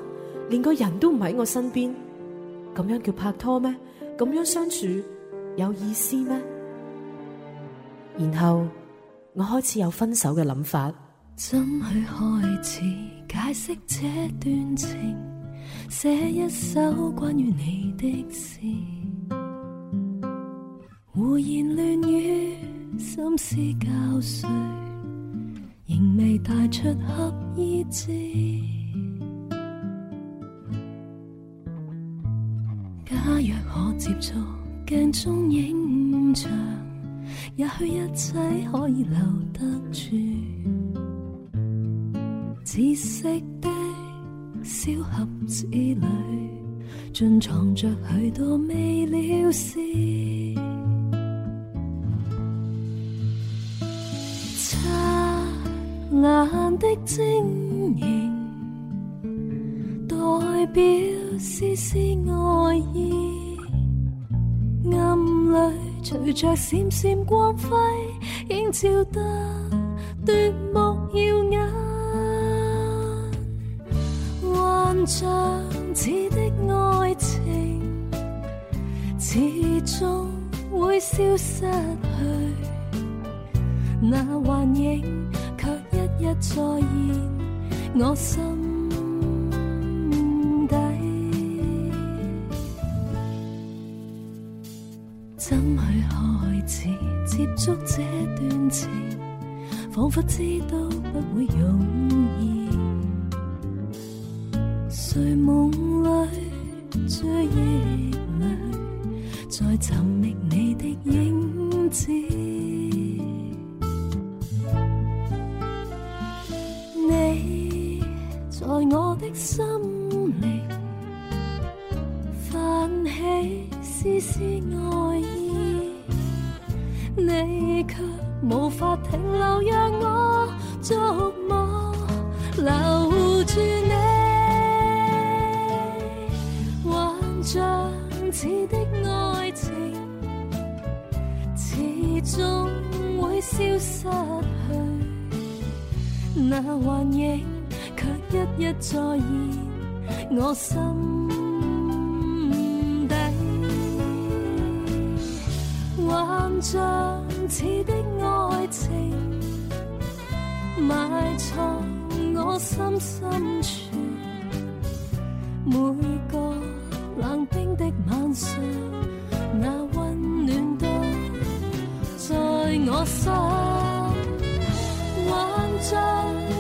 Speaker 25: 連個人都唔喺我身邊，咁樣叫拍拖咩？咁樣相處有意思咩？然後我開始有分手嘅諗法。
Speaker 7: 怎去開始解釋這段情？寫一首關於你的詩，胡言亂語，心思交瘁，仍未帶出合意志。假若可接觸鏡中影像，也許一切可以留得住。紫色的小盒子裏，盡藏着許多未了事。燦爛的晶瑩，代表絲絲愛意。暗裏隨着閃閃光輝，映照得奪目耀眼。幻象似的愛情，始終會消失去。那幻影卻一一再現我心底。怎去開始接觸這段情？彷彿知道不會容易。睡夢裏，追憶裏，再尋覓你的影子。你在我的心靈，泛起絲絲愛意。你卻無法停留，讓我觸摸，留住你。幻象似的愛情，始終會消失去。那幻影卻一一再現我心底。幻象似的愛情，埋藏我心深處。每個冷冰的晚上，那溫暖都在我心。幻象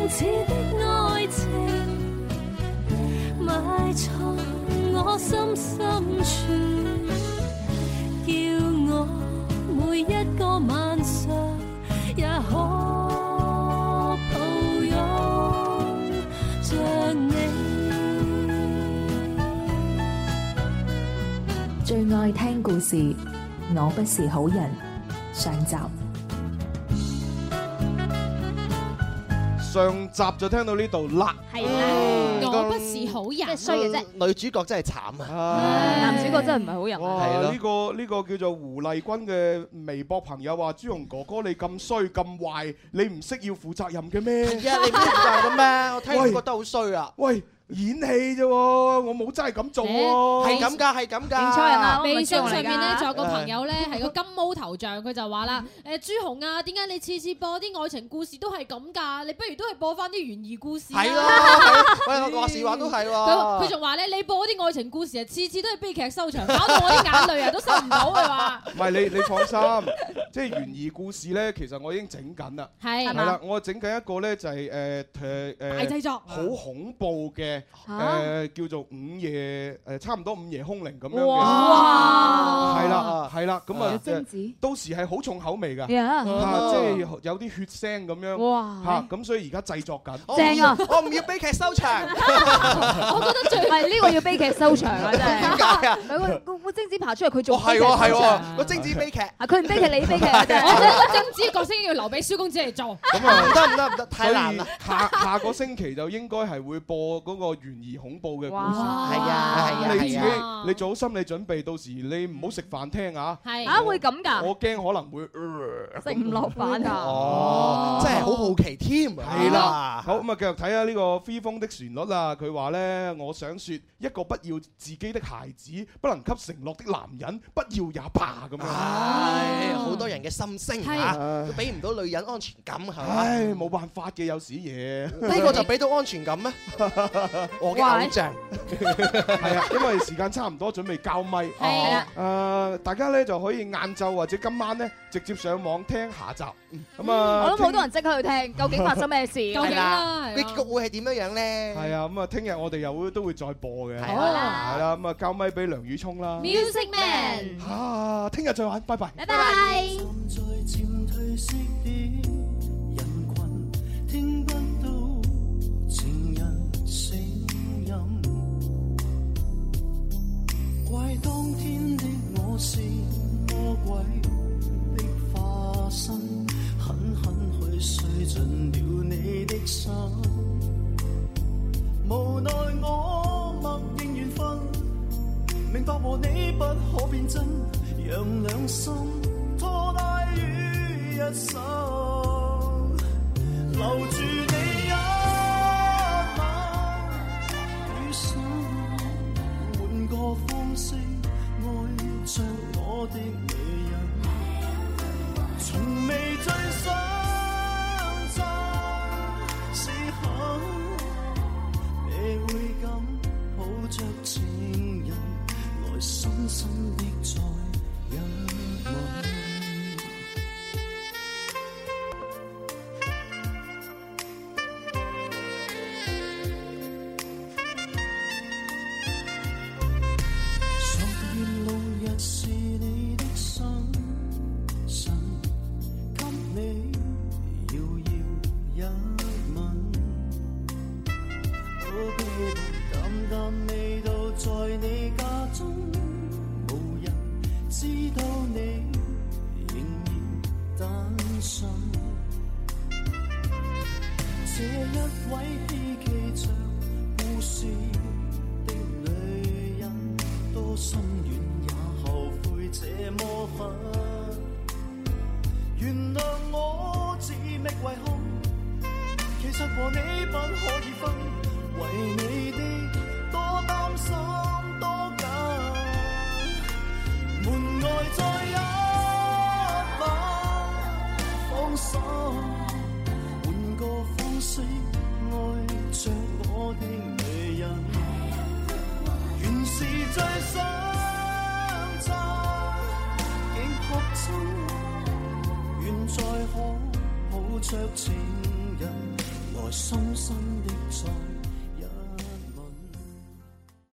Speaker 7: 似的愛情，埋藏我心深處。叫我每一個晚上也可抱擁着你。
Speaker 23: 最愛聽故事，我不是好人。上集
Speaker 10: 上集就聽到呢度啦。
Speaker 11: 係啦，
Speaker 10: 個
Speaker 4: 我不是好人，即
Speaker 13: 衰嘅啫
Speaker 10: 女主角真係慘啊！
Speaker 11: 男主角真係唔係好人啊。
Speaker 10: 係咯
Speaker 9: 哦哇！呢個呢個叫做胡麗君嘅微博朋友話：朱紅哥哥你咁衰咁壞，你唔識要負責任嘅咩？
Speaker 10: 係啊，你唔知道 嘅咩？我聽
Speaker 9: 喂
Speaker 10: 你覺得好衰啊！
Speaker 9: 喂，演戲啫喎，我冇真係咁做喎。
Speaker 10: 係咁㗎，係嗯咁㗎。
Speaker 4: 啊
Speaker 11: 啊
Speaker 4: 微信上面咧，仲有個朋友咧係個金毛頭像，佢就話啦：誒朱紅啊，點解你次次播啲愛情故事都係咁㗎？你不如都係播翻啲懸疑故事啦啊
Speaker 10: 係咯係咯喂我話時話都係喎
Speaker 4: 佢佢仲話咧，你播嗰啲愛情故事啊，次次都係悲劇收場，搞到我啲眼淚啊都收唔到佢話。
Speaker 9: 唔係你你放心， 即係懸疑故事咧，其實我已經整緊啦。
Speaker 4: 係
Speaker 9: 係啦，我整緊一個咧就係誒誒誒
Speaker 4: 大製作
Speaker 9: 好恐怖嘅
Speaker 4: 嚇
Speaker 9: 誒叫做午夜誒差唔多午夜凶鈴咁樣嘅。
Speaker 11: 哇
Speaker 9: 係啦係啦，咁
Speaker 11: 有
Speaker 9: 啊
Speaker 11: 貞子
Speaker 9: 到時係好重口味㗎，
Speaker 11: 呀
Speaker 9: 嚇即係有啲血腥咁樣。
Speaker 13: 哇
Speaker 9: 嚇咁所以而家製作緊。
Speaker 13: 正啊！
Speaker 10: 哦我唔要悲劇收場。
Speaker 13: 我
Speaker 4: 覺得最
Speaker 13: 唔係呢個要悲劇收場 啊！真係
Speaker 10: 點解啊？
Speaker 13: 佢個個個精子爬出嚟，佢仲
Speaker 10: 係
Speaker 13: 悲劇
Speaker 10: 喎係
Speaker 13: 收場
Speaker 10: 喎，個精子悲劇。
Speaker 13: 啊！佢唔悲劇，你悲劇啊真係
Speaker 4: 我想個政治角色要留俾蕭公子嚟做。
Speaker 9: 咁啊，
Speaker 10: 唔得唔得唔得，太難啦。
Speaker 9: 下下個星期就應該係會播嗰個懸疑恐怖嘅故事。
Speaker 10: 係啊係啊
Speaker 9: 你自己
Speaker 10: 係啊
Speaker 9: 你做好心理準備，到時你唔好食飯聽啊。
Speaker 4: 係
Speaker 11: 啊會咁㗎
Speaker 9: 我驚可能會呃
Speaker 11: 食唔落飯啊！
Speaker 9: 哦
Speaker 10: 真係好好奇添。係
Speaker 9: 係啦，好咁啊，繼續睇下呢個飛風的旋律啦。佢話呢，我想說一個不要自己的孩子，不能給承諾的男人，不要也罷咁
Speaker 10: 唉，
Speaker 9: 樣。
Speaker 10: 好多人嘅心聲
Speaker 9: 係
Speaker 10: 嚇，佢俾唔到女人安全感係嘛？
Speaker 9: 唉，冇辦法嘅，有時嘢。
Speaker 10: 嗯呢個就俾到安全感 咩？我嘅偶像。
Speaker 9: 係啊，因為時間差唔多，準備交咪。哦
Speaker 10: 係啦
Speaker 9: 誒，大家咧就可以晏晝或者今晚咧直接上網聽下集。咁
Speaker 10: 嗯
Speaker 9: 啊，
Speaker 13: 我諗好多人即刻去聽，究竟發生咩事？
Speaker 9: 係啦
Speaker 10: 個結局會係點樣樣咧？
Speaker 9: 係啊，咁啊，聽日我哋又會都會再播嘅。
Speaker 10: 係
Speaker 13: 啦
Speaker 9: 係啦，咁啊，交咪俾梁宇聰啦。
Speaker 4: Music Man，
Speaker 9: 啊，聽日再玩，拜拜。
Speaker 13: 拜拜。
Speaker 6: 在漸退色的人群，聽不到情人聲音。怪當天的我是魔鬼的化身，狠狠去碎盡了你的心。無奈我默認緣分。明白和你不可變真，讓兩心拖拉於一手，留住你一晚，與想我換個方式愛着我的女人，從未最想爭，思考。你會咁抱着情人，來深深的再擁吻。昨夜路日是你的心神，給你遙遙一吻。Oh baby，淡淡味道在你家中，無人知道你仍然單身。這一位希冀着故事的女人，多心軟也後悔這麼狠。原諒我自覓遺憾，其實和你不可以分。為你的多擔心多緊，門外再一晚，放手，換個方式愛着我的女人，原是最想爭，竟哭真，願再可抱着情人來深深的再。